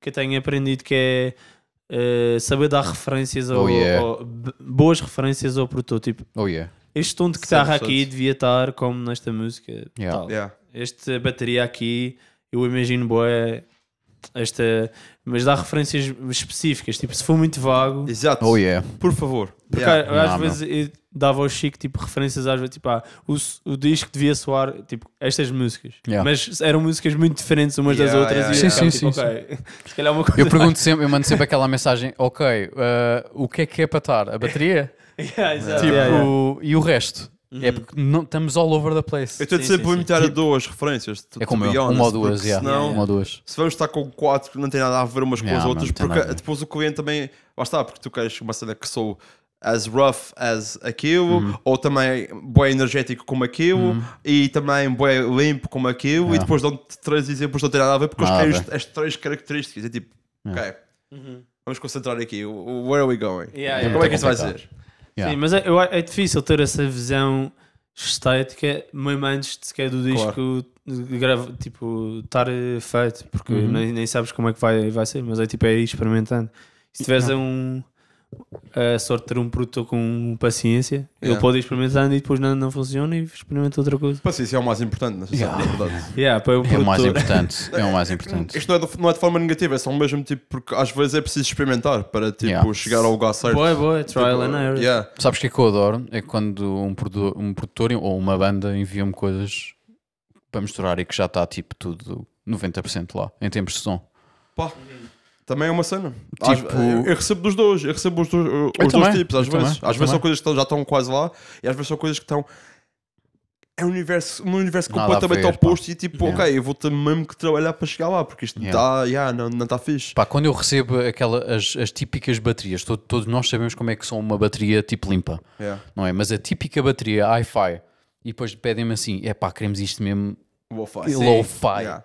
S3: que eu tenho aprendido que é eh, saber dar referências ao,
S1: Oh, yeah.
S3: ao- b- boas referências ao produtor. Tipo,
S1: Oh yeah.
S3: este tom de guitarra
S2: 100%.
S3: aqui devia estar como nesta música.
S1: Yeah.
S3: Tal.
S2: Yeah.
S3: Esta bateria aqui, eu imagino boa esta, mas dá referências específicas, tipo, se for muito vago,
S2: Exato.
S1: Oh yeah.
S2: Por favor.
S3: porque
S2: Yeah.
S3: a- às
S1: Não,
S3: vezes eu dava ao Chico tipo referências às vezes, tipo, ah, o, s- o disco devia soar tipo estas músicas,
S1: Yeah.
S3: mas eram músicas muito diferentes umas das
S2: Yeah,
S3: outras
S2: yeah,
S3: e
S1: yeah.
S3: ficava,
S1: Sim,
S3: tipo,
S1: sim,
S3: ok, se calhar uma coisa
S1: Eu pergunto sempre, eu mando sempre aquela mensagem: ok, eh, o que é que é para estar? A bateria?
S3: Yeah, exato.
S1: tipo,
S3: Yeah, yeah. Uhum.
S1: e o resto? É porque não, estamos all over the place.
S2: Eu estou
S3: Sim,
S2: sempre
S3: sim,
S2: a
S3: sim.
S2: imitar a duas referências. to-
S1: Tipo- É
S2: to
S1: como
S2: be
S1: eu,
S2: honest,
S1: uma ou duas,
S2: porque
S1: yeah.
S2: senão-
S1: uma ou duas.
S2: se vamos estar com quatro que não tem nada a ver umas com
S1: Yeah,
S2: as
S1: mano,
S2: outras,
S1: tem
S2: porque
S1: nada a ver.
S2: depois o cliente também, lá está, porque tu queres uma cena que sou as rough as aquilo,
S1: Uhum.
S2: ou também boé energético como aquilo, e também boé limpo como aquilo, e
S1: Yeah.
S2: depois dão-te três exemplos que não tem nada a ver, porque eles
S1: Nada a
S2: querem est- as três características, é tipo, ok, vamos concentrar aqui, o- where are we going?
S3: Uhum. Yeah,
S1: yeah.
S2: Como é que isto vai
S1: Complicado.
S2: ser?
S1: Yeah.
S3: Sim, mas é, eu a- é difícil ter essa visão estética mesmo antes de sequer do disco de grava- tipo, estar eh, feito, porque
S1: Uhum.
S3: nem, nem sabes como é que vai, vai ser, mas é tipo é ir experimentando. E Se tiveres a um a sorte de ter um produtor com paciência, ele
S2: Yeah.
S3: pode ir experimentando e depois não, não funciona e experimenta outra coisa.
S2: Pá, sim, isso é o mais importante, não sei se é
S1: Yeah.
S2: verdade.
S3: Yeah, para o
S1: É o mais
S3: produtor.
S1: importante. É o mais importante.
S2: Isto não é, de, não é de forma negativa, é só mesmo tipo, porque às vezes é preciso experimentar para tipo,
S1: Yeah.
S2: chegar ao lugar certo.
S3: Boa, boa,
S2: Tipo,
S3: trial and error.
S2: yeah.
S1: Sabes o que é que eu adoro? É quando um produtor, um produtor ou uma banda envia-me coisas para misturar e que já está tipo tudo 90% lá, em termos de som.
S2: Pá, também é uma cena.
S1: Tipo-
S2: Às- eu, eu recebo dos dois, eu recebo os, dois- os dois
S1: também,
S2: tipos, às
S1: eu também,
S2: vezes. às
S1: eu
S2: vezes
S1: também.
S2: são coisas que estão- já estão quase lá e às vezes são coisas que estão. É um universo, um universo
S1: Nada a
S2: completamente
S1: ver, pá.
S2: oposto e tipo,
S1: Yeah.
S2: ok, eu vou ter mesmo que trabalhar para chegar lá, porque isto
S1: Yeah.
S2: tá, yeah, não está fixe.
S1: Pá, quando eu recebo aquela, as, as típicas baterias, to- todos nós sabemos como é que são uma bateria tipo limpa,
S2: Yeah.
S1: não é? Mas a típica bateria hi-fi, e depois pedem-me assim: é pá, queremos isto mesmo
S2: Lo-fi.
S1: e lo-fi.
S2: Yeah.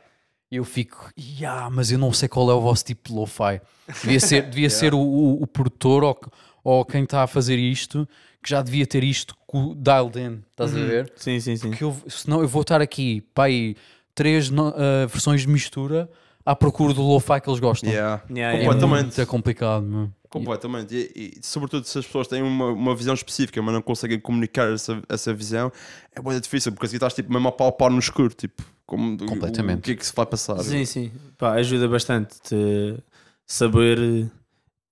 S1: Eu fico, yeah, mas eu não sei qual é o vosso tipo de lo-fi. Devia ser, devia ser o, o- o produtor ou, ou quem está a fazer isto que já devia ter isto co- dialed in, estás a ver?
S3: Sim, sim, sim.
S1: Porque eu, senão eu vou estar aqui, pai, três no- ah, versões de mistura à procura do lo-fi que eles gostam.
S2: Yeah.
S3: Yeah,
S1: É
S3: yeah.
S2: Completamente.
S1: muito complicado, meu.
S2: Completamente. E, e, sobretudo se as pessoas têm uma, uma visão específica, mas não conseguem comunicar essa, essa visão, é muito difícil, porque assim estás tipo, mesmo a pau pau no escuro, tipo, como,
S1: Completamente.
S2: o que é que se vai passar?
S3: Sim, sim. Pá, ajuda bastante te saber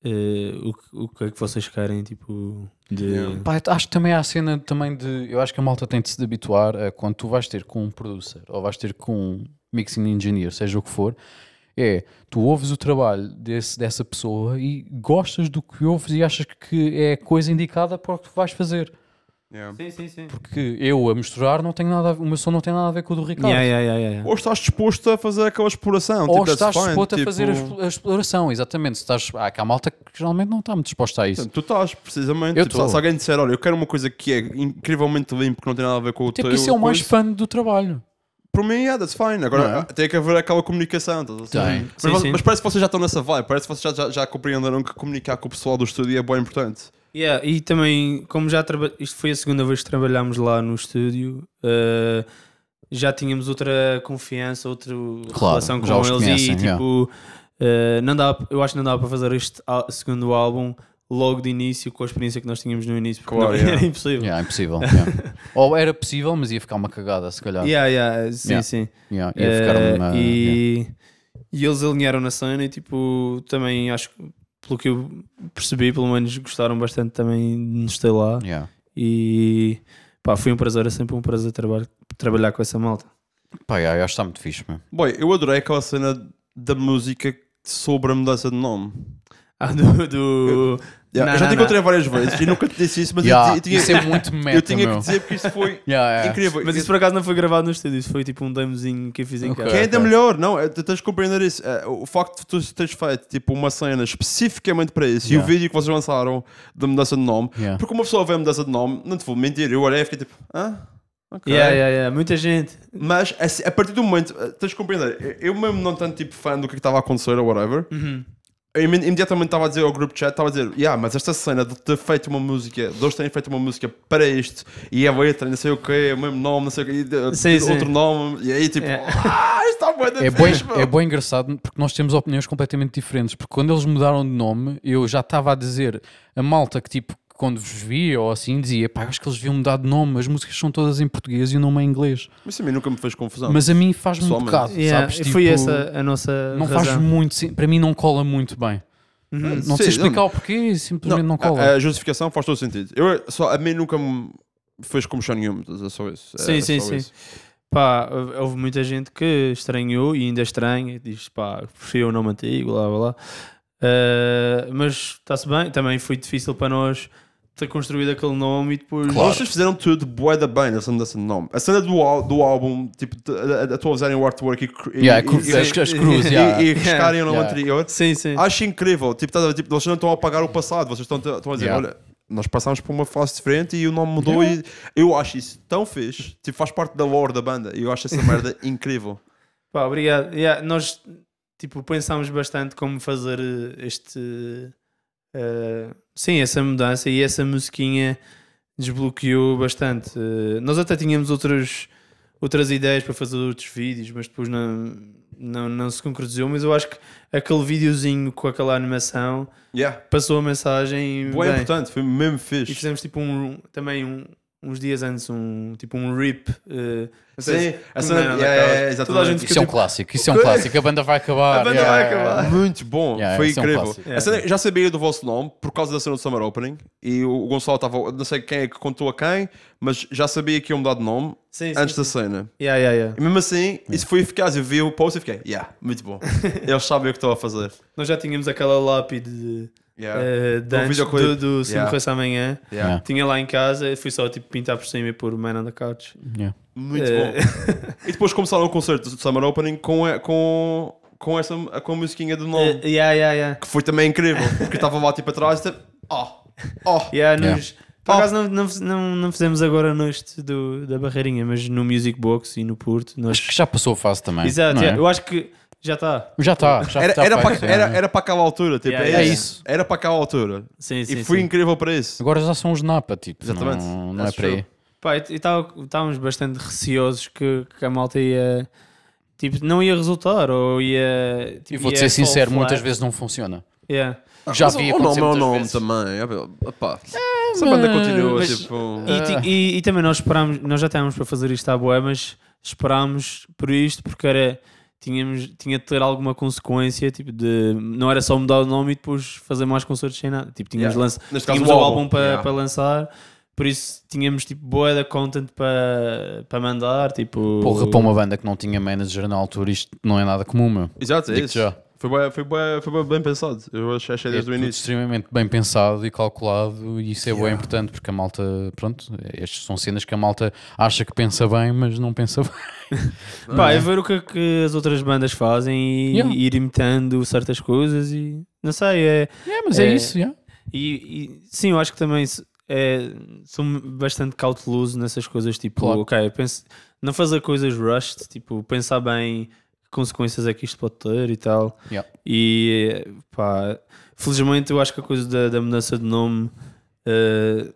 S3: eh, o, que- o que é que vocês querem, tipo, de...
S2: Yeah.
S1: Pá, acho que também há a cena também de. Eu acho que a malta tem de se habituar a quando tu vais ter com um producer ou vais ter com um mixing engineer, seja o que for, é tu ouves o trabalho desse, dessa pessoa e gostas do que ouves e achas que é a coisa indicada para o que tu vais fazer.
S2: Yeah.
S3: Sim, sim, sim.
S1: Porque eu a misturar não tenho nada a, o meu som não tem nada a ver com o do Ricardo.
S3: Yeah, yeah, yeah, yeah.
S2: Ou estás disposto a fazer aquela exploração.
S1: Ou
S2: tipo,
S1: estás
S2: that's fine,
S1: disposto a
S2: tipo,
S1: fazer a expl- a exploração, exatamente. Se estás, há cá malta que geralmente não está muito disposta a isso.
S2: Tu estás, precisamente.
S1: Eu
S2: Tipo,
S1: tô.
S2: se alguém disser, olha, eu quero uma coisa que é incrivelmente limpa, que não tem nada a ver com o
S1: Até
S2: teu.
S1: porque isso é o mais
S2: coisa,
S1: fã do trabalho.
S2: Para mim, yeah, that's fine.
S1: Não é?
S2: Agora, tem que haver aquela comunicação. estás a
S1: Tem.
S2: ver? Mas,
S3: Sim,
S2: vo-
S3: sim.
S2: mas parece que vocês já estão nessa vibe. Parece que vocês já, já, já compreenderam que comunicar com o pessoal do estúdio é bem importante.
S3: Yeah, e também, como já traba... isto foi a segunda vez que trabalhámos lá no estúdio, eh, já tínhamos outra confiança, outra relação com
S1: já os
S3: eles
S1: conhecem,
S3: e tipo, eh, não dá, eu acho que não dava para fazer este al- segundo álbum logo de início com a experiência que nós tínhamos no início, porque
S2: Claro,
S3: não,
S2: yeah.
S3: era impossível.
S1: Yeah, impossível. yeah. Ou era possível, mas ia ficar uma cagada, se calhar.
S3: Yeah, yeah, sim,
S1: Yeah.
S3: sim.
S1: Yeah, ia ficar
S3: Eh,
S1: uma- É, yeah.
S3: e, e eles alinharam na cena e tipo, também acho que pelo que eu percebi, pelo menos gostaram bastante também de nos ter lá
S1: Yeah.
S3: e pá, foi um prazer, é sempre um prazer traba- trabalhar com essa malta.
S1: Pá, yeah, eu acho que está muito fixe, meu.
S2: Bom, eu adorei aquela cena da música sobre a mudança de nome.
S3: Ah, do. do...
S2: Yeah,
S3: Não,
S2: eu já
S3: não,
S2: te
S3: não.
S2: encontrei várias vezes e nunca te disse isso, mas
S1: Yeah,
S2: eu, ti- eu
S1: Isso
S2: tinha,
S1: é muito meta,
S2: eu tinha
S1: meu.
S2: que dizer porque isso foi
S1: Yeah, yeah.
S2: incrível.
S3: Mas isso por acaso não foi gravado no estúdio, isso foi tipo um demozinho que eu fiz em
S1: Ok.
S2: Que é
S3: casa.
S2: ainda melhor, não? é, Tu tens de compreender isso. É, O facto de tu teres feito tipo, uma cena especificamente para isso
S1: Yeah.
S2: e o vídeo que vocês lançaram da mudança de nome,
S1: Yeah.
S2: porque uma pessoa vê a mudança de nome, não te vou mentir, eu olhei e fiquei tipo, ah, ok.
S3: Yeah, yeah, yeah. Muita gente.
S2: Mas assim, a partir do momento, eh, tens de compreender, eh, eu mesmo não tanto tipo fã do que é que estava a acontecer ou whatever, eu imen- imediatamente estava a dizer ao grupo chat, estava a dizer, yeah, mas esta cena de ter feito uma música, de eles terem feito uma música para isto, e a letra, não sei o quê, o mesmo nome, não sei o quê, e, eh,
S3: Sim, sim. É.
S2: outro nome, e aí tipo,
S3: Yeah.
S2: ah, isto está bué da
S1: É bem,
S2: fixe, meu."
S1: é bem engraçado porque nós temos opiniões completamente diferentes. Porque quando eles mudaram de nome, eu já estava a dizer a malta que tipo, quando vos via ou assim, dizia pá, acho que eles deviam mudar de nome. As músicas são todas em português e o nome é em inglês.
S2: Mas a mim nunca me fez confusão.
S1: Mas a mim faz-me um
S2: Pessoalmente.
S1: bocado,
S3: Yeah.
S1: sabes?
S3: foi
S1: Tipo,
S3: essa a nossa.
S1: Não faz
S3: razão.
S1: muito, sen- para mim não cola muito bem.
S3: Uhum.
S1: Não
S2: Sim, ah,
S1: sei explicar o porquê, simplesmente não, cola.
S2: A, a justificação faz todo sentido. Eu, só, a mim nunca me fez como chão nenhum, é só isso. É
S3: Sim, sim,
S2: só
S3: sim.
S2: isso.
S3: Pá, houve- houve muita gente que estranhou e ainda estranha, diz pá, prefiro o nome antigo, blá blá blá. Ah, mas está-se bem, também foi difícil para nós ter construído aquele nome e depois.
S2: Vocês fizeram tudo bué da bem nessa mudança de nome. A cena do, al- do álbum, tipo, de- a- a- a tua usarem o artwork e, cru- e,
S1: Yeah, é
S2: e-
S1: cru-
S2: e-
S1: as- as
S2: e-
S1: cruz,
S2: e-
S1: yeah.
S2: e riscarem o nome
S1: Yeah.
S2: anterior.
S3: Sim, sim.
S2: Acho incrível. Tipo, tá, tipo, vocês não estão a apagar o passado, vocês estão, estão a dizer,
S1: Yeah.
S2: olha, nós passámos por uma fase diferente e o nome mudou e eu acho isso tão fixe. Tipo, faz parte da lore da banda e eu acho essa merda incrível.
S3: Pá, obrigado. Yeah, nós tipo, pensámos bastante como fazer eh, este. eh, sim, essa mudança e essa musiquinha desbloqueou bastante. Eh, nós até tínhamos outras, outras ideias para fazer outros vídeos, mas depois não, não, não se concretizou. Mas eu acho que aquele videozinho com aquela animação
S2: Yeah.
S3: passou a mensagem.
S2: Bué
S3: bem.
S2: importante, foi mesmo
S3: E
S2: fixe.
S3: fizemos tipo um. Também um. Uns dias antes, um, tipo um rip. eh, não sei se-
S2: Sim, a cena,
S3: não, não,
S2: yeah, yeah,
S3: aquela-
S2: yeah,
S3: toda a
S2: exatamente.
S3: gente
S1: Isso é um
S3: tipo-
S1: clássico, isso é um clássico. A banda vai acabar.
S3: A banda
S1: yeah,
S3: vai
S1: yeah,
S3: acabar.
S1: yeah.
S2: Muito bom,
S1: Yeah,
S2: foi
S1: esse é um
S2: incrível.
S1: clássico.
S2: A cena- já sabia do vosso nome por causa da cena do Summer Opening e o Gonçalo estava, não sei quem é que contou a quem, mas já sabia que iam mudar de nome
S3: Sim, sim,
S2: antes da
S3: sim.
S2: cena.
S3: Yeah, yeah, yeah.
S2: E mesmo assim,
S3: É.
S2: isso foi eficaz. Eu vi o post e fiquei, yeah, muito bom. Eles sabem o que estão a fazer.
S3: Nós já tínhamos aquela lápide de,
S2: Yeah.
S3: eh, de
S2: Ah, Do
S3: antes
S2: videoclipe.
S3: do, do Se
S2: Yeah.
S3: Me Fosse Amanhã.
S2: Yeah.
S3: Tinha lá em casa, fui só tipo pintar por cima e pôr o Man on the Couch.
S1: Yeah.
S2: Muito
S3: Eh.
S2: bom. E depois começaram o concerto do Summer Opening com, a- com, com, essa, com a musiquinha do nome,
S3: Eh, yeah, yeah, yeah.
S2: que foi também incrível. Porque estava lá tipo atrás, tipo, oh, oh.
S3: Yeah,
S1: Yeah.
S3: nos- Por acaso não, não, não, não fizemos agora neste do, da Barreirinha, mas no Music Box e no Porto. Nós...
S1: Acho que já passou a fase também.
S3: Exato,
S1: não é?
S3: yeah, eu acho que já tá. está. né?
S1: Já está, já
S2: Era,
S1: está
S2: era,
S1: feito,
S2: para,
S1: é.
S2: era, era para aquela altura, tipo,
S3: Yeah,
S2: é,
S3: yeah,
S2: isso. Era para aquela altura.
S3: Sim,
S2: e
S3: sim,
S2: foi
S3: sim.
S2: incrível para isso.
S1: Agora já são os Napa, tipo.
S2: Exatamente.
S1: Não, não é
S2: That's
S1: para aí.
S2: true.
S3: Pá, e e tava- estávamos bastante receosos que, que a malta ia. Tipo, não ia resultar ou ia. Tipo,
S1: E vou-te
S3: ia
S1: ser
S2: é
S3: só
S1: sincero,
S3: falar.
S1: muitas vezes não funciona.
S3: Yeah.
S1: já
S2: Mas
S1: vi
S2: o nome
S1: acontecer
S2: é o
S1: muitas
S2: nome
S1: vezes.
S2: também. é, Opa. Se a banda continua,
S3: mas-
S2: tipo.
S3: E, ti- e- e também nós esperámos, nós já estávamos para fazer isto à boa, mas esperámos por isto porque era, tínhamos, tinha de ter alguma consequência, tipo de, não era só mudar o nome e depois fazer mais concertos sem nada, tipo tínhamos,
S2: Yeah.
S3: lança,
S2: Neste
S3: tínhamos o
S2: caso, o
S3: álbum,
S2: álbum,
S3: para,
S2: yeah.
S3: para lançar, por isso tínhamos tipo boa da content para, para mandar, tipo...
S1: Porra, para uma banda que não tinha manager na altura, isto não é nada comum, meu.
S2: Exato, é
S1: Digo-te
S2: isso.
S1: já.
S2: Foi, bué- foi, bué- foi bué bem pensado. Eu achei achei
S1: É
S2: desde o
S1: tudo
S2: início.
S1: extremamente bem pensado e calculado, e isso é bem importante porque a malta, pronto, estas são cenas que a malta acha que pensa bem, mas não pensa bem.
S3: Pá,
S2: né?
S3: é ver o que, é que as outras bandas fazem e
S1: Yeah.
S3: ir imitando certas coisas e... Não sei, é...
S1: É, mas é,
S3: É.
S1: isso, yeah.
S3: E, e- sim, eu acho que também se- é, sou bastante cauteloso nessas coisas, tipo,
S1: Claro.
S3: ok, penso, não fazer coisas rushed, tipo, pensar bem que consequências é que isto pode ter e tal.
S1: Yeah.
S3: E pá, felizmente eu acho que a coisa da, da mudança de nome eh,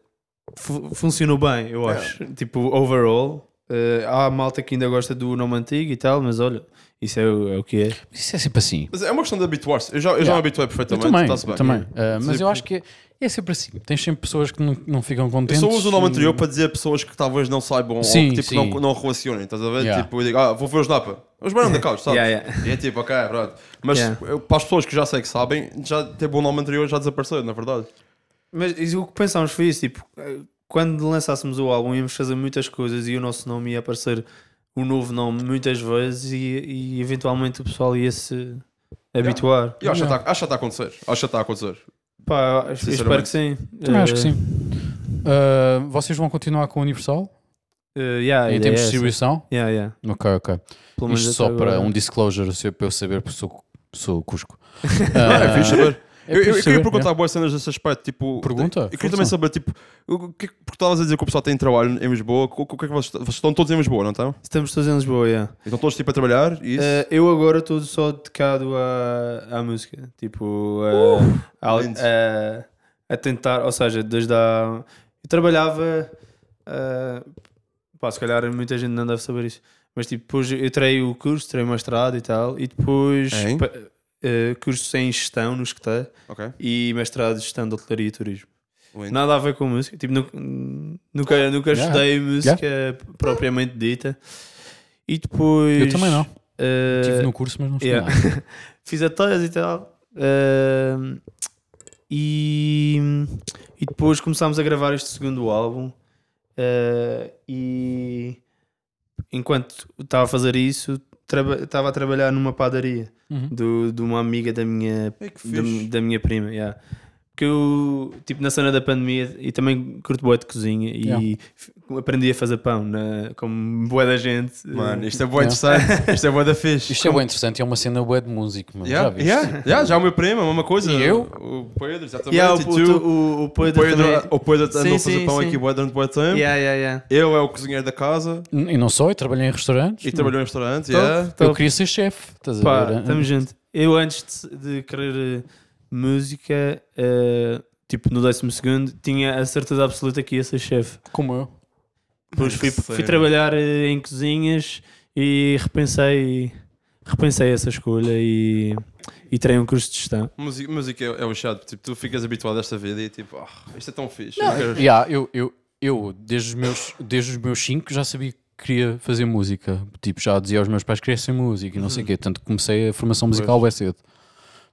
S3: fu- funcionou bem, eu acho. Tipo, overall. eh, há a malta que ainda gosta do nome antigo e tal, mas olha, isso é, o- é o que é.
S1: Mas isso é sempre assim.
S2: Mas é uma questão de habituar-se. Eu já, eu já
S1: Yeah.
S2: me habituei
S1: Eu
S2: perfeitamente.
S1: também,
S2: tá-se bem.
S1: eu também. Ah, mas
S2: Sim.
S1: eu acho que é, é sempre assim. Tens sempre pessoas que não, não ficam
S2: Eu
S1: contentes.
S2: só uso o nome
S1: e-
S2: anterior para dizer a pessoas que talvez não saibam
S1: Sim,
S2: ou que tipo,
S1: sim.
S2: não, não relacionem. Estás a ver?
S1: Yeah.
S2: Tipo, eu digo, ah, vou ver os Napa. Os Barão da Couch, sabes?
S3: Yeah, yeah.
S2: E é tipo, ok, pronto. Mas
S3: Yeah.
S2: eu- para as pessoas que já sei que sabem, já teve o nome anterior já desapareceu, na verdade.
S3: Mas isso- o que pensámos foi isso, tipo, eh, quando lançássemos o álbum íamos fazer muitas coisas e o nosso nome ia aparecer o novo nome muitas vezes e, e eventualmente o pessoal ia se habituar.
S2: E acho que está acho que tá a acontecer. Acho que está a acontecer.
S3: Pá, eu
S2: Sinceramente.
S3: espero que sim.
S1: Também
S2: É.
S1: acho que
S3: Eh,
S1: sim. Ah, vocês vão continuar com o Universal?
S3: eh,
S2: Ah,
S3: yeah,
S1: em termos
S3: a ideia é
S1: de
S3: essa.
S1: distribuição?
S3: Yeah, yeah.
S1: Ok, ok.
S3: Pelo menos
S1: Isto
S3: até
S1: só para
S3: agora.
S1: um disclosure, se eu- para eu saber que sou, sou Cusco.
S2: Ah, é fixe
S1: é fixe
S2: saber. eu, eu- eu
S1: saber,
S2: queria perguntar boas cenas desse aspecto. Tipo,
S1: Pergunta,
S2: Eu
S1: força.
S2: queria também saber, tipo, o que, porque estavas a dizer que o pessoal tem trabalho em Lisboa. O, que é que vocês, vocês estão todos em Lisboa, não estão?
S3: Estamos todos em Lisboa, yeah.
S2: Estão todos tipo a trabalhar e isso?
S3: Eh, eu agora estou só dedicado à, à música, tipo, a- a,
S2: Uh! lindo.
S3: a- a tentar, ou seja, desde a... Eu trabalhava, eh, pá, se calhar muita gente não deve saber isso, mas tipo, depois eu tirei o curso, tirei o mestrado e tal, e depois
S2: Hein?
S3: pa- eh, curso em gestão no esqueté
S2: ok.
S3: e mestrado de gestão de hotelaria e turismo.
S2: Lindo.
S3: Nada a ver com música. Tipo, nu- nunca, nunca
S1: Yeah.
S3: estudei música propriamente dita. E depois.
S1: Eu também não.
S3: eh,
S2: É.
S1: Estive no curso, mas não sei
S3: yeah.
S1: nada.
S3: Fiz a tese e tal. eh, e, e depois começámos a gravar este segundo álbum. eh, e enquanto estava a fazer isso, traba- estava a trabalhar numa padaria
S1: Uhum.
S3: do, de uma amiga da minha
S2: É que
S3: da,
S2: fixe.
S3: da minha prima, yeah. Porque eu, tipo, na cena da pandemia, e também curto boa de cozinha e
S1: Yeah.
S3: f- aprendi a fazer pão, na, como boa da gente.
S2: Mano,
S3: eh,
S2: isto é boa interessante. isto é boa da fixe.
S1: Isto é bem interessante, é uma cena web de músico, mano.
S2: Yeah,
S1: Já viste?
S2: yeah, yeah, já o meu primo, a mesma coisa.
S1: E eu?
S2: O Pedro, exatamente.
S3: yeah,
S2: e
S3: o,
S2: tu.
S3: o, o, o
S2: O
S3: Pedro
S2: Pedro,
S3: também.
S2: o Pedro andou
S3: Sim,
S2: a fazer
S3: sim,
S2: pão
S3: sim.
S2: aqui bué durante bué tempo.
S3: Yeah, yeah, yeah.
S2: Eu é o cozinheiro da casa
S1: Tipo, E não só, eu trabalhei em restaurantes.
S2: e Então-
S1: mano.
S2: trabalhou em restaurante.
S3: Então?
S2: Yeah.
S3: Top.
S1: Eu queria ser chefe, estás a
S3: Pá,
S1: ver?
S3: estamos junto. Eu antes de, de querer eh, música, eh, tipo, no 12 segundo, tinha a certeza absoluta que ia ser chefe.
S1: Como eu.
S3: Depois fui,
S2: Sério?
S3: fui trabalhar eh, em cozinhas e repensei, repensei essa escolha e, e tirei um curso de gestão.
S2: Música, música é, é o chato, tipo, tu ficas habituado a esta vida e tipo, ah, isto é tão fixe. eu quero-
S1: Yeah, eu, eu, eu desde os meus desde os meus 5 já sabia que queria fazer música. Tipo, já dizia aos meus pais que queria ser música e não
S2: Uhum.
S1: sei o quê. Tanto que comecei a formação musical bem cedo.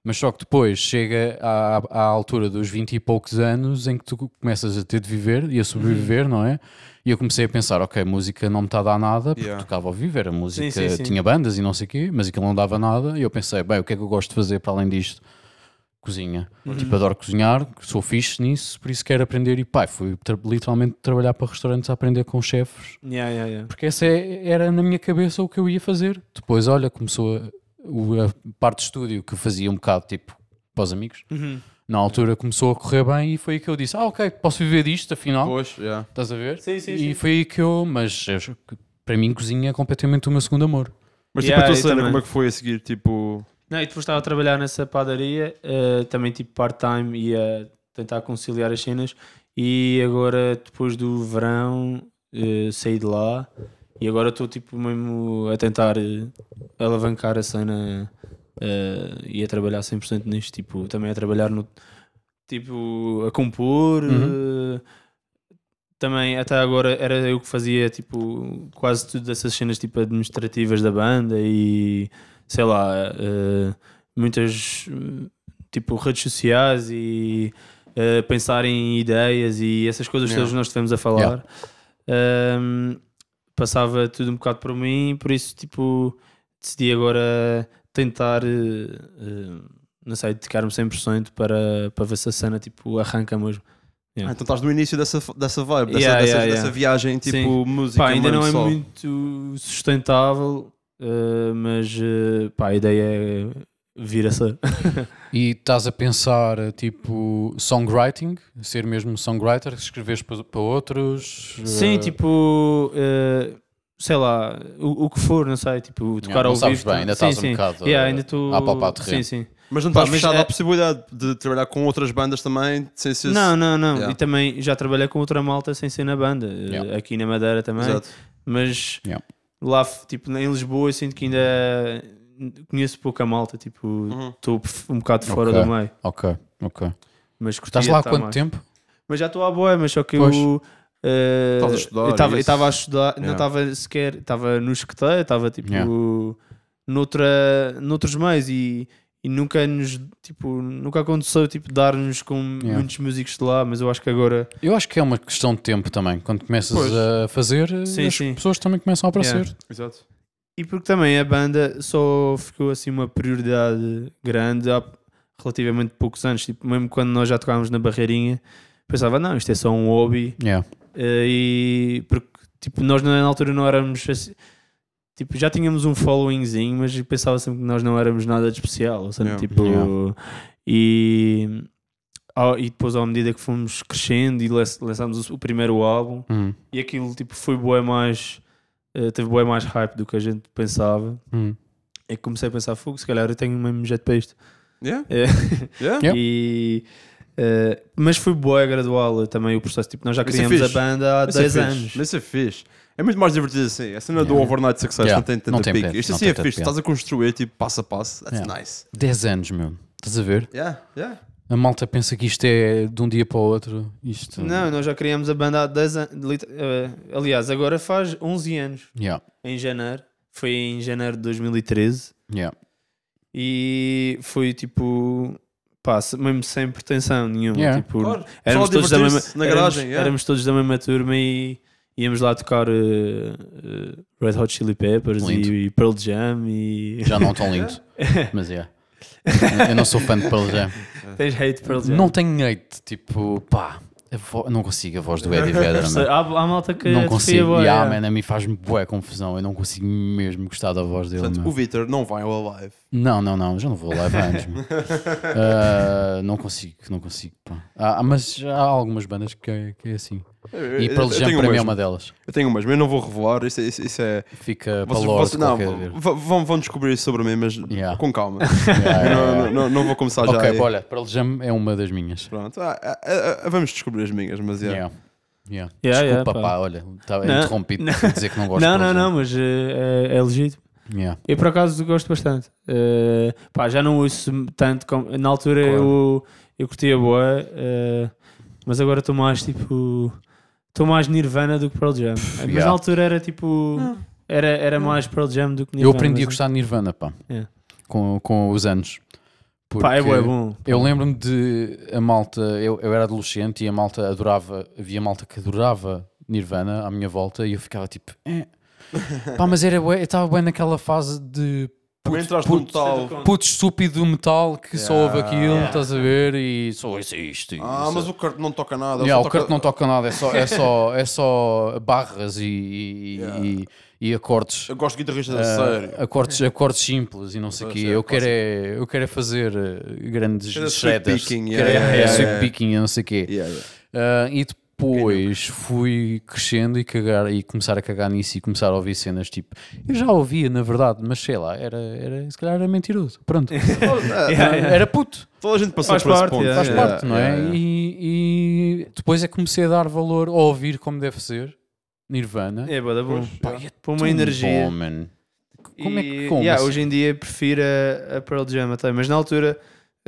S1: Mas só que depois chega à, à altura dos 20 e poucos anos em que tu começas a ter de viver e a sobreviver,
S2: Uhum.
S1: não é? E eu comecei a pensar, ok, música não me está a dar nada, porque
S2: Yeah.
S1: tocava ao vivo, era música,
S3: sim, sim.
S1: tinha bandas e não sei o quê, mas aquilo não dava nada. E eu pensei, bem, o que é que eu gosto de fazer para além disto? cozinha.
S3: Uhum.
S1: Tipo, adoro cozinhar, sou fixe nisso, por isso quero aprender. E pá, fui tra- literalmente trabalhar para restaurantes a aprender com chefes,
S3: Yeah, yeah, yeah.
S1: porque essa é- era na minha cabeça o que eu ia fazer. Depois, olha, começou a, o- a parte de estúdio que eu fazia um bocado tipo para os amigos.
S3: Uhum.
S1: Na altura começou a correr bem e foi aí que eu disse: Ah, ok, posso viver disto, afinal.
S2: Pois, yeah.
S1: Estás a ver?
S3: Sim, sim,
S1: e
S3: sim.
S1: foi aí que eu, mas eu- para mim, cozinha é completamente o meu segundo amor.
S2: Mas tipo,
S3: Yeah,
S2: a tua
S3: eu
S2: cena,
S3: também.
S2: como é que foi a seguir? Tipo,
S3: Não, e depois estava a trabalhar nessa padaria, eh, também tipo part-time e a tentar conciliar as cenas. E agora, depois do verão, eh, saí de lá e agora estou tipo mesmo a tentar eh, alavancar a cena eh, e a trabalhar 100% nisto. Tipo, também a trabalhar no. Tipo, a compor. eh, também até agora era eu que fazia tipo quase tudo dessas cenas tipo administrativas da banda e sei lá eh, muitas eh, tipo redes sociais e eh, pensar em ideias e essas coisas
S2: Yeah.
S3: todas que nós estivemos a falar
S1: Yeah.
S3: Ahm, passava tudo um bocado por mim por isso tipo decidi agora tentar eh, eh, não sei, dedicar-me 100% para, para ver se a cena tipo arranca mesmo Yeah.
S2: ah, então estás no início dessa, dessa vibe, dessa,
S3: Yeah,
S2: dessa,
S3: yeah,
S2: dessa
S3: yeah.
S2: viagem, tipo,
S3: Sim.
S2: música.
S3: Pá, ainda
S2: mano,
S3: não é
S2: só.
S3: muito sustentável, eh, mas eh, pá, a ideia é vir a ser.
S1: E estás a pensar, eh, tipo, songwriting, ser mesmo songwriter, escreveres pa- para outros?
S3: Sim,
S1: eh,
S3: tipo, eh, sei lá, o, o que for, não sei, tipo, tocar
S1: não
S3: ao
S1: sabes
S3: vivo.
S1: bem, ainda
S3: sim,
S1: estás um
S3: sim.
S1: bocado,
S3: yeah,
S1: eh,
S3: ainda tô...
S1: a palpar terreno.
S3: Sim, sim.
S2: Mas não
S3: Pá,
S2: estás
S3: mas
S2: fechado
S3: é-
S2: à possibilidade de trabalhar com outras bandas também, sem ser.
S3: Não, não, não.
S2: Yeah.
S3: E também já trabalhei com outra malta sem ser na banda, eh,
S1: Yeah.
S3: aqui na Madeira também.
S2: Exato.
S3: Mas
S1: Yeah.
S3: lá, f- tipo, em Lisboa, eu sinto que ainda conheço pouca malta,
S2: Uhum.
S3: tipo, estou um bocado fora
S1: Ok.
S3: do meio.
S1: Ok, ok.
S3: Mas
S1: Estás
S3: curtia
S1: lá há
S3: estar
S1: quanto
S3: mais.
S1: tempo?
S3: Mas já estou à boa, mas só que
S1: Pois.
S3: eu. eh,
S2: Estavas a estudar, é
S3: eu estava- eu
S2: isso.
S3: estava a estudar, não
S2: Yeah.
S3: estava sequer, estava no esqueteiro, estava tipo
S1: Yeah.
S3: noutra, noutros meios e, e nunca nos, tipo, nunca aconteceu tipo dar-nos com
S1: Yeah.
S3: muitos músicos de lá, mas eu acho que agora
S1: Eu acho que é uma questão de tempo também. Quando começas
S2: Pois.
S1: a fazer, eh,
S3: Sim,
S1: as
S3: sim.
S1: pessoas também começam a aparecer.
S3: Yeah.
S2: Exato.
S3: E porque também a banda só ficou assim uma prioridade grande há relativamente poucos anos. Tipo, mesmo quando nós já tocávamos na barreirinha, pensava, não, isto é só um hobby.
S1: Yeah.
S3: Eh, e porque tipo, nós na na altura não éramos assim- tipo, já tínhamos um followingzinho, mas eu pensava sempre que nós não éramos nada de especial, ou seja,
S2: Yeah.
S3: tipo,
S1: Yeah.
S3: e ao- e depois à medida que fomos crescendo e lan- lançámos o, o primeiro álbum
S1: Hum,
S3: e aquilo tipo foi bué mais eh, teve bué mais hype do que a gente pensava
S1: hum.
S3: e comecei a pensar, fogo, se calhar eu tenho o mesmo jeito para isto
S2: Yeah,
S3: Eh,
S2: yeah.
S1: Yeah.
S3: e, eh, mas foi bué gradual eh, também o processo, tipo, nós já
S2: Isso é
S3: criamos a
S2: fixe.
S3: banda há
S2: Mas isso é
S3: 10
S2: fixe,
S3: anos
S2: Mas isso é fixe. É muito mais divertido assim. A cena do
S1: Yeah.
S2: overnight success
S1: Yeah.
S2: não tem
S1: Não
S2: tanta
S1: tem
S2: pique.
S1: pique,
S2: Isto
S1: não
S2: assim
S1: tem
S2: é
S1: tanto
S2: fixe.
S1: pique.
S2: Estás a construir tipo passo a passo. That's
S1: Yeah.
S2: nice.
S1: 10 anos, meu. Estás a ver?
S2: Yeah, yeah.
S1: A malta pensa que isto é de um dia para o outro. Isto.
S3: Não, nós já criamos a banda há 10 anos. lit- eh, aliás, agora faz 11 anos,
S1: Yeah.
S3: em janeiro. Foi em janeiro de 2013.
S1: Yeah.
S3: E foi tipo. Pá, se- mesmo sem pretensão nenhuma.
S1: Yeah.
S3: Tipo,
S2: Claro.
S3: éramos,
S2: Só
S3: todos da mesma,
S2: divertir-se na
S3: éramos-
S2: garagem, yeah.
S3: éramos todos da mesma turma e íamos lá tocar eh, eh, Red Hot Chili Peppers
S1: Lindo.
S3: e, e Pearl Jam e.
S1: Já não é tão lindo. Mas é. Eu não sou fã de Pearl Jam.
S3: Tens hate Pearl Jam?
S1: Não tenho hate. Tipo, pá. a vo- Não consigo a voz do Eddie Vedder,
S3: Sei,
S1: meu.
S3: Há, há malta que
S1: Não
S3: defia
S1: consigo.
S3: bué,
S1: yeah,
S3: yeah.
S1: man, a mim faz-me bué confusão. Eu não consigo mesmo gostar da voz dele,
S2: Portanto,
S1: meu.
S2: o Vitor não vai ao live.
S1: Não, não, não, já não vou live há anos. meu. Ah, não consigo, não consigo. pá. Ah, mas há algumas bandas que é, que é assim. E Pearl Jam para mim é uma delas.
S2: Eu tenho umas, mas eu não vou revelar. Isso, é- isso, isso é.
S1: Fica para
S2: Vocês,
S1: Lorde
S2: vocês, não,
S1: qualquer vez.
S2: v- vão, vão descobrir isso sobre mim, mas
S1: Yeah. Ah,
S2: com
S1: Yeah,
S2: calma. Eu
S1: yeah,
S2: não,
S1: yeah.
S2: não- não, não vou começar já.
S1: é. Ah, Ok,
S2: aí.
S1: pá, olha, Pearl Jam é uma das minhas.
S2: Pronto, Ah, ah, ah, ah, vamos descobrir as minhas, mas yeah.
S1: Yeah. Yeah.
S3: Yeah, yeah,
S1: Desculpa,
S3: pá.
S1: pá, olha, estava
S3: Não,
S1: interrompido por dizer que não gosto
S3: Não,
S1: de Pearl
S3: não,
S1: Jam.
S3: não, mas eh, é, é legítimo.
S1: Yeah.
S3: Eu por acaso gosto bastante. Eh, pá, já não ouço tanto como. Na altura eu, eu curtia boa, mas agora estou mais tipo. Estou mais Nirvana do que Pearl Jam. mas
S1: yeah.
S3: na altura era tipo. Era, era mais Pearl Jam do que Nirvana.
S1: Eu aprendi a
S3: mas-
S1: gostar de Nirvana, pá,
S3: Yeah.
S1: com, com os anos.
S3: Pá, é bom, é
S1: Porque-
S3: bom.
S1: Eu lembro-me de a malta, eu, eu era adolescente e a malta adorava, havia malta que adorava Nirvana à minha volta e eu ficava tipo, eh. pá, mas era bué- eu estava bem naquela fase de
S2: Também
S1: puto,
S2: entraste num
S1: puto,
S2: tal.
S1: puto estúpido metal que só ouve
S2: Yeah.
S1: aquilo, estás a ver, e só ouço isto. e
S2: Ah,
S1: isso.
S2: mas o Kurt não toca nada.
S1: Yeah,
S2: só
S1: o Kurt não toca nada, é só, é só, é só barras e, e,
S2: Yeah.
S1: e- e acordes.
S2: Eu gosto de guitarrista
S1: Ah,
S2: da série.
S1: acordes, acordes simples e não sei o
S2: Pois
S1: quê.
S2: é,
S1: Eu quero, é, eu quero é fazer eh, grandes
S2: Quero é sweet
S1: shredders.
S2: picking,
S1: Quero
S2: yeah,
S1: é-
S2: yeah,
S1: é
S2: yeah,
S1: sweet
S2: yeah.
S1: picking e não sei o quê.
S2: Yeah,
S1: Ah,
S2: yeah.
S1: e depois fui crescendo e, cagar, e começar a cagar nisso e começar a ouvir cenas tipo. Eu já ouvia, na verdade, mas sei lá, era, era, se calhar era mentiroso. Pronto. É,
S2: Ah,
S1: Era puto,
S2: Toda a gente passou
S3: Faz
S2: por esse
S3: parte,
S2: ponto.
S3: yeah,
S1: faz
S3: yeah,
S1: parte, não é? E, e depois é que comecei a dar valor a ouvir como deve ser. Nirvana.
S3: É bué, é bom.
S2: Pois,
S1: Pá,
S2: yeah.
S1: é
S3: Põe uma
S1: tão
S3: energia.
S1: bom, man. Como é que
S3: E,
S1: como
S3: yeah,
S1: assim?
S3: Hoje em dia prefiro a, a Pearl Jam até, mas na altura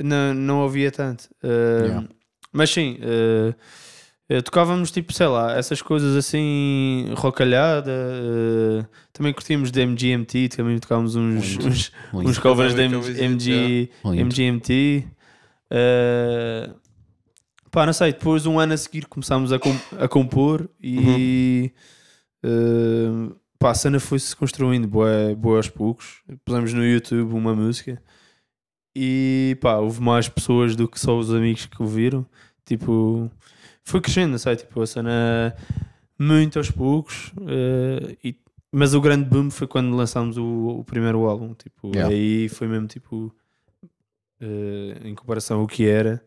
S3: não, não ouvia tanto. Uh,
S1: Yeah.
S3: Mas sim, uh, eh, tocávamos tipo, sei lá, essas coisas assim, rocalhada. uh, também curtíamos de MGMT, também tocávamos uns,
S1: Lindo.
S3: uns,
S1: Lindo.
S3: uns covers de
S2: Também
S3: MG,
S2: que eu visito,
S3: MG,
S1: Lindo.
S3: MGMT. Uh, pá, não sei, depois um ano a seguir começámos a, com- a compor e uh, pá, a cena foi-se construindo boa, boa aos poucos. Pusemos no YouTube uma música e pá, houve mais pessoas do que só os amigos que ouviram. Tipo, foi crescendo, não sei, tipo, a cena muito aos poucos. uh, e- mas o grande boom foi quando lançámos o, o primeiro álbum. Tipo,
S1: Yeah.
S3: aí foi mesmo tipo, uh, em comparação ao que era.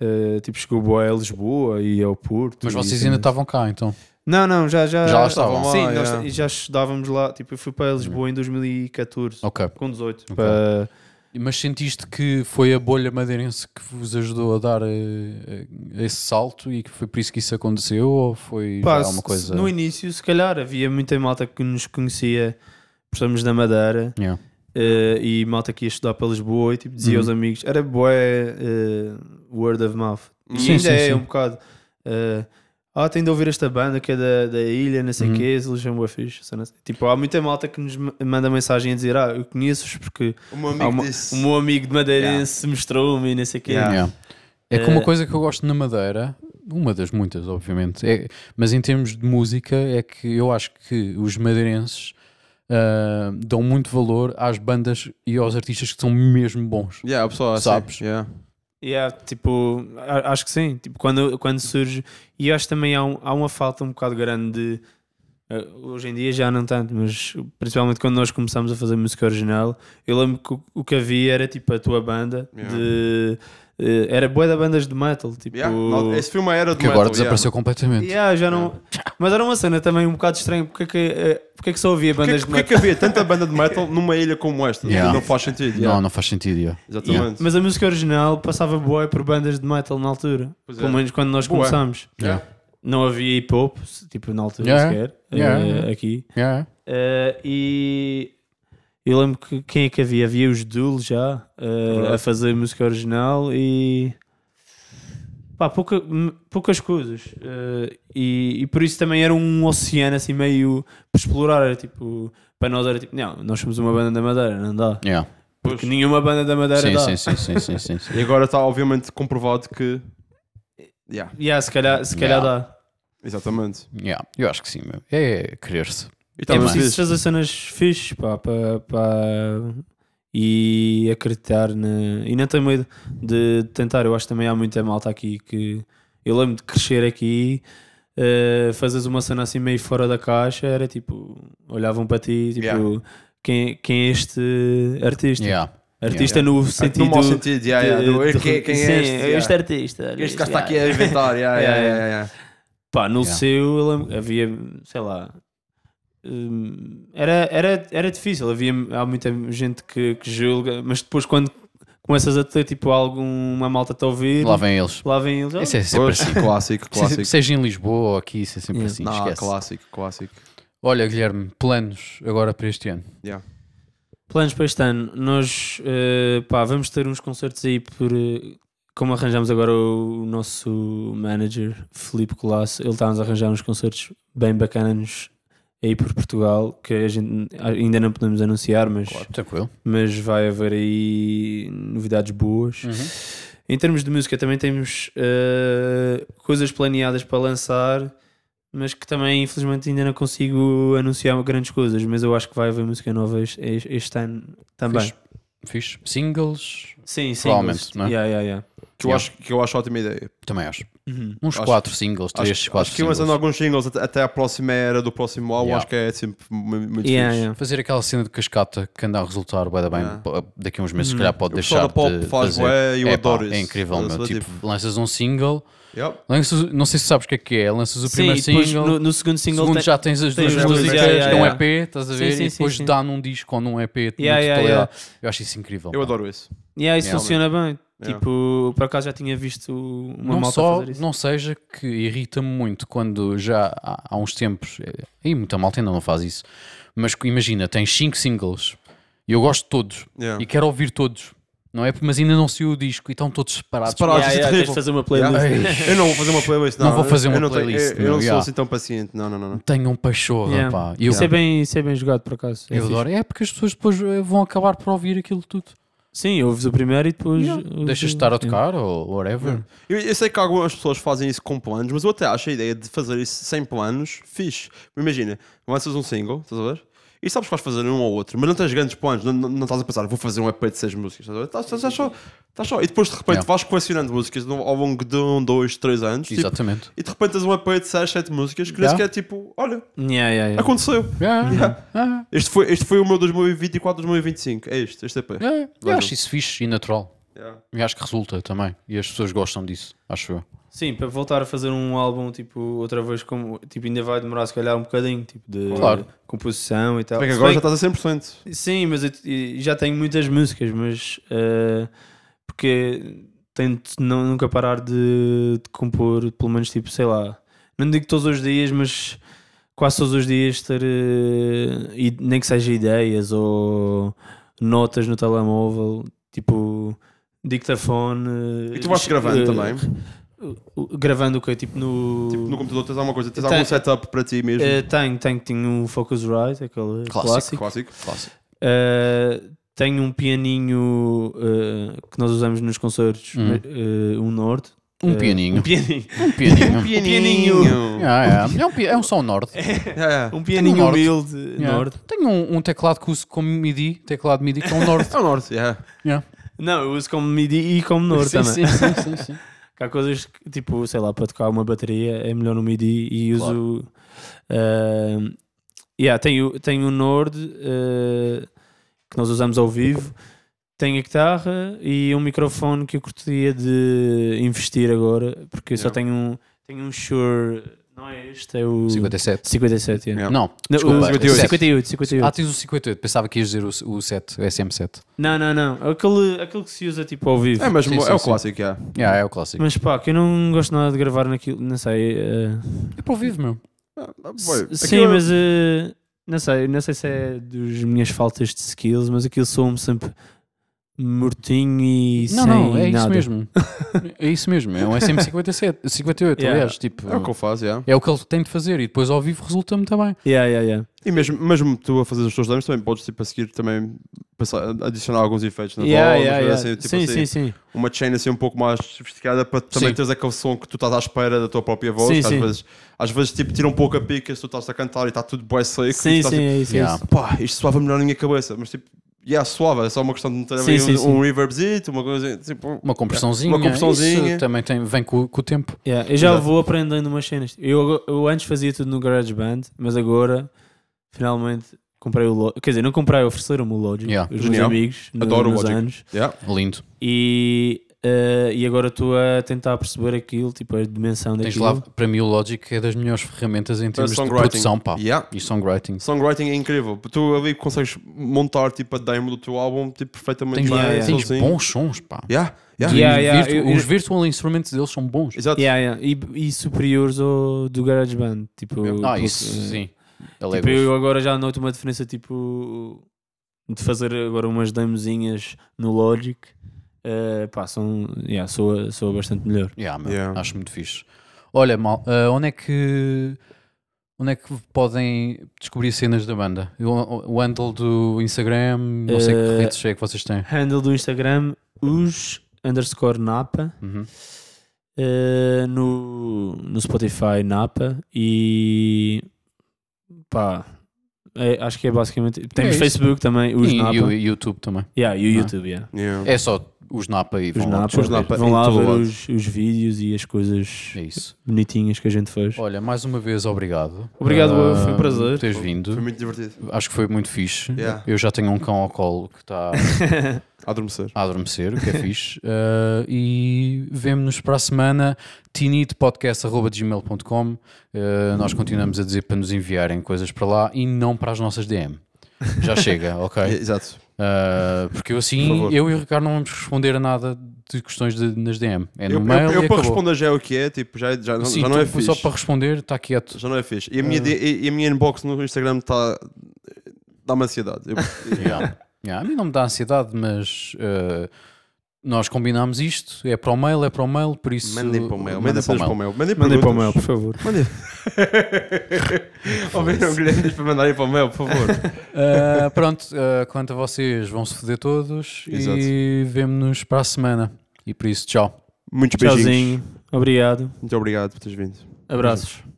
S3: uh, tipo, chegou boa a Lisboa e ao Porto.
S1: Mas
S3: e
S1: vocês
S3: cenas
S1: ainda estavam cá, então.
S3: não, não, já, já,
S1: Já lá estavam. Uhum.
S3: Sim,
S2: Ah,
S3: nós
S2: yeah.
S3: já estudávamos lá. Tipo, eu fui para Lisboa em 2014,
S1: Ok.
S3: com 18.
S1: Ok.
S3: para-
S1: Mas sentiste que foi a bolha madeirense que vos ajudou a dar eh, eh, esse salto e que foi por isso que isso aconteceu? Ou foi
S3: Pá,
S1: já uma
S3: se-
S1: coisa.
S3: No início, se calhar, havia muita malta que nos conhecia, por sermos da Madeira,
S1: Yeah.
S3: eh, e malta que ia estudar para Lisboa e tipo, dizia
S1: Uhum.
S3: aos amigos. Era bué eh, word of mouth. E
S1: Sim,
S3: ainda
S1: sim,
S3: é
S1: sim.
S3: um bocado. eh, ah, tem de ouvir esta banda que é da, da ilha, não sei o
S1: Uhum.
S3: quê, eles são bué fixe. sei lá. Tipo, há muita malta que nos ma- manda mensagem a dizer: Ah, eu conheço-vos porque
S1: é.
S2: O meu
S3: Ah,
S2: amigo disse.
S3: O meu amigo de Madeirense mostrou-me e não sei o quê.
S2: Yeah.
S1: Yeah. É que uma
S3: Eh,
S1: coisa que eu gosto na Madeira, uma das muitas, obviamente, é- mas em termos de música, é que eu acho que os madeirenses ah, dão muito valor às bandas e aos artistas que são mesmo bons.
S2: Yeah, o pessoal é assim,
S1: Sabes?
S2: yeah.
S3: Yeah, tipo, a- acho que sim. Tipo, quando, quando surge. E acho que também há, um- há uma falta um bocado grande de. eh, hoje em dia já não tanto, mas principalmente quando nós começamos a fazer música original, eu lembro que o, o que havia era tipo a tua banda
S2: Yeah.
S3: de. eh, era boa da bandas de metal. Tipo,
S2: Yeah, não, Esse filme é era do
S1: Que agora desapareceu completamente.
S3: Yeah, já não... Mas era uma cena também um bocado estranha. Porque é que, eh, porque é que só havia bandas
S2: Porquê, porquê
S3: de
S2: que havia tanta banda de metal numa ilha como esta?
S1: Yeah.
S2: Não faz sentido.
S1: Não,
S2: yeah.
S1: não faz sentido. yeah.
S3: metal? Yeah.
S2: Exatamente.
S3: Mas a música original passava boa por bandas de metal na altura.
S2: Pois é.
S3: Pelo menos quando nós
S2: Bué.
S3: começámos.
S1: Yeah.
S3: Não havia hip hop, tipo na altura
S1: Yeah.
S3: sequer,
S1: Yeah,
S3: eh,
S1: yeah.
S3: aqui.
S1: Yeah.
S3: Eh, e eu lembro que quem é que havia? Havia os Duel já eh,
S2: Verdade.
S3: a fazer música original e. Pá, pouca- m- poucas coisas. Eh, e, e por isso também era um oceano assim meio para explorar. Era tipo, para nós era tipo, não, nós somos uma banda da Madeira, não dá.
S1: Yeah.
S3: Porque nenhuma banda da Madeira
S1: Sim, sim,
S3: dá.
S1: sim, sim, sim, sim, sim.
S2: E agora está obviamente comprovado que. Yeah,
S3: Yeah, se calhar, se calhar
S1: Yeah.
S3: dá.
S2: exatamente.
S1: Yeah. Eu acho que sim, meu. É querer-se.
S2: E
S3: É
S2: também
S3: preciso
S2: existe.
S3: fazer cenas fixes pá, pá, pá, e acreditar na. E não tenho medo de tentar. Eu acho que também há muita malta aqui que. Eu lembro de crescer aqui, eh, fazeres uma cena assim meio fora da caixa, era tipo. Olhavam para ti, tipo.
S2: Yeah.
S3: Quem, quem é este artista?
S1: Yeah.
S3: Artista no
S2: No
S3: sentido.
S2: mau sentido, yeah, yeah, do-
S3: de-
S2: quem, quem é
S3: sim,
S2: este? yeah.
S3: artista. olha,
S2: Este gajo
S3: este
S2: está aqui a inventar. Yeah, yeah,
S3: Yeah,
S2: yeah, yeah.
S3: Pá, no
S1: Yeah.
S3: seu eu lembro- havia, sei lá. hum, Era, era, era difícil, havia há muita gente que, que julga, mas depois quando começas a ter tipo alguma malta a ouvir,
S1: Lá vêm eles.
S3: lá vem eles.
S1: Isso é sempre
S2: Pois,
S1: assim.
S2: clássico,
S1: Se-
S2: clássico.
S1: Seja em Lisboa ou aqui, isso é sempre
S3: Yeah.
S1: assim.
S2: Não,
S1: esquece.
S2: clássico, clássico.
S1: Olha, Guilherme, planos agora para este ano.
S2: Yeah.
S3: Planos para este ano, nós eh, pá, vamos ter uns concertos aí por. eh, como arranjamos agora o nosso manager, Filipe Colasso, ele está-nos a arranjar uns concertos bem bacanas aí por Portugal, que a gente ainda não podemos anunciar, mas
S1: Tranquilo.
S3: mas vai haver aí novidades boas.
S1: Uhum.
S3: Em termos de música, também temos eh, coisas planeadas para lançar, mas que também infelizmente ainda não consigo anunciar grandes coisas. Mas eu acho que vai haver música nova es- es- este ano também.
S1: Fixe. Fixe. Singles,
S3: Sim, sim.
S1: Provavelmente, não é?
S3: Yeah, yeah, yeah.
S2: Que, eu
S1: Yeah.
S2: acho, que eu acho ótima ideia.
S1: também acho.
S3: Uhum.
S1: Uns
S2: Acho-
S1: quatro singles, três,
S2: acho,
S1: quatro
S2: acho que iam
S1: singles.
S2: lançando alguns singles até, até a próxima era do próximo álbum.
S1: Yeah.
S2: Acho que é sempre mu- muito
S3: Yeah,
S2: fixe.
S3: yeah.
S1: Fazer aquela cena de cascata que anda a resultar bué da bem,
S2: Yeah.
S1: pô, daqui a uns meses, se
S3: Uhum.
S1: calhar pode
S2: O
S1: deixar
S2: pessoal da pop
S1: de
S2: faz
S1: fazer.
S2: bué e eu
S1: é, pá,
S2: adoro isso.
S1: é incrível,
S2: Eu sou
S1: meu. Tipo,
S2: tipo-
S1: lanças um single,
S2: Yep.
S1: lanças, não sei se sabes o que é que é, lanças o
S3: Sim,
S1: primeiro
S3: e depois
S1: single,
S3: no, no segundo
S1: no
S3: single
S1: segundo
S3: tem-
S1: já tens as
S3: tem
S1: duas
S2: as duas,
S1: músicas, que
S2: yeah,
S1: é um
S2: yeah,
S1: EP, estás a
S3: Sim,
S1: ver,
S3: sim,
S1: e
S3: sim,
S1: depois
S3: sim.
S1: dá num disco ou num EP
S3: Yeah,
S1: na
S3: yeah,
S1: totalidade. Eu acho isso incrível.
S2: Eu
S1: pá.
S2: adoro isso.
S3: Yeah, isso
S1: Yeah.
S3: funciona bem.
S2: Yeah.
S3: Tipo, por acaso já tinha visto uma
S1: não
S3: malta
S1: só,
S3: fazer isso.
S1: não seja que irrita-me muito quando já há, há uns tempos, eh, e muita malta ainda não faz isso, mas que imagina, tens 5 singles e eu gosto de todos
S2: Yeah.
S1: e quero ouvir todos, não é? Mas ainda não saiu o disco e estão todos separados.
S2: Separados.
S1: Ai,
S3: Yeah,
S2: isso é
S3: yeah,
S2: terrível.
S3: tens de fazer uma playlist.
S2: Yeah. Eu não vou fazer uma playlist, não.
S1: Não vou fazer
S2: Eu
S1: uma
S2: não tenho-
S1: playlist,
S2: Eu, eu não
S1: meu,
S2: sou
S1: yeah.
S2: assim tão paciente. Não, não, não. não.
S1: Tenham pachorra,
S3: Yeah.
S1: pá. Eu,
S3: Isso, é bem, isso é bem jogado por acaso. É
S1: eu
S3: fixe.
S1: adoro. É porque as pessoas depois eh, vão acabar por ouvir aquilo tudo.
S3: Sim, ouves o primeiro e depois.
S1: Yeah.
S3: ouves
S1: Deixas
S3: o-
S1: de estar a
S3: Yeah.
S1: tocar ou whatever.
S2: Eu, eu sei que algumas pessoas fazem isso com planos, mas eu até acho a ideia de fazer isso sem planos fixe. Imagina, lanças um single, estás a ver? E sabes que vais fazer um ou outro, mas não tens grandes planos, não, não, não estás a pensar, vou fazer um EP de seis músicas, estás a ver? Estás, estás- estás só, estás só. E depois de repente
S1: Yeah.
S2: vais colecionando músicas no- ao longo de um, dois, três anos, tipo,
S1: Exatamente.
S2: e de repente tens um EP de seis, sete músicas que nem
S1: Yeah.
S2: sequer tipo, olha,
S3: Yeah, yeah, yeah.
S2: aconteceu.
S1: Yeah.
S2: Yeah.
S1: Yeah.
S2: Este foi, este foi o meu 2024-2025, é este, este EP.
S1: Yeah. Eu
S2: Vejam.
S1: acho isso fixe e natural.
S2: Yeah.
S1: E acho que resulta também. E as pessoas gostam disso, acho eu.
S3: Sim, para voltar a fazer um álbum, tipo, outra vez, como, tipo, ainda vai demorar se calhar um bocadinho, tipo, de
S1: Claro.
S3: composição e tal.
S2: Bem que
S3: Se
S2: agora
S3: bem
S2: já estás a 100%.
S3: que- Sim, mas eu t- e já tenho muitas músicas, mas eh, porque tento não, nunca parar de, de compor, pelo menos, tipo, sei lá, não digo todos os dias, mas quase todos os dias ter, eh, e nem que seja ideias ou notas no telemóvel, tipo, dictafone. eh,
S2: E tu vais gravando
S3: eh,
S2: também.
S3: o- Gravando o quê? Tipo no.
S2: Tipo, no computador tens alguma coisa, tens
S3: Tem-
S2: algum setup para ti mesmo.
S3: Eh, tenho, tenho, tenho um Focusrite, aquele
S1: Clássico.
S3: clássico.
S2: Clássico.
S1: Clássico.
S3: Eh, ah, tenho um pianinho eh, que nós usamos nos concertos,
S1: Hum.
S3: eh, um Nord,
S1: Um pianinho.
S3: Um pianinho.
S1: Um pianinho.
S2: Pianinho.
S1: Ah, é. É, um, pi- é um som norte.
S2: É, é.
S3: Um pianinho
S1: norte.
S3: humilde,
S1: Yeah.
S3: norte.
S1: Tenho um, um teclado que uso como MIDI, teclado MIDI que é um norte.
S2: É o norte, é.
S1: Yeah.
S3: Não, eu uso como MIDI e como norte
S1: sim,
S3: também.
S1: sim, sim, sim, sim.
S3: Que Há coisas que, tipo, sei lá, para tocar uma bateria é melhor no MIDI e uso. ah, yeah, tenho, tenho o Nord ah, que nós usamos ao vivo, tenho a guitarra e um microfone que eu gostaria de investir agora, porque eu só
S2: Yeah.
S3: tenho um, tenho um Shure, não é este, é o
S1: 57.
S3: 57. yeah.
S2: Yeah.
S1: Não,
S3: Não,
S1: desculpa.
S3: o
S2: 58.
S3: 58, 58.
S1: Ah, tens o 58. Pensava que ias dizer o, o é 7, o SM7.
S3: Não, não, não. Aquele, aquele que se usa tipo ao vivo.
S2: É, mas
S1: Sim, sim,
S2: é o
S1: sim.
S2: clássico, é.
S1: Yeah, é o clássico.
S3: Mas pá, que eu não gosto nada de gravar naquilo, não sei. eh,
S1: É para o vivo, meu.
S2: Ah, ah,
S3: s-
S2: boy,
S3: sim,
S2: aquilo-
S3: mas eh, não sei, não sei se é das minhas faltas de skills, mas aquilo soa-me sempre mortinho e
S1: não,
S3: sem
S1: não, é isso
S3: nada.
S1: mesmo. É isso mesmo. É um SM57, 58,
S3: Yeah.
S1: aliás. Tipo,
S2: É o que eu faço, é.
S1: é o que ele tem de fazer e depois ao vivo resulta-me também.
S3: Yeah, yeah, yeah.
S2: E mesmo, mesmo tu a fazer os teus danos também podes tipo, a seguir também passar- adicionar alguns efeitos na
S3: Yeah,
S2: voz,
S3: yeah,
S2: mas
S3: yeah.
S2: assim, tipo
S3: sim,
S2: assim,
S3: sim, sim.
S2: uma chain assim um pouco mais sofisticada para também
S1: Sim.
S2: teres aquele som que tu estás à espera da tua própria voz.
S3: Sim,
S2: que às,
S3: sim.
S2: Vezes, às vezes tipo tira um pouco a pica se tu estás a cantar e está tudo bué seco. e tu
S3: Sim,
S2: estás,
S3: sim, é isso. é
S1: Yeah.
S3: isso.
S2: tipo, Pá, isto soava melhor na minha cabeça, mas tipo, yeah, suava, é só uma questão de meter
S3: Sim,
S2: ali
S3: sim,
S2: um,
S3: sim.
S2: um reverbzito, uma coisa tipo.
S1: Uma compressãozinha. é
S2: Uma compressãozinha.
S1: Isso também tem, vem com, com o tempo.
S3: Yeah, Eu já
S2: Exato.
S3: vou aprendendo umas cenas. Eu, eu antes fazia tudo no GarageBand, mas agora finalmente comprei o Logic. Quer dizer, não comprei, ofereceram-me o Logic.
S1: Yeah.
S3: Os
S2: Genial.
S3: meus amigos, no,
S2: Adoro o
S3: nos
S2: Logic.
S3: anos.
S2: Yeah.
S1: Lindo.
S3: E, eh, e agora estou a tentar perceber aquilo, tipo a dimensão
S1: Tens
S3: daquilo.
S1: lá, para mim, o Logic é das melhores ferramentas em termos de
S2: songwriting.
S1: produção, pá.
S2: Yeah.
S1: E songwriting.
S2: Songwriting é incrível, tu ali consegues montar tipo a demo do teu álbum tipo, perfeitamente
S1: Tens,
S2: bem,
S3: yeah.
S1: tens
S2: sozinho.
S1: bons sons, pá.
S2: Yeah, yeah.
S1: Os
S3: Yeah, yeah,
S1: virtu-
S3: eu-
S1: Os
S3: eu-
S1: virtual instrumentos deles são bons.
S2: Exato.
S3: Yeah, yeah. E, e superiores ao do GarageBand. Tipo,
S1: Ah,
S3: porque,
S1: isso
S3: eh,
S1: sim. Ele é
S3: tipo,
S1: gosto.
S3: eu agora já noto uma diferença tipo de fazer agora umas demozinhas no Logic. Eh, pá, são, yeah, soa, soa bastante melhor.
S1: Yeah, meu,
S2: Yeah.
S1: Acho muito fixe. Olha, mal, ah, onde é que onde é que podem descobrir cenas da banda? O, o handle do Instagram, não sei que
S3: Eh,
S1: redes é que vocês têm.
S3: Handle do Instagram, os underscore Napa.
S1: Uhum.
S3: eh, no, no Spotify Napa e pá, é- acho que é basicamente. Temos
S1: isso.
S3: Facebook também, os
S1: E,
S3: Napa.
S1: e o YouTube também.
S3: Yeah, e o
S1: Ah.
S3: YouTube, yeah.
S2: Yeah.
S1: É só os Napa e
S3: Os
S1: vão lá.
S3: Napa,
S2: os Napa
S3: vão
S2: em
S3: lá
S2: todo
S3: ver
S2: lado.
S3: os, os vídeos e as coisas
S1: É isso.
S3: bonitinhas que a gente fez.
S1: Olha, mais uma vez, obrigado.
S3: Obrigado,
S1: Ah,
S3: foi um prazer.
S1: por Teres
S2: Foi
S1: vindo.
S2: muito divertido.
S1: Acho que foi muito fixe.
S2: Yeah.
S1: Eu já tenho um cão ao colo que está
S2: A adormecer.
S1: a adormecer, o que é fixe. Uh, e vemo-nos para a semana. tinitpodcast.gmail.com uh, Nós continuamos a dizer para nos enviarem coisas para lá e não para as nossas DM. Já chega,
S2: É,
S1: ok?
S2: Exato.
S1: Uh, porque eu
S2: Por
S1: assim,
S2: favor.
S1: eu e o Ricardo não vamos responder a nada de questões de- nas DM. É no
S2: Eu, eu-
S1: mail
S2: eu
S1: e
S2: para
S1: acabou.
S2: responder já é o que é, tipo, já, já, não-
S1: Sim,
S2: já não é
S1: tu
S2: fixe.
S1: só para responder, está quieto.
S2: Já não é fixe. E a minha, de- e- e a minha inbox no Instagram está. dá-me ansiedade. Eu-
S1: Yeah. Yeah, A mim não me dá ansiedade, mas uh, nós combinámos isto. É para o mail, é para o mail, por isso.
S2: Mandem para o mail,
S1: manda
S2: mandem coisas para o mail, mandem
S3: Mandem para o
S2: perguntas.
S3: meu, por favor.
S2: Mandem. Ouviram, Guilherme, diz para mandarem para o mail, por favor.
S1: Uh, pronto, uh, quanto a vocês, vão-se foder todos
S2: Exato.
S1: e vemo-nos para a semana. E por isso, tchau.
S2: Muitos beijinhos.
S3: Tchauzinho, obrigado,
S2: Muito obrigado por teres vindo.
S3: abraços.